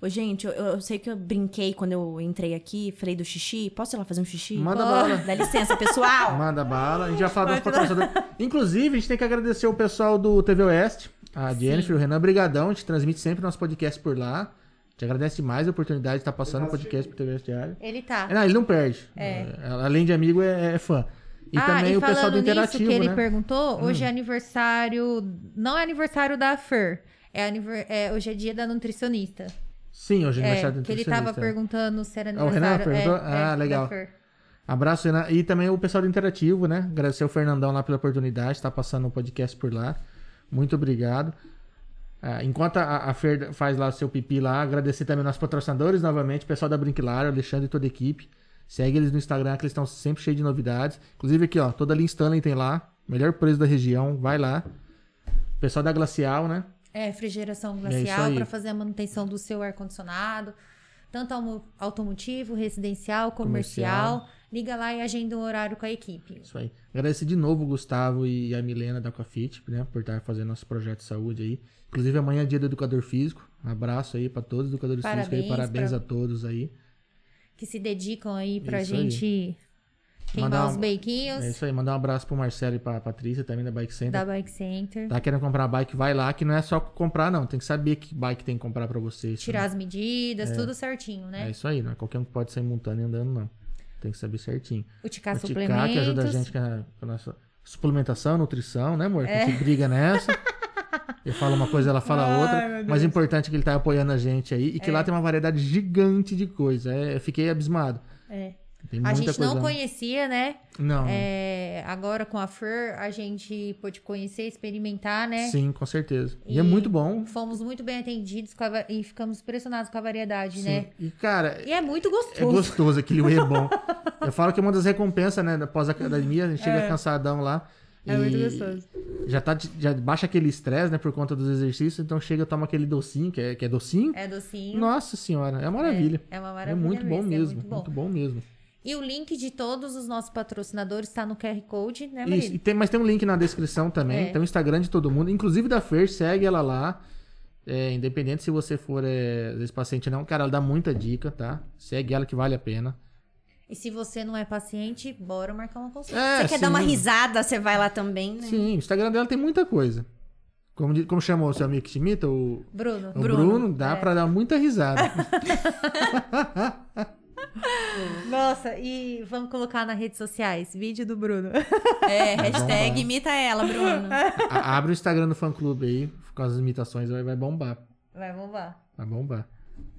Ô, gente, eu, eu sei que eu brinquei quando eu entrei aqui, falei do xixi. Posso ir lá fazer um xixi?
Manda
Oh,
bala.
Dá licença, pessoal.
Manda bala. A gente já falou dos patrocinadores. Inclusive, a gente tem que agradecer o pessoal do TV Oeste, a Jennifer e o Renan. Brigadão. A gente transmite sempre nosso podcast por lá. A gente agradece demais a oportunidade de estar passando o podcast pro TV Oeste Diário.
Ele tá.
É, Não, ele não perde. É, Além de amigo, é, é fã. E também o pessoal
Ah, falando
do Interativo,
nisso que ele
né?
perguntou, hoje é aniversário, não é aniversário da Fer, é aniver- é, hoje é dia da nutricionista.
Sim, hoje é
É,
aniversário do
que ele
nutricionista.
tava perguntando se era
Ah, o Renato
aniversário. é,
perguntou?
é,
Ah,
da
legal.
Fer.
Abraço, Renan. E também o pessoal do Interativo, né? Agradecer o Fernandão lá pela oportunidade, está passando o podcast por lá. Muito obrigado. Ah, enquanto a, a Fer faz lá o seu pipi lá, agradecer também nossos patrocinadores novamente, pessoal da Brinquilar, Alexandre e toda a equipe. Segue eles no Instagram, que eles estão sempre cheios de novidades. Inclusive aqui, ó, toda a Lean Stanley tem lá. Melhor preço da região, vai lá. Pessoal da Glacial, né?
É, refrigeração
isso
glacial
aí.
para fazer a manutenção do seu ar-condicionado, tanto aumo- automotivo, residencial, comercial. Liga lá e agenda um horário com a equipe.
Isso aí. Agradecer de novo o Gustavo e a Milena da Aquafit, né? Por estar fazendo nosso projeto de saúde aí. Inclusive, amanhã é dia do educador físico. Um abraço aí pra todos os educadores
Parabéns
físicos aí. Parabéns
pra-
a todos aí.
Que se dedicam aí pra
Isso aí.
gente queimar
Mandar
os
um-
beiquinhos
É isso aí. Mandar um abraço pro Marcelo e pra Patrícia também da Bike Center.
da Bike Center.
Tá querendo comprar bike, vai lá, que não é só comprar, não. Tem que saber que bike tem que comprar pra vocês.
Tirar as medidas, tudo certinho,
né? É
né?
isso aí, não é qualquer um que pode sair montando e andando, não. Tem que saber certinho.
O Ticar
o Ticá,
Suplementos. É.
que ajuda a gente com a, com a nossa suplementação, nutrição, né, amor? Que a gente briga nessa. Eu falo uma coisa, ela fala outra. Mas o importante é que ele tá apoiando a gente aí.
É.
E que lá tem uma variedade gigante de coisa. É, eu fiquei abismado.
É.
Tem
A
muita
gente
coisa Ah.
não
lá.
conhecia, né?
Não,
É, agora com a Fer, a gente pôde conhecer, experimentar, né?
sim, com certeza. E,
E- né?
é muito bom.
Fomos muito bem atendidos com a va- e ficamos impressionados com a variedade,
Sim.
né?
E, cara,
E é muito gostoso.
É gostoso aquele whey é bom. Eu falo que é uma das recompensas, né? Após a academia, a gente chega cansadão lá.
É
e
muito gostoso.
Já, tá, de- já baixa aquele estresse, né? Por conta dos exercícios. Então chega, toma aquele docinho, que é, que é docinho.
É docinho.
Nossa senhora, é uma maravilha.
É uma
É,
maravilha.
muito bom mesmo,
É muito bom.
mesmo.
E o link de todos os nossos patrocinadores está no QR Code, né,
Isso,
marido?
e tem, mas tem um link na descrição também.
É.
Tem o Instagram de todo mundo, inclusive da Fer, segue ela lá. É, independente se você for é, às vezes, paciente ou não, cara, ela dá muita dica, tá? Segue ela que vale a pena.
E se você não é paciente, bora marcar uma consulta.
É,
Você quer dar uma
sim.
risada, você vai lá também, né?
Sim, o Instagram dela tem muita coisa. Como, di- como chamou o seu amigo que te imita? O,
Bruno,
É.
é.
o Bruno, dá pra dar muita risada.
Nossa, e vamos colocar nas redes sociais. Vídeo do Bruno.
É,
Vai bombar.
hashtag imita ela, Bruno.
A- abre o Instagram do fã clube aí, com as imitações, vai, vai bombar.
Vai bombar.
Vai bombar.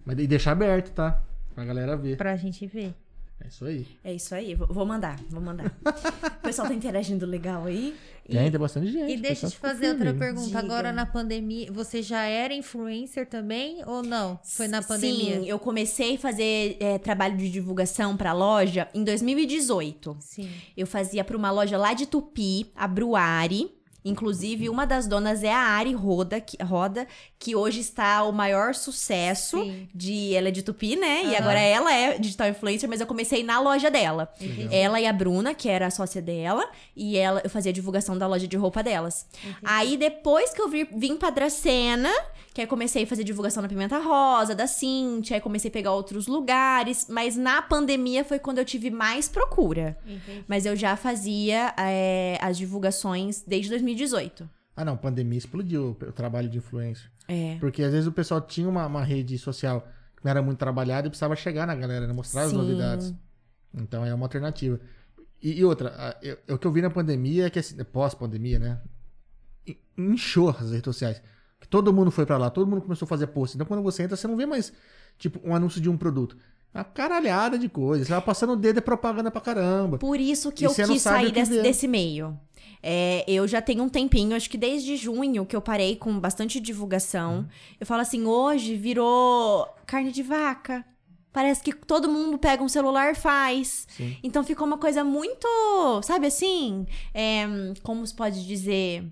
Mas e deixa aberto, tá? Pra galera ver.
Pra gente ver.
É isso aí.
É isso aí, vou vou mandar, vou mandar. O pessoal tá interagindo legal aí.
E ainda bastante gente. tá
E
o
deixa eu
pessoal
te
ficou
fazer outra
firme.
pergunta.
Diga.
Agora na pandemia, você já era influencer também ou não? Foi na pandemia?
Sim, eu comecei a fazer é, trabalho de divulgação pra loja em 2018.
Sim.
Eu fazia pra uma loja lá de Tupi, a Bruari. Inclusive, uma das donas é a Ari Roda, que, Roda, que hoje está o maior sucesso.
Sim.
De, ela é de Tupi, né? E
Aham.
agora ela é digital influencer, mas eu comecei na loja dela.
Entendi.
Ela e a Bruna, que era a sócia dela, e ela, eu fazia a divulgação da loja de roupa delas. Aí depois que eu vi- vim pra Dracena, que aí comecei a fazer divulgação na Pimenta Rosa, da Cintia, aí comecei a pegar outros lugares, mas na pandemia foi quando eu tive mais procura.
Entendi.
Mas eu já fazia é, as divulgações desde 2018.
Ah, não, pandemia explodiu o trabalho de influencer.
É.
Porque às vezes o pessoal tinha uma, uma rede social que não era muito trabalhada e precisava chegar na galera, né? mostrar as
Sim.
novidades. Então é uma alternativa. E, e outra, a- eu- eu- o que eu vi na pandemia é que assim, pós-pandemia, né? en- Inchou as redes sociais. Que Todo mundo foi pra lá, todo mundo começou a fazer post. Então quando você entra, você não vê mais, tipo, um anúncio de um produto. É Uma caralhada de coisas. Você vai passando o dedo, é propaganda pra caramba.
Por isso que
E
eu
você não
quis
sabe o
sair
que ver.
desse, desse meio. É, eu já tenho um tempinho, acho que desde junho, que eu parei com bastante divulgação.
Uhum.
Eu falo assim, hoje virou carne de vaca. Parece que todo mundo pega um celular e faz.
Sim.
Então ficou uma coisa muito, sabe assim? É, como se pode dizer?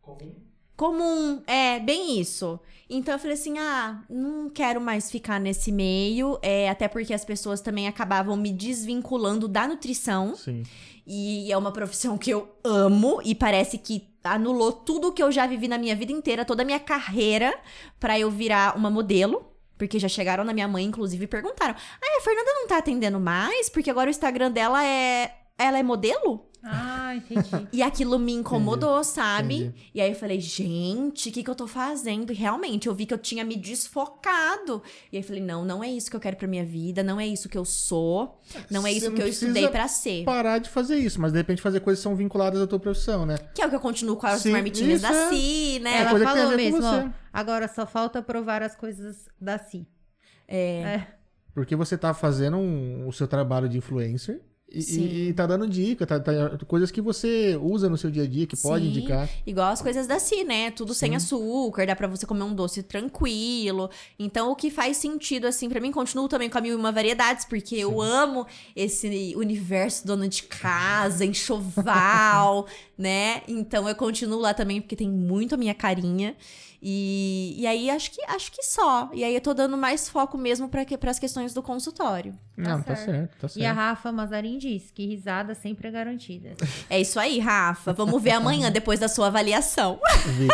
Comum.
comum. É, bem isso. Então eu falei assim: ah, não quero mais ficar nesse meio. É, até porque as pessoas também acabavam me desvinculando da nutrição.
Sim.
E é uma profissão que eu amo e parece que anulou tudo que eu já vivi na minha vida inteira, toda a minha carreira, pra eu virar uma modelo. Porque já chegaram na minha mãe, inclusive, e perguntaram: Ah, a Fernanda não tá atendendo mais? Porque agora o Instagram dela é. Ela é modelo?
Ah, entendi.
E aquilo me incomodou, sabe?
entendi.
E aí eu falei, gente, o que, que eu tô fazendo? E realmente, eu vi que eu tinha me desfocado. E aí eu falei, não, não é isso que eu quero pra minha vida, não é isso que eu sou, não é
Você
isso
não
que eu
precisa
estudei pra ser.
Parar de fazer isso, mas de repente fazer coisas que são vinculadas à tua profissão, né?
Que é o que eu continuo com as
Sim,
marmitinhas
isso é-
da Si, né?
É
Ela
coisa que tem a
falou
ver com
mesmo, ó.
você.
Agora só falta provar as coisas da si.
É,
Porque você tá fazendo um- o seu trabalho de influencer E,
Sim.
e- e tá dando dica, tá, tá- coisas que você usa no seu dia a dia, que pode
Sim. tá
indicar.
Igual as coisas da Si, né? Tudo sem açúcar, dá pra você comer um doce tranquilo. Então, o que faz sentido, assim, pra mim, continuo também com a Mil e Uma Variedades, porque eu amo esse universo dona de casa, enxoval, né? Então, eu continuo lá também, porque tem muito a minha carinha. E, e aí, acho que, acho que só. E aí, eu tô dando mais foco mesmo pra que, as questões do consultório.
Não, tá
certo.
certo, tá certo.
E a Rafa Mazarin diz que risada sempre é garantida.
É isso aí, Rafa. Vamos ver amanhã, depois da sua avaliação.
Vixe.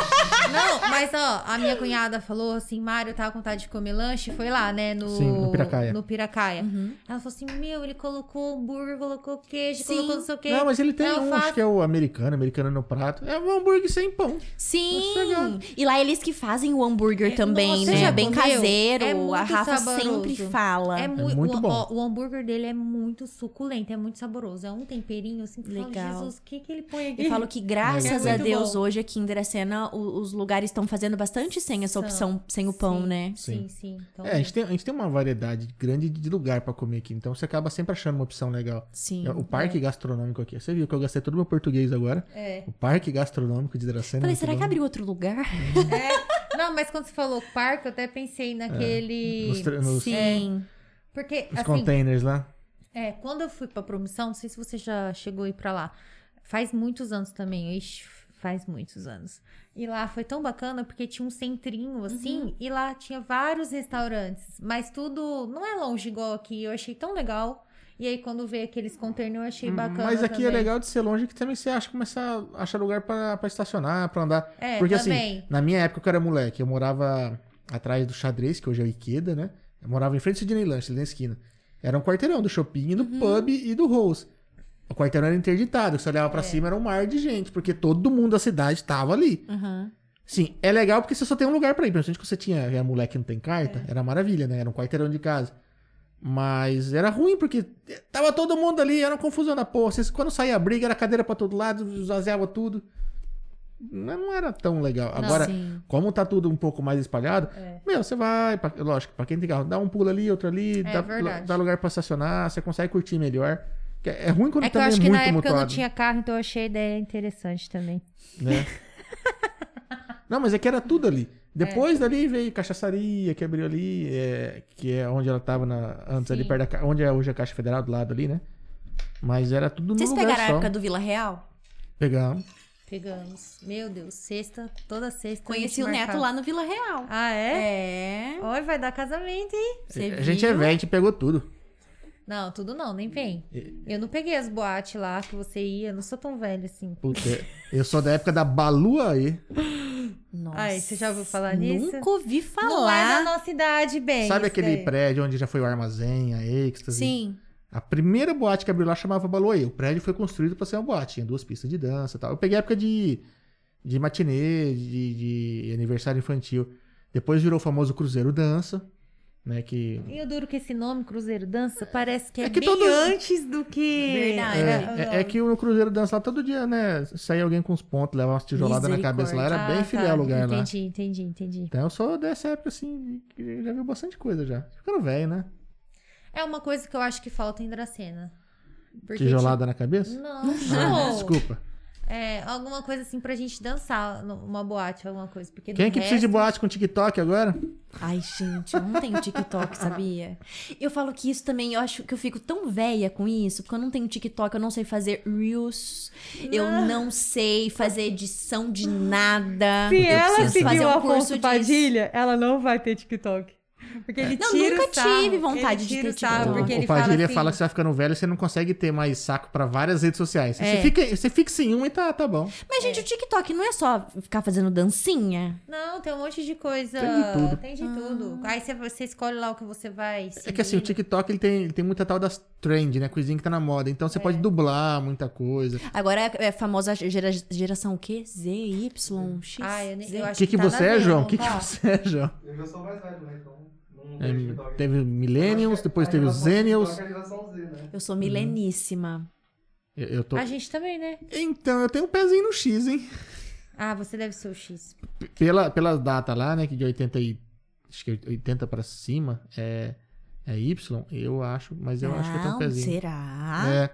Não, mas ó, a minha cunhada falou assim: Mário tava com vontade de comer lanche, foi lá, né? No,
Sim, no Piracaia. Uhum.
no Piracaia. Ela falou assim: Meu, ele colocou hambúrguer, colocou queijo,
Sim.
colocou não sei o quê.
Não, mas ele tem
Eu
um,
faço-
acho que é o americano, americano no prato. É um hambúrguer sem pão.
Sim!
Sossegado.
E lá eles que fazem o hambúrguer
um É,
também,
nossa,
né?
já
Bem
comeu?
caseiro.
É muito
a Rafa
saboroso.
sempre fala.
É, mui-
muito
o,
bom.
ó, o hambúrguer dele é muito suculento, é muito saboroso. É um temperinho assim que Legal.
Legal.
Jesus, o que, que ele põe aqui?
Eu falo que graças
É
a
muito
Deus
bom.
hoje aqui em Dracena o- os lugares estão fazendo bastante sem essa
São.
opção, sem o pão,
Sim.
né?
Sim, sim. Então,
É, a gente, tem, a gente tem uma variedade grande de lugar pra comer aqui, então você acaba sempre achando uma opção legal.
Sim.
É, o parque gastronômico aqui, você viu que eu gastei todo o meu português agora.
é.
O parque gastronômico de Dracena.
Falei,
é muito
será que
bom.
abriu outro lugar?
Não, mas quando você falou parque, eu até pensei
Nos
naquele.
tre- É, nos-
Sim.
Porque,
Os
assim,
containers lá.
É, quando eu fui pra promissão, não sei se você já chegou a ir pra lá. Faz muitos anos também, ixi, faz muitos anos. E lá foi tão bacana porque tinha um centrinho assim,
Uhum.
e lá tinha vários restaurantes, mas tudo não é longe igual aqui. Eu achei tão legal. E aí quando veio aqueles containers, eu achei bacana.
Mas aqui é
também.
legal de ser longe que também você acha, começa a achar lugar pra, pra estacionar, pra andar.
É,
Porque
também.
assim, na minha época eu era moleque, eu morava atrás do xadrez, que hoje é o Ikeda, né? Eu morava em frente do Sidney Lunch, ali na esquina. Era um quarteirão do shopping, do
Uhum.
pub e do Rose. O quarteirão era interditado, você olhava
É.
pra cima era um mar de gente, porque todo mundo da cidade tava ali.
Aham.
Sim, é legal porque você só tem um lugar pra ir. Principalmente quando você tinha era moleque e não tem carta,
É.
era maravilha, né? Era um quarteirão de casa. Mas era ruim porque tava todo mundo ali, era uma confusão da porra. Vocês- Quando saía a briga, era cadeira pra todo lado, zazeava tudo. Não não era tão legal. Agora,
Sim.
como tá tudo um pouco mais espalhado,
É.
meu, você vai, pra- lógico, pra quem tem carro, dá um pulo ali, outro ali, dá,
verdade.
dá lugar pra estacionar, você consegue curtir melhor. Que É é ruim quando
É que eu
também é
acho que
muito
na época eu não
mutuado.
tinha carro, então eu achei a ideia interessante também.
né? Não, mas é que era tudo ali. Depois
É.
dali veio cachaçaria, que abriu ali, é, que é onde ela tava na- antes ali,
Sim.
perto da, ca- onde é hoje a Caixa Federal, do lado ali, né? Mas era tudo no
Vocês
lugar
pegaram a
só.
época do Vila Real?
Pegamos.
Pegamos. Meu Deus, sexta, toda sexta. a
Conheci
gente
o Neto
marcava.
lá no Vila Real.
Ah, é?
É.
Oi, vai dar casamento, hein?
Você
a gente é
viu?
velho, a gente pegou tudo.
Não, tudo não, nem vem.
E-
Eu não peguei as boates lá que você ia, não sou tão velha assim.
Puta, eu sou da época da Balu aí.
Nossa.
Ai, você já ouviu falar nisso?
Nunca ouvi falar.
Não é da nossa idade, bem.
Sabe
isso
aquele
daí.
prédio onde já foi o armazém, a Êxtase?
Sim.
A primeira boate que abriu lá chamava Baloê. O prédio foi construído pra ser uma boate. Tinha duas pistas de dança e tal. Eu peguei a época de, de matinê, de, de aniversário infantil. Depois virou o famoso Cruzeiro Dança, né? Que
E eu duro que esse nome, Cruzeiro Dança, parece que é,
É que
bem
todo-
antes do que... Ah,
Verdade.
era o
É, é
nome.
que no Cruzeiro Dança lá todo dia, né? Saía alguém com os pontos, levava umas tijoladas na cabeça lá. Era
Ah,
bem
tá,
filial é o lugar lá.
Entendi, entendi, entendi.
Então eu sou dessa época, assim, que já viu bastante coisa já. Ficando velho, né?
É uma coisa que eu acho que falta em Dracena. Porque,
Tijolada na
tipo,
cabeça?
Não,
Ah,
não.
desculpa.
é, alguma coisa assim pra gente dançar, numa boate, alguma coisa. Porque
Quem é
do
que precisa de
resto-
boate com TikTok agora?
Ai, gente, eu não tenho TikTok, sabia? Eu falo que isso também, eu acho que eu fico tão velha com isso, porque eu não tenho TikTok, eu não sei fazer reels, eu não sei fazer edição de nada.
Se
Eu
ela
preciso
seguir
fazer
o
um
Afonso
curso de-
Padilha, ela não vai ter TikTok. Porque ele
Não,
tira o
nunca
sarro,
tive vontade
ele
de
tira
ter
o sarro,
TikTok.
Ah, Porque
Então, o
ele
Padilha
fala,
fala que
assim,
você vai ficando velho e você não consegue ter mais saco pra várias redes sociais. Você,
É.
fica, você fixa em uma e tá, tá bom.
Mas, gente, o TikTok não é só ficar fazendo dancinha?
Não, tem um monte de coisa.
Tem de tudo.
Tem de tudo. Aí você, você escolhe lá o que você vai.
É que assim, o
seguir.
TikTok ele tem, ele tem muita tal das trend, né? Coisinha que tá na moda. Então
É.
você pode dublar muita coisa.
Agora é a famosa gera- geração o quê? Z, Y, X?
Ah, eu, nem-
Z.
eu
O
acho
que, que
tá na
você é,
veia,
João? O
não
que, que
tá?
você é, João?
Eu já sou mais velho, né? Então. Não
É,
vejo TikTok.
teve Millennials, depois
A
teve os
geração TikTok
Zennials.
é a geração Z, né?
Eu sou mileníssima.
Eu, eu tô...
A gente também, né?
Então, eu tenho um pezinho no X, hein?
Ah, você deve ser o X.
P- Pela, pela data lá, né? Que de 80 e... Acho que 80 pra cima é, é Y, eu acho. Mas eu acho que eu tenho um
Não,
pezinho.
será?
É.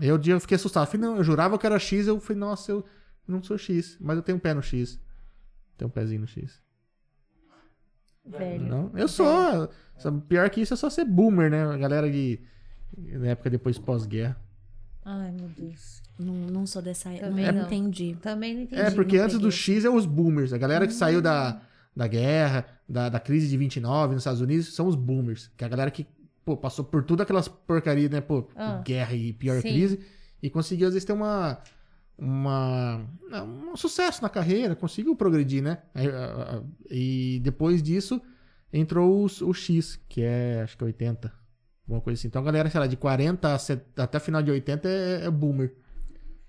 Eu, um dia eu fiquei assustado. Eu falei, não, eu jurava que era X, eu falei, nossa, eu não sou X, mas eu tenho um pé no X. Tenho um pezinho no X.
Velho.
Não, eu sou. só- Pior que isso é só ser boomer, né? A galera de. Na época depois pós-guerra.
Ai, meu Deus.
Não, não sou dessa.
Também
não,
não.
entendi.
Também não entendi.
É, porque
não
antes do
peguei. Ah.
X é os boomers. A galera que saiu da, da guerra, da, da crise de 29 nos Estados Unidos, são os boomers. Que é a galera que pô, passou por tudo aquelas porcarias, né? Pô,
Ah.
guerra e pior
Sim.
crise. E conseguiu, às vezes, ter uma. Uma, um sucesso na carreira, conseguiu progredir, né? Aí, a- a- E depois disso entrou os- o, X, que é acho que 80, alguma coisa assim. Então a galera, sei lá, de 40 a set- até final de 80 é, é boomer.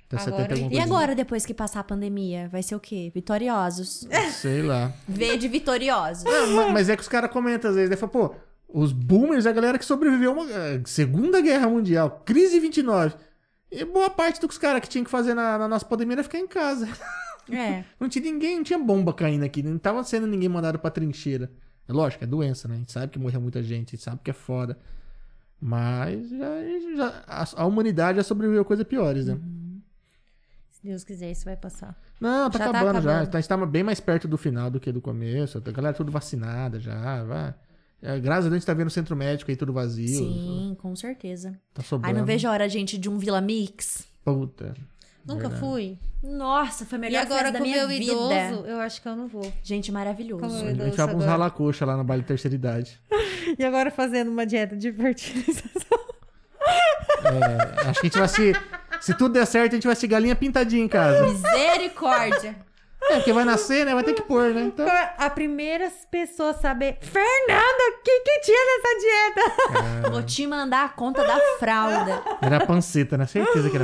Até
Agora,
70 alguma
E
coisa. assim,
agora, depois que passar a pandemia, vai ser o quê? Vitoriosos.
Sei lá.
V de vitoriosos.
Não, ma- mas é que os caras comentam às vezes, né? Fala, pô, os boomers é a galera que sobreviveu a uma eh, Segunda Guerra Mundial, crise 29. E boa parte do que os caras que tinham que fazer na, na nossa pandemia era ficar em casa.
É.
Não tinha ninguém, não tinha bomba caindo aqui, não tava sendo ninguém mandado pra trincheira. É lógico, é doença, né? A gente sabe que morreu muita gente, a gente sabe que é foda. Mas já, já- a, a humanidade já sobreviveu a coisas piores, né?
Se Deus quiser, isso vai passar.
Não, tá
Já tá
acabando, já.
acabando.
Tá- A gente tá bem mais perto do final do que do começo. A galera tudo vacinada já, vai. É, graças a Deus a gente tá vendo o centro médico aí tudo vazio.
Sim, com certeza.
Tá sobrando.
Ai, não vejo a hora, gente, de um Vila Mix.
Puta.
Nunca
Verdade.
fui.
Nossa, foi a melhor
e agora,
festa da
como
minha
eu
vida.
idoso, eu acho que eu não vou.
Gente, maravilhoso.
Como
A gente
Deus,
vai pra uns
agora.
ralar coxa lá no baile de terceira idade.
E agora fazendo uma dieta de fertilização.
É, acho que a gente vai se. Se tudo der certo, a gente vai ser galinha pintadinha em casa.
Misericórdia.
É, porque vai nascer, né? Vai ter que pôr, né? Então.
A primeira pessoa a saber... Fernanda, o que que tinha nessa dieta?
Vou te mandar a conta da fralda.
Era panceta, né? Certeza que era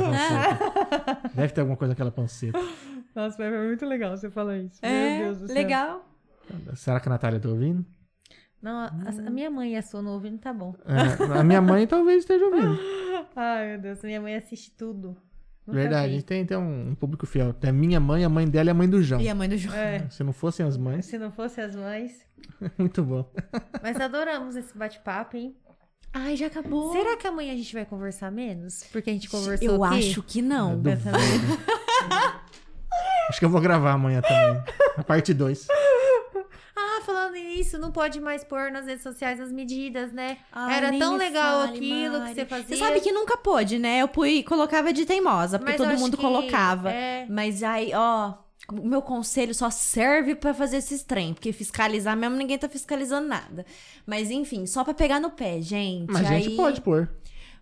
panceta. Deve ter alguma coisa naquela panceta.
Nossa, mas foi muito legal você falar isso.
legal.
Será que a Natália tá ouvindo?
Não, a, a- a minha mãe e a sua não ouvindo, tá bom.
É, a minha mãe talvez esteja ouvindo.
Ai, meu Deus, minha mãe assiste tudo. Nunca
Verdade, a
vi.
gente tem, tem um, um público fiel. Tem a minha mãe, a mãe dela e a mãe do João.
E a mãe do João.
É,
Se não fossem as mães,
se não fosse as mães.
muito bom.
Mas adoramos esse bate-papo, hein?
Ai, já acabou.
Será que amanhã a gente vai conversar menos? Porque a gente conversou
Eu
aqui?
acho que não.
Duvido. Acho que eu vou gravar amanhã também. A parte 2.
Ah, falando nisso, não pode mais pôr nas redes sociais as medidas, né?
Ai,
Era
nem
tão
me
legal
fale,
aquilo
Mari.
que você fazia.
Você sabe que nunca pôde, né? Eu fui, colocava de teimosa, porque
Mas eu
todo
acho
mundo
que-
colocava.
é.
Mas aí, ó, o meu conselho só serve pra fazer esses trem, porque fiscalizar mesmo ninguém tá fiscalizando nada. Mas enfim, só pra pegar no pé, gente.
Mas a gente
Aí
pode pôr.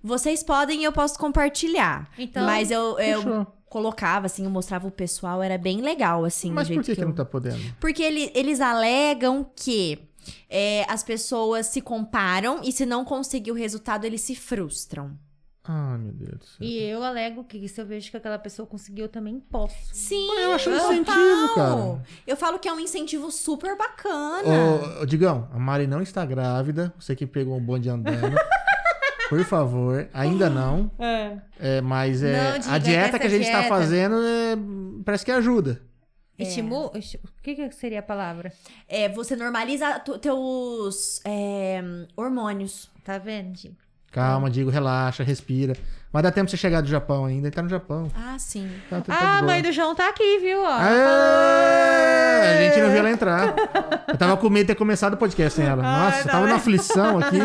Vocês podem e eu posso compartilhar.
Então,
mas eu, eu
Fechou.
colocava assim, eu mostrava o pessoal, era bem legal assim,
Mas
do
por
jeito
que, que
eu...
não tá podendo?
Porque ele- eles alegam que é, as pessoas se comparam e se não conseguir o resultado, eles se frustram.
Ai, Ah, meu Deus do céu.
E eu alego que se eu vejo que aquela pessoa conseguiu, também posso.
Sim,
eu acho um
total.
incentivo, cara.
Eu falo que é um incentivo super bacana.
Ô, ô, Digão, a Mari não está grávida. Você que pegou um bonde andando. Por favor, ainda não.
É.
É, mas é,
Não, diga,
a dieta
essa
que a gente está
dieta.
fazendo é, parece que ajuda.
Estimula. esti- O que, que seria a palavra?
É, você normaliza tu- teus é, hormônios.
Tá vendo, Di?
Calma, digo, relaxa, respira. Mas dá tempo de você chegar do Japão ainda. Ele tá no Japão.
Ah, sim.
Tá, tá, tá de
Ah, a
boa.
mãe do João tá aqui, viu? Ó.
Aê! A gente não viu ela entrar. Eu tava com medo de ter começado o podcast sem ela.
Ah,
Nossa, eu
tá
tava na
bem.
aflição aqui.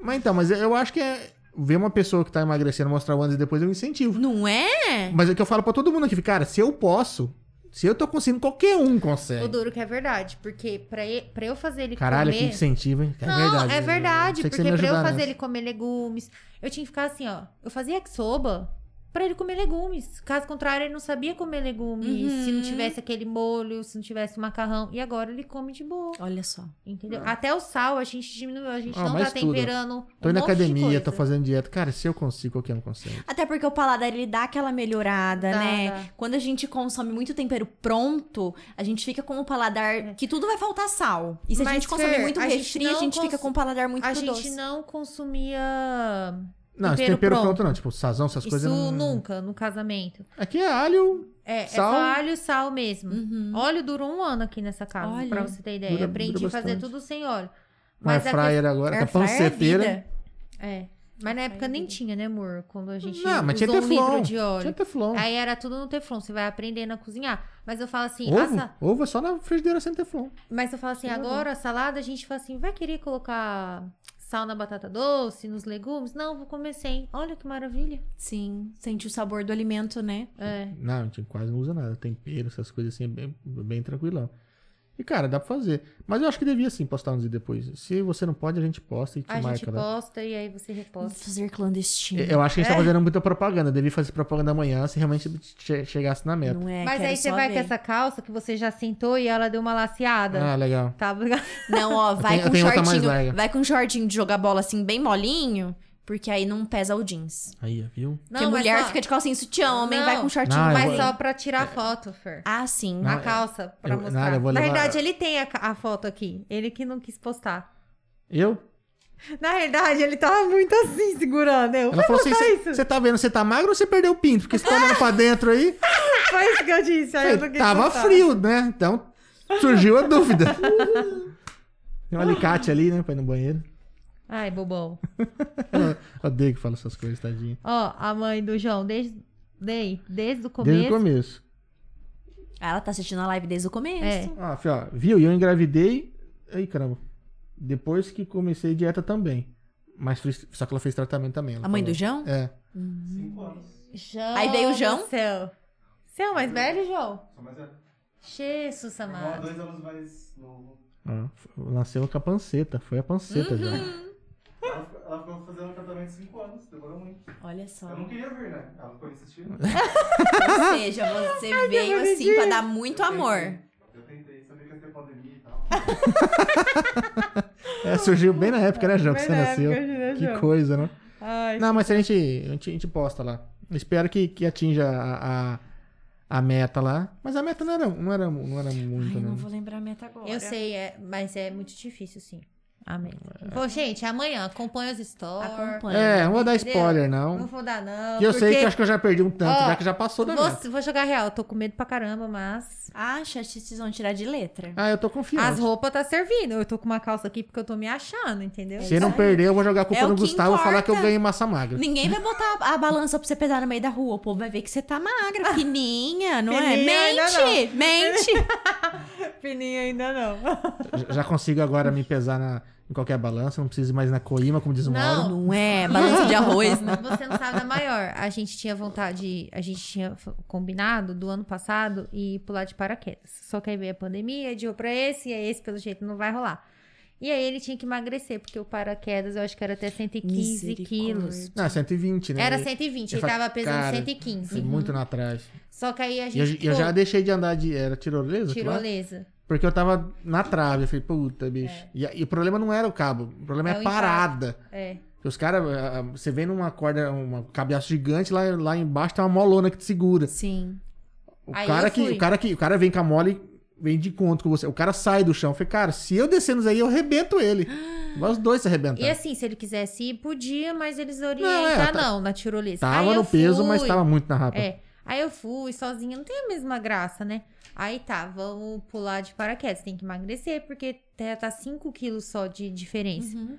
Mas então, mas eu acho que é ver uma pessoa que tá emagrecendo mostrar o antes e depois é um incentivo.
Não é?
Mas é o que eu falo pra todo mundo aqui, cara, se eu posso, se eu tô conseguindo, qualquer um consegue.
O duro que é verdade, porque pra, e- pra eu fazer ele
Caralho,
comer...
que incentivo, hein? É
não,
verdade.
é
eu- eu
verdade,
sei que
porque
você me
pra eu
ajudar
fazer
nessa.
ele comer legumes, eu tinha que ficar assim, ó. Eu fazia soba pra ele comer legumes. Caso contrário, ele não sabia comer legumes. Se
Uhum.
não tivesse aquele molho, se não tivesse macarrão. E agora ele come de boa,
Olha só.
entendeu? Até o sal a gente diminuiu, a gente
Ah,
não tá
mas tudo.
temperando.
Tô
um
indo na
monte de
academia, tô
coisa.
fazendo dieta. Cara, se eu consigo, qualquer um consegue.
Até porque o paladar, ele dá aquela melhorada,
Dá,
né?
dá.
Quando a gente consome muito tempero pronto, a gente fica
um
com o paladar que tudo vai faltar sal. E se a
É. Mas,
gente consome
Fer,
muito
a gente
refri, a
não
gente fica
cons-
um
com o paladar muito
A
pro
gente
doce.
não consumia
Não, esse
Tempero
tempero pronto.
pronto
não. Tipo, sazão, essas
isso
coisas. Não...
nunca no casamento.
Aqui é alho.
É,
Sal?
é só alho e sal mesmo.
Uhum.
Óleo durou um ano aqui nessa casa,
Olha.
pra você ter ideia.
Dura-
Aprendi
dura
a fazer
bastante.
tudo sem óleo.
Mas
a
fryer agora, tá
Air fryer é
pancefeira.
vida.
que- É. Mas na época nem tinha, né, amor? Quando a gente
Não, mas tinha
usou um
Teflon.
litro de óleo.
Tinha Teflon.
Aí era tudo no Teflon, você vai aprendendo a cozinhar. Mas eu falo assim, a
Ovo,
sa-
ovo é só na frigideira sem Teflon.
mas eu falo assim, agora a salada a gente fala assim, vai querer colocar sal na batata doce, nos legumes? Não, vou comer sem. Olha que maravilha.
Sim, sente o sabor do alimento, né?
É.
Não, a gente quase não usa nada. Tempero, essas coisas assim, é bem, bem tranquilão. E, cara, dá pra fazer. Mas eu acho que devia sim postar uns dias depois. Se você não pode, a gente posta e te
A
marca. né?
gente
lá.
posta É. e aí você reposta.
Fazer clandestino.
Eu acho que a gente tá fazendo muita propaganda. Devia fazer propaganda amanhã se realmente che- chegasse na meta.
Não é,
Mas
quero
aí você
só
vai
ver.
com essa calça que você já sentou e ela deu uma laceada.
Ah, legal.
Tá,
Não, ó, vai
tenho- eu
com um
tenho outra mais
shortinho.
larga.
Vai com um shortinho de jogar bola assim, bem molinho, porque aí não pesa o jeans.
Aí, viu?
Porque mulher fica de calcinha e sutiã, homem
Não.
vai com shortinho.
Não, eu
mais-
Mas
vou-
só pra tirar a foto, Fer.
Ah, sim.
Não,
a calça pra
É. eu-
mostrar.
nada, eu vou
Na
levar-
realidade, ele tem a, ca- a foto aqui. Ele que não quis postar.
Eu?
Na realidade, ele tava muito assim, segurando. Eu,
Ela falou assim:
isso.
você tá vendo, você tá magro ou você perdeu o pinto? Porque você tá olhando pra dentro aí.
foi isso que eu disse. Aí Ah, eu não quis
Tava
postar.
frio, né? Então surgiu a dúvida. Tem um alicate ali, né? Pra ir no banheiro.
Ai, bobão.
Eu odeio que fala essas coisas, tadinho.
Ó, a mãe do João, desde, dei- desde o começo.
Desde o começo.
Ah, Ela tá assistindo a live desde o começo.
É.
Ah, fi, ó, viu? E eu engravidei. Ai, caramba. Depois que comecei dieta também. Mas fez- só que ela fez tratamento também. ela
A mãe do
falou.
João?
É.
Uhum.
Cinco anos.
João
Aí veio o
do
João?
Céu. Você é o mais velho, João?
Sou mais velho.
Jesus
Não,
amado.
Dois anos mais novo.
Ah, f- nasceu com a panceta. Foi a panceta já.
Uhum.
Ela, ficou- ela ficou fazendo tratamento cinco anos, demorou muito.
Olha só.
Tá.
Eu não queria vir, né? Ela ficou insistindo.
É
Ou seja, você veio assim pra dar muito
Eu
amor.
tentei, Eu tentei, sabia que ia ter pandemia e tal.
É, surgiu bem na época, né, João? Que
Bem
você
na
nasceu.
época, né,
Que
João?
coisa, né?
Ai,
Não, mas a gente, a gente, a gente posta lá. Espero que, que atinja a, a, a meta lá. Mas a meta não era, não era, não era muito,
Ai, eu
né?
não vou lembrar a meta agora.
Eu sei, é- mas é muito difícil, sim. Amém. Bom, gente, amanhã acompanha os stories.
Acompanha.
É, não vou dar
Entendeu?
spoiler,
Não
não.
vou dar, não.
Que eu sei
porque-
que eu acho que eu já perdi um tanto,
Ó,
já que já passou da
Vou,
meta.
vou jogar real, eu tô com medo pra caramba, mas.
Acha que vocês Ah, vão tirar de letra.
Ah, eu tô
As
confiante.
roupas tá servindo. Eu tô com uma calça aqui porque eu tô me achando, entendeu?
Se não perder, eu vou jogar a culpa
É o
no
que
Gustavo e falar que eu
importa.
ganhei massa magra.
Ninguém vai botar a a balança pra você pesar no meio da rua. O povo vai ver que você tá magra, fininha, não é?
Fininha ainda
Mente! Mente!
Fininha ainda não.
Já- Já consigo agora me pesar na, em qualquer balança, não preciso ir mais na coima, como diz o Mauro.
Não é? Balança de arroz. né?
Você não sabe da maior. A gente tinha vontade, a gente tinha f- combinado do ano passado e pular de paraquedas. Só que aí veio a pandemia, adiou pra esse, e aí esse, pelo jeito, não vai rolar. E aí ele tinha que emagrecer, porque o paraquedas eu acho que era até 115
Misericórdia.
quilos.
Não, 120, né?
Era
Eu-
120,
eu
ele
falei,
tava pesando
cara, fui
115.
Muito lá atrás.
Só que aí a
E eu,
gente.
eu já
pô,
deixei de andar de. Era tirolesa? aquilo lá?
Tirolesa.
Porque eu tava na trave. Eu falei, puta, bicho. E, a- e o problema não era o cabo. O problema
É
é,
o
a
impacto.
parada.
É.
Porque Os caras, ah, ah, você vem numa corda, um cabeaço gigante, lá, lá embaixo tem uma molona que te segura.
Sim.
O
Aí
cara
eu
que,
fui.
o cara que, o cara vem com a mola e vem de encontro com você. O cara sai do chão. Eu falei, cara, se eu descer nisso aí, eu arrebento ele. Vai os dois se arrebentar.
E assim, se ele quisesse ir, podia, mas eles orientam,
Tá.
não,
Não, é, tá-
na tirolesa.
Tava
Aí eu
no peso, mas
fui.
tava muito na rapa.
É. Aí eu fui sozinha, não tem a mesma graça, né? Aí tá, vamos pular de paraquedas, tem que emagrecer, porque até tá 5 quilos só de diferença.
Uhum.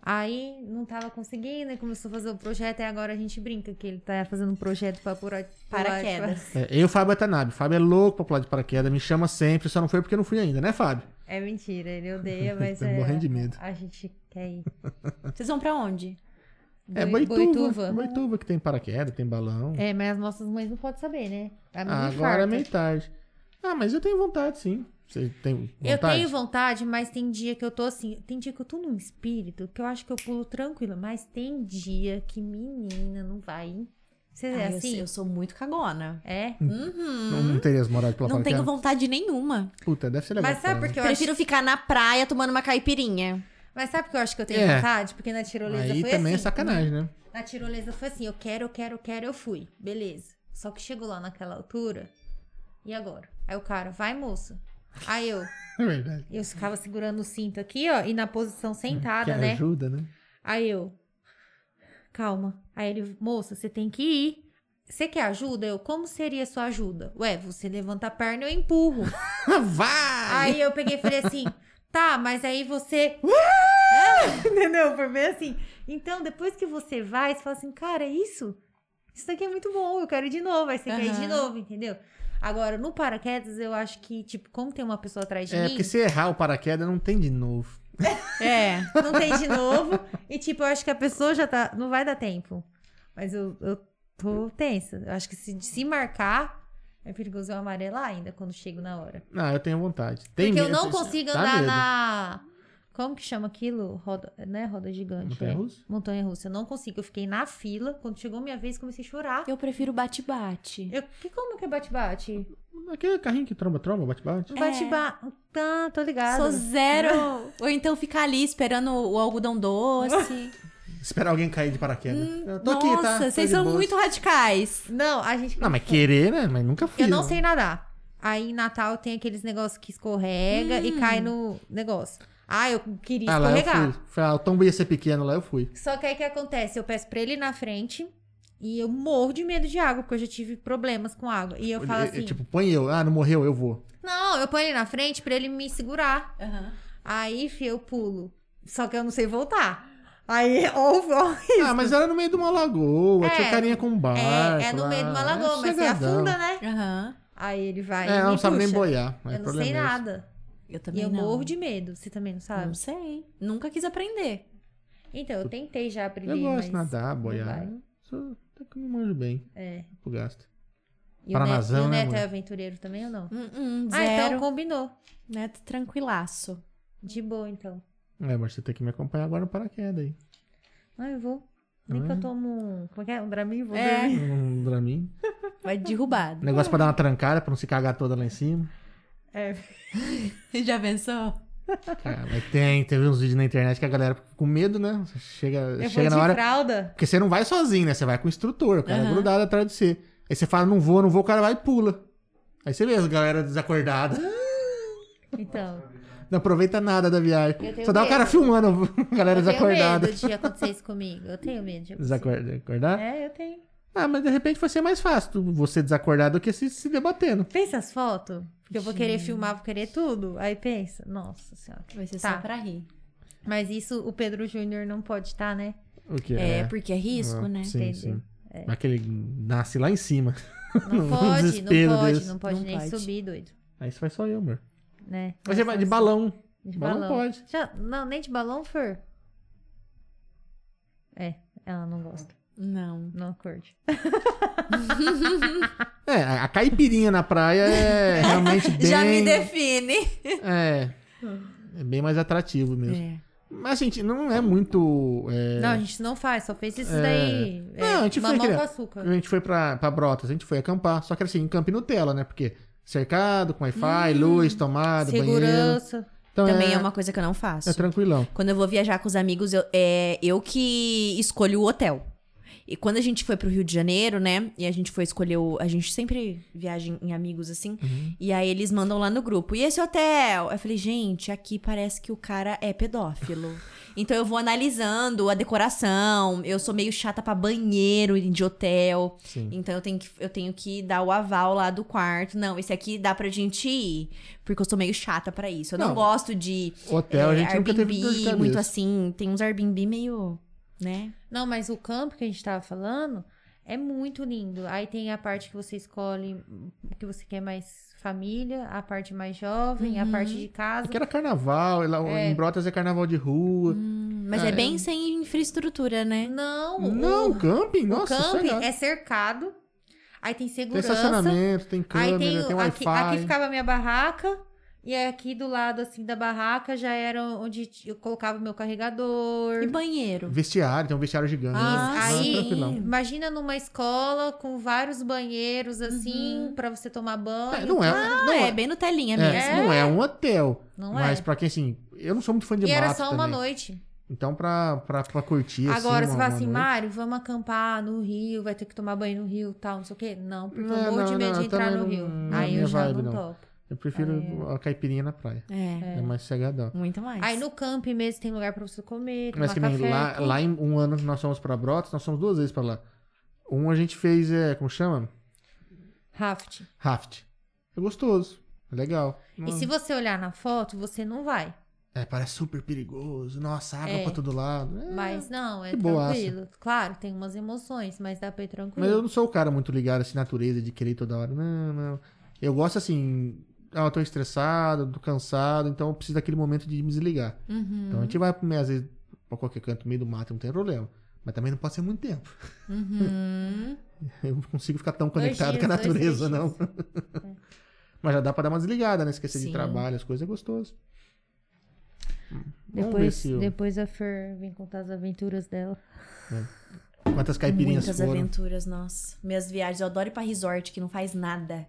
Aí não tava conseguindo, aí começou a fazer o projeto, e agora a gente brinca que ele tá fazendo um projeto pra pular pular de
Paraquedas.
para-
É, eu e o Fábio Atanabe. Fábio é louco pra pular de paraquedas, me chama sempre, só não foi porque eu não fui ainda, né, Fábio?
É mentira, ele odeia, mas
Tô
é.
Tá morrendo de medo.
A gente quer ir.
Vocês vão pra onde?
É
Boi- Boituva.
Boituva. Boituva. que tem paraquedas, tem balão.
É, mas as nossas mães não podem saber, né? A minha
Ah, agora
infarta.
é meio tarde. Ah, mas eu tenho vontade, sim. Você tem vontade?
Eu tenho vontade, mas tem dia que eu tô assim. Tem dia que eu tô num espírito que eu acho que eu pulo tranquila, mas tem dia que menina não vai. hein? Você é
Ah, eu-
assim?
eu, sou muito cagona.
É.
Uhum.
Não, não teria as morais pela
Não tenho
paraquedas.
vontade nenhuma.
Puta, deve ser legal.
Mas sabe
pra
por que eu acho?
Prefiro ficar na praia tomando uma caipirinha.
Mas sabe por que eu acho que eu tenho
É.
vontade? Porque na
caramba.
tirolesa
Aí
foi
também é
assim.
sacanagem, né?
Na tirolesa foi assim, eu quero, eu quero, eu quero, eu fui. Beleza. Só que chegou lá naquela altura. E agora? Aí o cara, vai, moço. Aí eu,
É verdade.
eu ficava segurando o cinto aqui, ó, e na
Hum,
posição sentada,
que
né?
ajuda, né?
Aí eu, calma. Aí ele, moça, você tem que ir. Você quer ajuda? Eu, como seria sua ajuda? Ué, você levanta a perna e eu empurro.
Vai!
aí eu peguei e falei assim, tá, mas aí você.
Ah!
Entendeu? Por ver assim. Então, depois que você vai, você fala assim, cara, é isso? Isso daqui é muito bom, eu quero ir de novo. Aí você quer ir de
Aham.
novo, entendeu? Agora, no paraquedas, eu acho que, tipo, como tem uma pessoa atrás de
É,
mim,
porque se errar o paraquedas, não tem de novo.
É.
não tem de novo. e, tipo, eu acho que a pessoa já tá. Não vai dar tempo. Mas eu, eu tô tensa. Eu acho que se, se marcar, é perigoso eu amarelar ainda quando chego na hora.
Não, Ah, eu tenho vontade. Tem
Porque eu
medo,
não
isso-
consigo
dá
andar
medo.
na. Como que chama aquilo? Roda, né? Roda gigante.
Montanha
é.
russa?
Montanha russa. Eu não consigo. Eu fiquei na fila. Quando chegou minha vez, comecei a chorar.
Eu prefiro bate-bate.
Eu, que como que é bate-bate?
Aquele carrinho que tromba-tromba, bate-bate.
É. Bate-bate. Tá, tô ligada.
Sou zero. Ou então ficar ali esperando o algodão doce.
Espera alguém cair de paraquedas.
Hum,
Eu tô
Nossa,
aqui, tá? Tô de
vocês são
boas.
muito radicais.
Não, a gente.
Não, mas querer, né? Mas nunca fui.
Eu não
né?
sei nadar. Aí em Natal tem aqueles negócios que escorrega e cai no negócio. Ah, eu queria
Hum. Ah, lá eu
escorregar.
fui. Foi, ah, o tombo ia ser pequeno lá, eu fui.
Só que aí o que acontece? Eu peço pra ele ir na frente e eu morro de medo de água, porque eu já tive problemas com água. E eu falo assim:
Tipo, põe eu. Ah, não morreu, eu vou.
Não, eu ponho ele na frente pra ele me segurar.
Aham.
Aí, fi, eu pulo. Só que eu não sei voltar. Aí, ó, ó,
Ah, mas era no meio de uma lagoa,
É.
tinha carinha com um barco.
é, é no
lá,
meio de uma lagoa, mas você
Ah, chegadão.
afunda, né?
Aham.
Aí ele vai. e
É,
me
não sabe nem
puxa.
boiar. mas
Eu não
problema
sei
é esse.
nada.
Eu
E
também
eu
não.
morro de medo. Você também não sabe?
Não sei. Nunca quis aprender.
Então, eu tentei já aprender,
Eu gosto de
mas...
nadar,
vai.
boiar. Sou- Até que eu me manjo bem.
É.
Pro gasto.
E
Paranazão,
o Neto,
né,
e o neto é
mulher?
aventureiro também ou não?
Hum, hum,
Ah, então
zero.
combinou.
Neto tranquilaço.
De boa, então.
É, mas você tem que me acompanhar agora no paraquedas aí.
Ah, eu vou. Nem
Hum.
que eu tomo um... Como é que é? Um Dramin? Vou
É.
dormir.
Um Dramin.
Vai derrubado.
Um Negócio pra dar uma trancada, pra não se cagar toda lá em cima.
Já pensou?
Cara, É, mas tem, teve uns vídeos na internet que a galera fica com medo, né? Você Chega,
Eu vou
chega
de
na hora.
fralda.
Porque você não vai sozinho, né? Você vai com o instrutor, o cara
Aham.
é grudado atrás de você. Aí você fala, não vou, não vou, o cara vai e pula. Aí você vê as galera desacordada.
Então...
Não aproveita nada da
Eu
viagem.
tenho
Só dá o cara
medo.
filmando, a galera
Eu tenho
desacordada.
medo de acontecer isso comigo. Eu tenho medo de acontecer.
Desacordar? acordar?
É, eu tenho.
Ah, mas de repente vai ser mais fácil tu- você desacordar do que se, se debatendo.
Pensa as fotos. Porque eu vou querer filmar, vou querer tudo. Aí pensa. Nossa senhora.
Vai ser
Tá.
só pra rir.
Mas isso o Pedro Júnior não pode estar, né?
O que
É, porque é risco,
Ah,
né?
Sim,
Entendi. É.
sim. Mas que ele nasce lá em cima.
Não
Um
pode,
desespero
não pode,
desse.
não pode
Não
nem
pode.
subir, doido.
Aí você vai só eu, amor.
Né?
Mas você vai de
só-
balão.
De
balão
balão.
pode.
Já, não, nem de balão, Fer? É, ela não gosta.
Não.
Não curte.
É, a a caipirinha na praia é realmente bem...
Já me define.
É. É bem mais atrativo mesmo.
É.
Mas, gente, não é muito. é,
Não, a gente não faz, só fez isso daí. É,
Não, a gente foi
mamão
criar-
com açúcar.
A gente foi pra, pra Brotas, a gente foi acampar. Só que assim, em Camp Nutella, né? Porque cercado, com Wi-Fi, luz, tomada, banheiro.
Hum, Segurança. um
Então
Também é uma coisa que eu não faço.
É tranquilão.
Quando eu vou viajar com os amigos, eu, é, eu que escolho o hotel. E quando a gente foi pro Rio de Janeiro, né? E a gente foi escolher o. A gente sempre viaja em- em amigos assim. E aí eles mandam lá no grupo. E esse hotel? Eu falei, gente, aqui parece que o cara é pedófilo. Então eu vou analisando a decoração. Eu sou meio chata pra banheiro de hotel.
Sim.
Então eu tenho, que, eu tenho que dar o aval lá do quarto. Não, esse aqui dá pra gente ir. Porque eu sou meio chata pra isso. Eu não
Não.
gosto de
Hotel, a
é,
gente
É, Airbnb,
nunca teve dor de cabeça.
muito assim. Tem uns Airbnb meio, né?
Não, mas o campo que a gente tava falando é muito lindo. Aí tem a parte que você escolhe hum, que você quer mais família, a parte mais jovem,
Uhum.
a parte de casa.
Aqui era carnaval, lá em Brotas é carnaval de rua.
Hum.
Mas é, bem sem infraestrutura, né?
Não,
não,
o,
camping?
o
Nossa,
camping
sei lá.
é cercado. Aí tem
Tem
segurança.
estacionamento, tem
aí
câmera,
tem,
tem,
o- aqui,
Wi-Fi.
aqui ficava a minha barraca. E aqui do lado assim da barraca já era onde eu colocava o meu carregador.
E banheiro.
Vestiário, tem um vestiário gigante.
Ah,
Não,
Aí,
tranquilão.
imagina numa escola com vários banheiros assim, pra você tomar
É,
banho.
não é, não
Ah, é, bem no telinha mesmo.
É, não é um hotel.
Não
mas
é.
pra quem, assim, eu não sou muito fã de
E
mato
era só uma
também.
noite.
Então, pra, pra, pra curtir,
Agora,
assim,
você
uma-
fala assim,
uma noite.
Mário, vamos acampar no rio, vai ter que tomar banho no rio e tal, não sei o quê. Não, porque
Não,
eu morro de
É, não,
medo
não,
de entrar
também
no
não-
rio.
não é
Aí
minha
eu já
vibe,
não,
não.
topo.
Eu prefiro a caipirinha na praia.
É,
É, mais cegadão.
muito mais.
Aí no camp mesmo tem lugar pra você comer, Hum, tomar
Mas que nem
café.
lá,
tudo.
lá em um ano que nós fomos pra Brotas, nós fomos duas vezes pra lá. Um a gente fez, é, como chama?
Raft.
Raft. É gostoso. É legal.
E se você olhar na foto, você não vai.
É, parece super perigoso. Nossa, água
É.
pra todo lado. É,
Mas não, é
que boaça.
tranquilo. Claro, tem umas emoções, mas dá pra ir tranquilo.
Mas eu não sou o cara muito ligado assim, natureza, de querer toda hora. Não, não. Eu gosto assim. Ah, eu tô estressado, tô cansado, então eu preciso daquele momento de me desligar.
Uhum.
Então a gente vai, às vezes, pra qualquer canto, no meio do mato, não tem problema. Mas também não pode ser muito tempo. Eu não consigo ficar tão conectado
dias,
com a
Uhum. dois, três
natureza, não. Mas já dá pra dar uma desligada, né? Esquecer
Sim.
de trabalho, as coisas é gostoso. Vamos ver
Depois,
se eu-
depois a Fer vem contar as aventuras dela.
quantas caipirinhas
Muitas
foram.
aventuras, nossa. Minhas viagens, eu adoro ir pra resort, que não faz nada.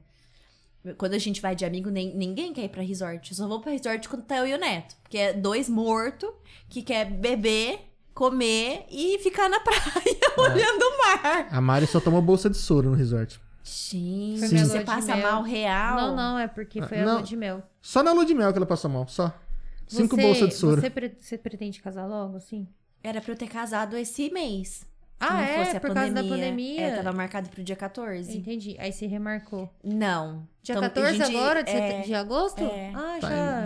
Quando a gente vai de amigo, nem- ninguém quer ir pra resort. Eu só vou pra resort quando tá eu e o Neto. Porque é dois morto que quer beber, comer e ficar na praia
É.
olhando o mar.
A Mari só tomou bolsa de soro no resort.
Gente,
Foi
minha
você
lua de
passa
mel.
mal real.
Não, não, é porque foi a
Ah, Não.
lua de mel.
Só na lua de mel que ela passou mal, só. Cinco
Você-
bolsas de soro.
Você, pre- você pretende casar logo, assim?
Era pra eu ter casado esse mês. se
Ah,
não
é?
fosse a
por
pandemia.
causa da pandemia? tá
É, tava marcado pro dia 14.
Entendi. Aí se remarcou.
Não.
Dia
Então,
14
gente,
agora, de,
é,
sete- de agosto?
é.
Ah, já,
Tá indo,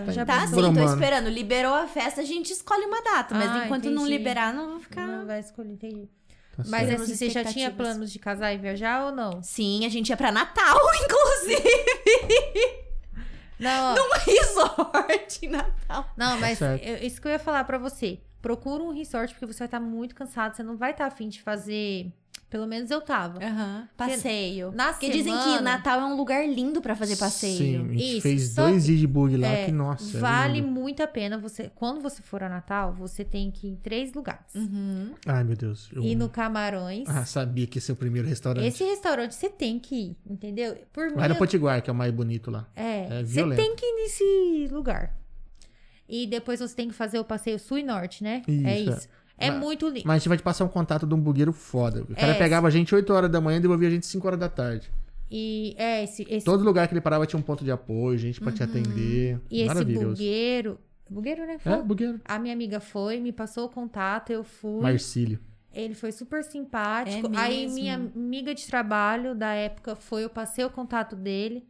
tá
já
indo.
Tá sim,
pensou?
tô
Bromando.
esperando. Liberou a festa, a gente escolhe uma data. Mas
Ah,
enquanto não
entendi.
liberar, não vou ficar.
Não vai escolher, entendi.
Tá
Mas
certo.
Temos
assim, você já tinha
expectativas.
planos de casar e viajar ou não?
Sim, a gente ia pra Natal, inclusive.
Não, ó,
Um resort em Natal.
não mas
certo.
eu- isso que eu ia falar pra você. Procura um resort, porque você vai estar muito cansado. Você não vai estar afim de fazer... Pelo menos eu tava.
Passeio.
Na
Porque
semana...
dizem que Natal é um lugar lindo pra fazer passeio.
Sim, a gente
Isso,
fez
só
dois Digibug lá,
é,
que nossa. é
vale
lindo.
muito a pena. Você, quando você for a Natal, você tem que ir em três lugares.
Uhum.
Ai, meu Deus. eu-
E no Camarões.
Uhum. Ah, sabia que esse é o primeiro restaurante.
Esse restaurante você tem que ir, entendeu? Por mim.
Vai no
eu-
Potiguar, que é o mais bonito lá.
É,
é
você
violento.
tem que ir nesse lugar. E depois você tem que fazer o passeio sul e norte, né? é
Isso, é.
isso. É
Mas-
muito lindo.
Mas a gente vai te passar um contato de um bugueiro foda. O
É.
cara pegava a gente 8 horas da manhã e devolvia a gente 5 horas da tarde.
E é esse, esse,
Todo lugar que ele parava tinha um ponto de apoio, gente pra te atender.
Uhum. e esse
Maravilhoso.
bugueiro. Bugueiro, né?
É, bugueiro.
A minha amiga foi, me passou o contato, eu fui.
Marcílio.
Ele foi super simpático.
É
Aí
mesmo?
minha amiga de trabalho da época foi, eu passei o contato dele.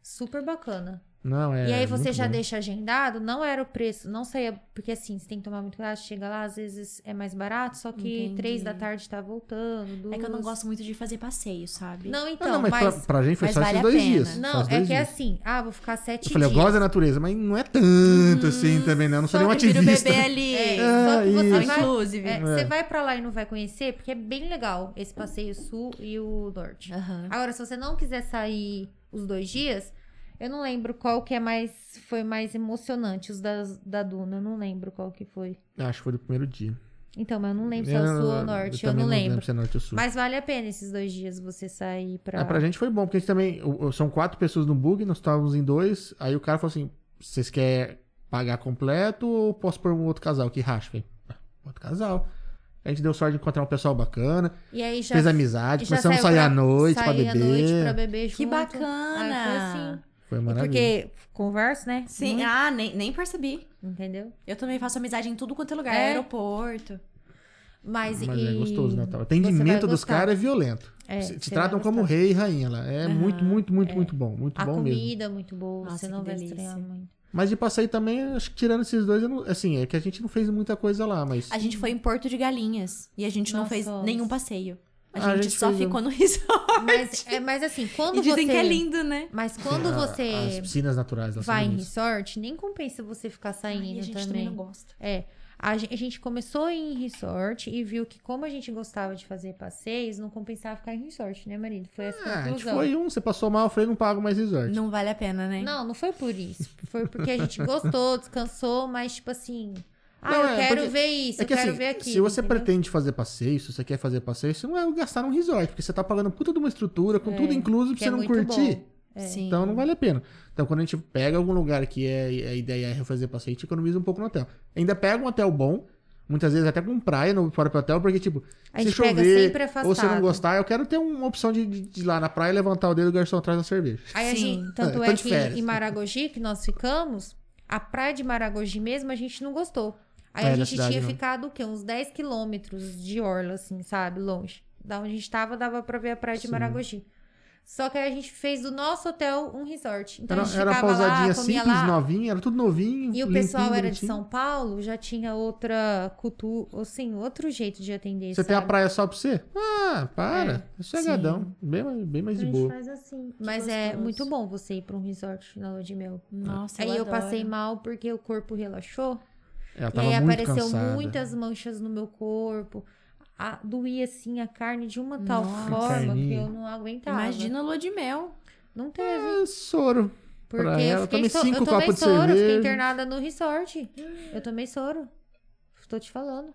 Super bacana.
Não, é.
e aí você
muito
já
bom.
deixa agendado, não era o preço, não saía, porque assim, você tem que tomar muito cuidado, chega lá, às vezes é mais barato, só que
Entendi.
três da tarde tá voltando. Duas.
É que eu não gosto muito de fazer passeio, sabe?
Não,
Ah,
então,
não, mas,
mas.
pra, pra gente foi
mas
só
vale a
esses dois
pena.
dias. só
Não,
esses
é
dois
que é
dias.
assim, ah, vou ficar sete
Eu falei, eu
dias.
gosto da natureza, mas não é tanto assim também, não. Eu não sou
Hum.
Eu
nenhum
prefiro
ativista.
beber ali.
É, só que você
Ah, isso.
vai.
Inclusive.
é, Você vai pra lá e não vai conhecer, porque é bem legal esse passeio sul e o norte.
Aham.
Agora, se você não quiser sair os dois dias, eu não lembro qual que é mais. Foi mais emocionante, os das, da Duna. Eu não lembro qual que foi.
Acho que foi do primeiro dia.
Então, mas eu não lembro se é o sul ou o norte. Eu,
também
não lembro.
se é norte ou sul.
Mas vale a pena esses dois dias você sair pra.
Ah, pra gente foi bom, porque a gente também. o- o- São quatro pessoas no bug, nós estávamos em dois. Aí o cara falou assim: vocês querem pagar completo ou posso pôr um outro casal que racha? Eu Falei, "Ah, outro casal. A gente deu sorte de encontrar um pessoal bacana,
E aí já.
fez amizade,
já
começamos a
saiu
sair à
pra-
noite pra
sair
beber.
à noite pra beber
Que
junto. Ah, foi
bacana.
assim.
Foi
E
maravilhoso.
porque converso, né?
Sim,
Muito,
ah, nem, nem percebi.
Entendeu?
Eu também faço amizade em tudo quanto é lugar.
É.
Aeroporto.
Mas,
Mas
e...
é gostoso o Natal. O
você vai
atendimento dos
gostar.
caras é violento.
É,
Se- Te
você
tratam
vai
como
gostar.
rei e rainha lá. É muito, muito, muito, muito bom. Muito
A
bom mesmo.
comida é muito boa,
Nossa,
você
que
não vai
delícia.
estranhar muito.
Mas de passeio também, acho que tirando esses dois, eu não- assim, é que a gente não fez muita coisa lá, mas.
A gente foi em Porto de Galinhas. E a gente não
Nós
fez
fomos.
nenhum passeio. A,
Ah, a
gente,
gente
só
fez um.
ficou no resort.
Mas, é, mas assim, quando
E dizem
você.
que é lindo, né?
Mas quando
a-
você
Ah, As piscinas naturais lá são
vai em
bonitas.
resort, nem compensa você ficar saindo
Ai, a gente também.
também.
não gosta.
É. A gen- a gente começou em resort e viu que, como a gente gostava de fazer passeios, não compensava ficar em resort, né, marido? Foi essa
Ah, a gente
conclusão.
foi um, você passou mal, eu falei, não pago mais resort.
Não vale a pena, né?
Não, não foi por isso. Foi porque a gente gostou, descansou, mas, tipo assim. Ah,
Não,
eu
é,
quero
porque-
ver isso,
é que
eu quero
assim,
ver aquilo.
se você
entendeu?
pretende fazer passeio, se você quer fazer passeio, isso não é gastar num resort, porque você tá pagando puta de uma estrutura, com tudo incluso, pra
que
você
é
não
muito
curtir.
bom.
Sim.
Então não vale a pena. Então quando a gente pega algum lugar que é a ideia é fazer passeio, a gente economiza um pouco no hotel. Ainda pega um hotel bom, muitas vezes até com praia no próprio hotel, porque tipo,
A
se
gente pega
chover
sempre
ou se eu não
afastado.
gostar, eu quero ter um, uma opção de, de, de ir lá na praia e levantar o dedo e o garçom atrás da cerveja.
Aí a
Sim.
gente, tanto
Eu
é,
tô de
que
férias.
em Maragogi, que nós ficamos, a praia de Maragogi mesmo, a gente não gostou. Aí
É,
a
da
gente
cidade
tinha
não.
ficado o quê? Uns 10 quilômetros de orla, assim, sabe? Longe. Da onde a gente tava, dava pra ver a praia de
Sim.
Maragogi. Só que aí a gente fez do nosso hotel um resort. Então
Era,
a gente
era
ficava
pousadinha
lá, comia
simples,
lá.
novinha, era tudo novinho.
E o
limpinho,
pessoal era de
bonitinho.
São Paulo, já tinha outra cultura, assim, outro jeito de atender,
Você tem a
sabe?
praia só pra você? Ah, para. É chegadão. Bem, mais- bem mais de
Então a gente
boa.
faz assim. Mas é
gostoso.
muito bom você ir pra um resort na lua de mel.
Nossa,
Aí eu
adoro.
passei mal porque o corpo relaxou.
Ela
E
tava
aí
muito
apareceu
cansada.
muitas manchas no meu corpo. A, doía assim a carne de uma tal
Nossa.
forma que
Carninha.
eu não aguentava.
Imagina Ah, a lua de mel.
Não teve.
É, soro.
Porque
Pra ela,
eu fiquei
tomei
so...
cinco
eu tomei
copos de
soro, eu fiquei
cerveja.
internada no resort. Eu tomei soro. Tô te falando.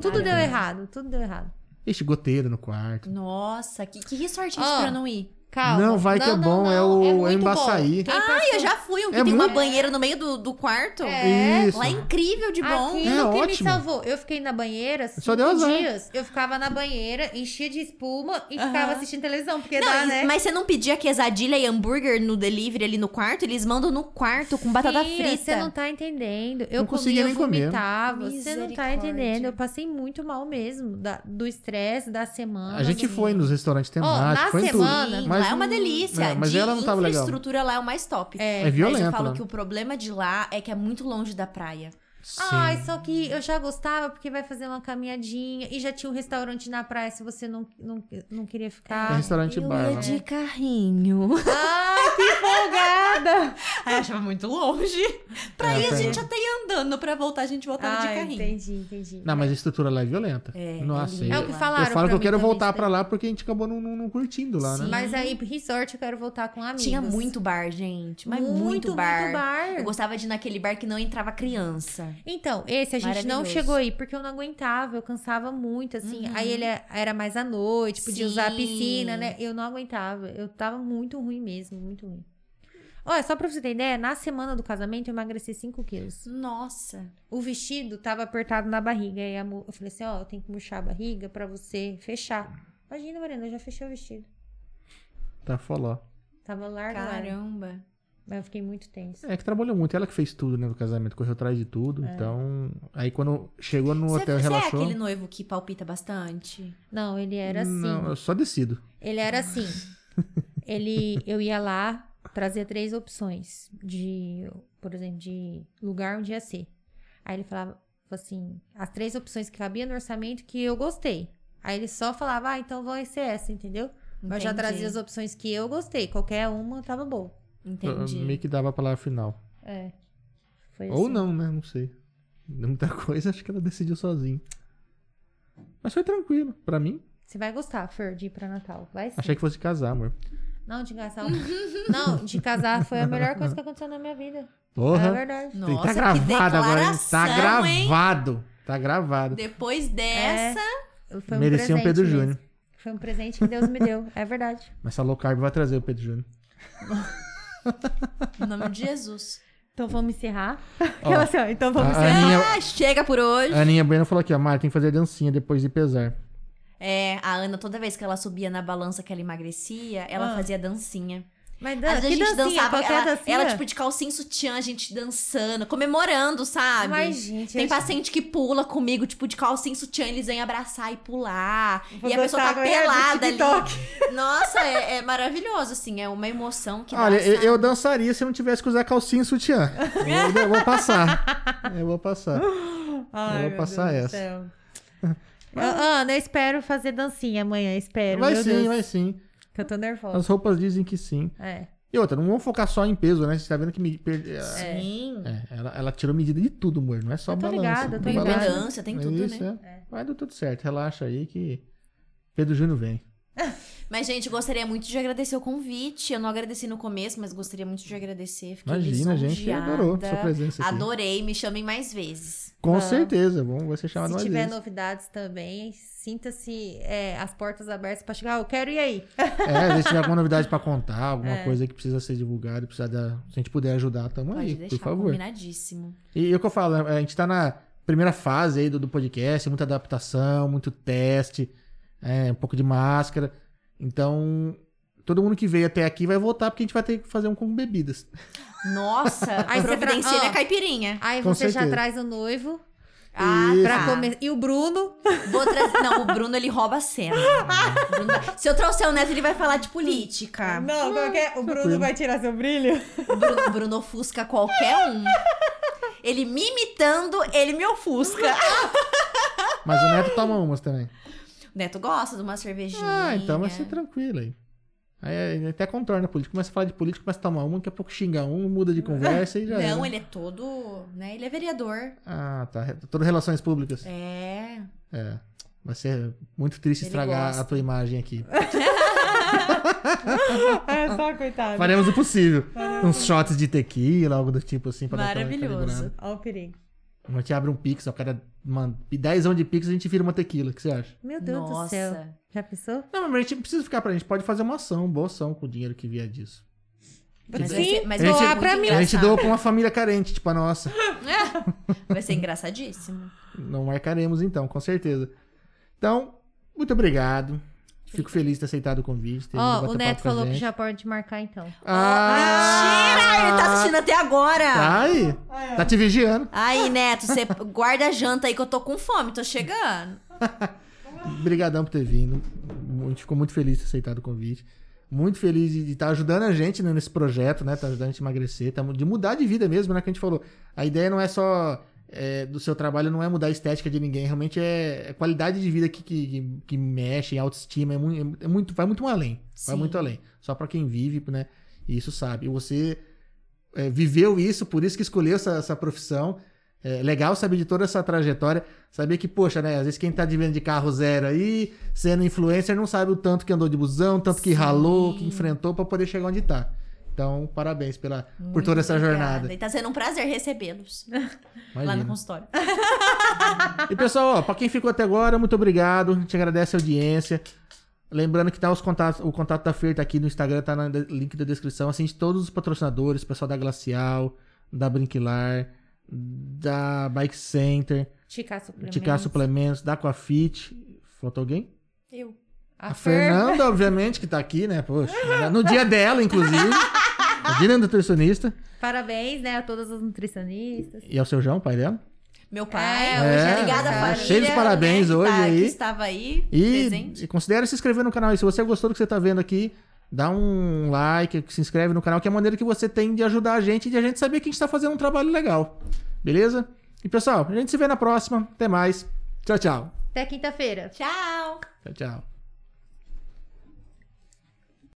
Tudo deu errado, tudo deu errado.
Ixi, goteira no quarto.
Nossa, que, que resort é
Ó.
esse pra eu não ir?
Calma.
Não, vai que é bom, é o- é
muito
Embaçaí.
Quem passou-
Eu já fui, um que
É
tem uma
muito-
banheira no meio do, do quarto.
É, Ah,
Isso.
Lá é incrível de bom.
Aquilo
É
que
ótimo.
me salvou. Eu fiquei na banheira cinco
Só deu azar.
dias. Eu ficava na banheira, enchia de espuma e ficava
Aham.
assistindo televisão, porque
Não,
dá,
e-
né?
Mas você não pedia quesadilha e hambúrguer no delivery ali no quarto? Eles mandam no quarto com batata
Sim,
frita.
Você não tá entendendo. Eu comia,
Não conseguia
eu
nem comer.
vomitava. Você não tá
Misericórdia.
entendendo. Eu passei muito mal mesmo da- do estresse da semana. assim.
A gente
do-
foi nos restaurantes temáticos,
na
foi em
semana,
tudo. Mas
Sim, lá é uma
não-
delícia.
é, mas
de
ela não tava legal.
infraestrutura lá é o mais top.
É.
É
Mas
violento,
eu falo
né?
que o problema de lá é que é muito longe da praia.
Sim.
Ai, só que eu já gostava porque vai fazer uma caminhadinha e já tinha um restaurante na praia se você não, não, não queria
É
ficar. Ah,
restaurante e bar. lá.
carrinho.
Ai, que folgada!
Ai, eu achava muito longe. Pra
É,
ir a
pra-
gente até ia andando, pra voltar a gente voltava de
Ai,
carrinho.
Ah, entendi, entendi.
Não, mas a estrutura lá é violenta.
É,
Nossa,
é
eu,
É
lindo.
o que
Eu
falaram.
eu falo que
pra
eu
mim
quero
também,
voltar
isso
pra lá porque a gente acabou não, não- não curtindo lá,
daí.
né?
Mas aí, pro resort, eu quero voltar com amigos.
Tinha muito bar, gente. Mas muito,
Muito bar.
Eu gostava de ir naquele bar que não entrava criança.
Então, esse a gente não
Maravilhoso.
chegou aí, porque eu não aguentava, eu cansava muito, assim. Aí ele é- era mais à noite, podia usar a
Uhum. Sim.
piscina, né? Eu não aguentava, eu tava muito ruim mesmo, muito ruim. Olha, só pra você ter ideia, na semana do casamento eu emagreci 5 quilos.
Nossa.
O vestido tava apertado na barriga, e a mu- eu falei assim, ó, eu tenho que murchar a barriga pra você fechar. Imagina, Mariana, eu já fechei o vestido.
Tá foló.
Tava largo, largo.
Caramba.
Mas eu fiquei muito tensa.
É que trabalhou muito. Ela que fez tudo, né? Do casamento, correu atrás de tudo.
É.
Então. Aí quando chegou no
Você,
um hotel
você é
relaxou.
aquele noivo que palpita bastante?
Não, ele era assim.
Não, eu só decido.
Ele era assim. ele, eu ia lá, trazia três opções de, por exemplo, de lugar onde ia ser. Aí ele falava assim, as três opções que cabia no orçamento que eu gostei. Aí ele só falava, ah, então vai ser essa, entendeu? Mas eu já
Entendi.
trazia as opções que eu gostei. Qualquer uma tava boa.
Eu- eu
Entendi.
meio que dava a palavra final.
É. Foi
Ou
assim.
não, né? Não sei. Muita coisa, acho que ela decidiu sozinha. Mas foi tranquilo. Pra mim,
Você vai gostar, Fer, de ir pra Natal. Vai sim.
achei que fosse casar, amor.
Não, de casar. não, de casar foi a melhor coisa que aconteceu na minha vida. É
Porra.
verdade.
Tem-
Nossa,
tá gravado
que
agora, hein? Tá
declaração, hein?
gravado. Tá gravado.
Depois dessa...
Foi um
Merecia um
presente
Pedro
mesmo.
Júnior.
Foi um presente que Deus me deu, é verdade.
Mas essa low carb vai trazer o Pedro Júnior.
É.
Em nome de Jesus.
Então vamos encerrar.
Ó,
Aquela assim, ó, então vamos
a
encerrar.
Aninha-
Ah, chega por hoje.
a Aninha Bueno falou aqui, ó. Mari, tem que fazer dancinha depois de pesar.
É, a Ana, toda vez que ela subia na balança que ela emagrecia, ela
Ah.
fazia dancinha.
Mas
Às
Dan,
vezes
que
a gente
dancinha,
dançava,
qualquer
ela,
dancinha.
ela, tipo de calcinha e sutiã, a gente dançando, comemorando, sabe?
Mas, gente, é
Tem
eu-
paciente que pula comigo, tipo, de calcinha e sutiã, eles vêm abraçar e pular.
Vou
e a pessoa tá
dançar agora é do
pelada
TikTok.
ali. Nossa, é, é maravilhoso, assim, é uma emoção que
Olha,
dá,
eu,
sabe?
eu dançaria se eu não tivesse que usar calcinha e sutiã. Eu, eu vou passar. Eu vou passar.
tipo- Ai,
Eu vou
meu
passar
Deus do
essa.
céu. Eu- Ana, eu espero fazer dancinha amanhã, espero.
Vai
meu
sim,
Deus,
vai sim.
Que eu tô nervosa.
As roupas dizem que sim.
É.
E outra, não vamos focar só em peso, né? Você tá vendo que me per-
Sim.
é, ela, ela tirou medida de tudo, amor. Não é só
Eu tô
balança.
ligada, eu tô
Tem
ligada.
balança.
impedância, tem
Mas
tudo,
isso
né?
é- Vai dar tudo certo. Relaxa aí que Pedro Júnior vem.
Mas, gente, gostaria muito de agradecer o convite. Eu não agradeci no começo, mas gostaria muito de agradecer. Fiquei
Imagina, gente.
lisonjeada.
Adorou sua presença aqui.
Adorei, me chamem mais vezes.
Com
Vamos.
certeza. Vamos, vai ser chamado
Se
mais
tiver
vezes.
novidades também, sinta-se é, as portas abertas pra chegar. Ah, eu quero ir aí.
É, se tiver alguma novidade pra contar, alguma
É.
coisa que precisa ser divulgada, precisa dar... se a gente puder ajudar, tamo
Pode
aí,
deixar,
por favor.
combinadíssimo.
E, e o que eu falo, a gente tá na primeira fase aí do, do podcast, muita adaptação, muito teste, é, um pouco de máscara. Então, todo mundo que veio até aqui vai voltar, porque a gente vai ter que fazer um com bebidas.
Nossa,
Aí
aí
você tra-
providencia
Ah.
minha caipirinha.
Aí
Com
você já
certeza.
traz o noivo.
Ah,
Isso.
Pra
tá.
come- E o Bruno,
Vou trazer- Não, o Bruno, ele rouba a cena. O Bruno vai- Se eu trouxer o Neto, ele vai falar de política.
Não, como é que é? O Bruno vai tirar seu brilho?
O Bruno, o Bruno ofusca qualquer um. Ele me imitando, ele me ofusca.
Mas o Neto toma umas também.
O Neto gosta de uma cervejinha.
Ah, então
é.
vai ser tranquilo aí. Aí ele até contorna a política. Começa a falar de política, começa a tomar uma, daqui a pouco xinga um, muda de conversa e já era.
Não, ele é todo... Né? Ele é vereador.
Ah, tá. Todo relações públicas.
É.
É. Vai ser muito triste
Ele
estragar
gosta.
a tua imagem aqui.
É só, coitado.
Faremos o possível. Uns shots de tequila, algo do tipo assim. Pra dar aquela
Maravilhoso.
equilibrada.
Olha o perigo.
A gente abre um pix, o cara manda 10 de pix, a gente vira uma tequila. O que você acha?
Meu Deus do céu.
Nossa.
Já pensou?
Não, mas a gente não precisa ficar pra a gente. Pode fazer uma ação, boa ação com o dinheiro que vier disso.
Mas
Sim,
vai ser- mas
vai ser
doar
muito
pra mim.
engraçado.
A gente doa pra uma família carente, tipo a nossa.
Vai ser engraçadíssimo.
Não marcaremos então, com certeza. Então, muito obrigado. Fico feliz de ter aceitado o convite. ter vindo
Ó,
bater
o Neto
papo com a
falou que
gente.
já pode marcar, então.
Ah,
Mentira! Ele tá assistindo até agora!
Tá aí. Tá te vigiando.
Aí, Neto, você guarda a janta aí que eu tô com fome, tô chegando.
Obrigadão por ter vindo. A gente ficou muito feliz de ter aceitado o convite. Muito feliz de estar ajudando a gente né, nesse projeto, né? Tá ajudando a gente a emagrecer, tá, mu- de mudar de vida mesmo, né? Que a gente falou. A ideia não é só é, do seu trabalho, não é mudar a estética de ninguém, realmente é, é qualidade de vida que, que, que- que mexe, é autoestima, é muito, é muito, vai muito além. Vai
Sim.
muito além. Só pra quem vive, né? E isso sabe. E você é, viveu isso, por isso que escolheu essa, essa profissão. É legal saber de toda essa trajetória, saber que, poxa, né? Às vezes quem tá de venda de carro zero aí, sendo influencer, não sabe o tanto que andou de busão, o tanto que
Sim.
ralou, que enfrentou pra poder chegar onde tá. Então, parabéns pela, por toda essa jornada.
E tá sendo um prazer recebê-los lá no
Imagina.
consultório.
E pessoal, ó, pra quem ficou até agora, muito obrigado. A gente agradece a audiência. Lembrando que tá os contatos, o contato da Fer tá aqui no Instagram, tá no de- link da descrição. Assim, de todos os patrocinadores, pessoal da Glacial, da Brinquilar, da Bike Center,
Ticar suplementos.
Ticar Suplementos, da Aquafit. Faltou alguém?
Eu.
A,
A
Fer.
Fernanda, obviamente, que tá aqui, né? Poxa, no dia dela, inclusive. A Dina é nutricionista.
Parabéns, né, a todas as nutricionistas.
E ao seu João, pai dela.
Meu pai.
É, hoje é
Obrigada,
aniversário.
família.
Cheio de parabéns
né, que
hoje
tá-
aí.
Que estava aí, presente.
E, e considere se inscrever no canal aí. Se você gostou do que você tá vendo aqui, dá um like, se inscreve no canal, que é a maneira que você tem de ajudar a gente e de a gente saber que a gente tá fazendo um trabalho legal. Beleza? E pessoal, a gente se vê na próxima. Até mais. Tchau, tchau.
Até quinta-feira.
Tchau!
Tchau, tchau.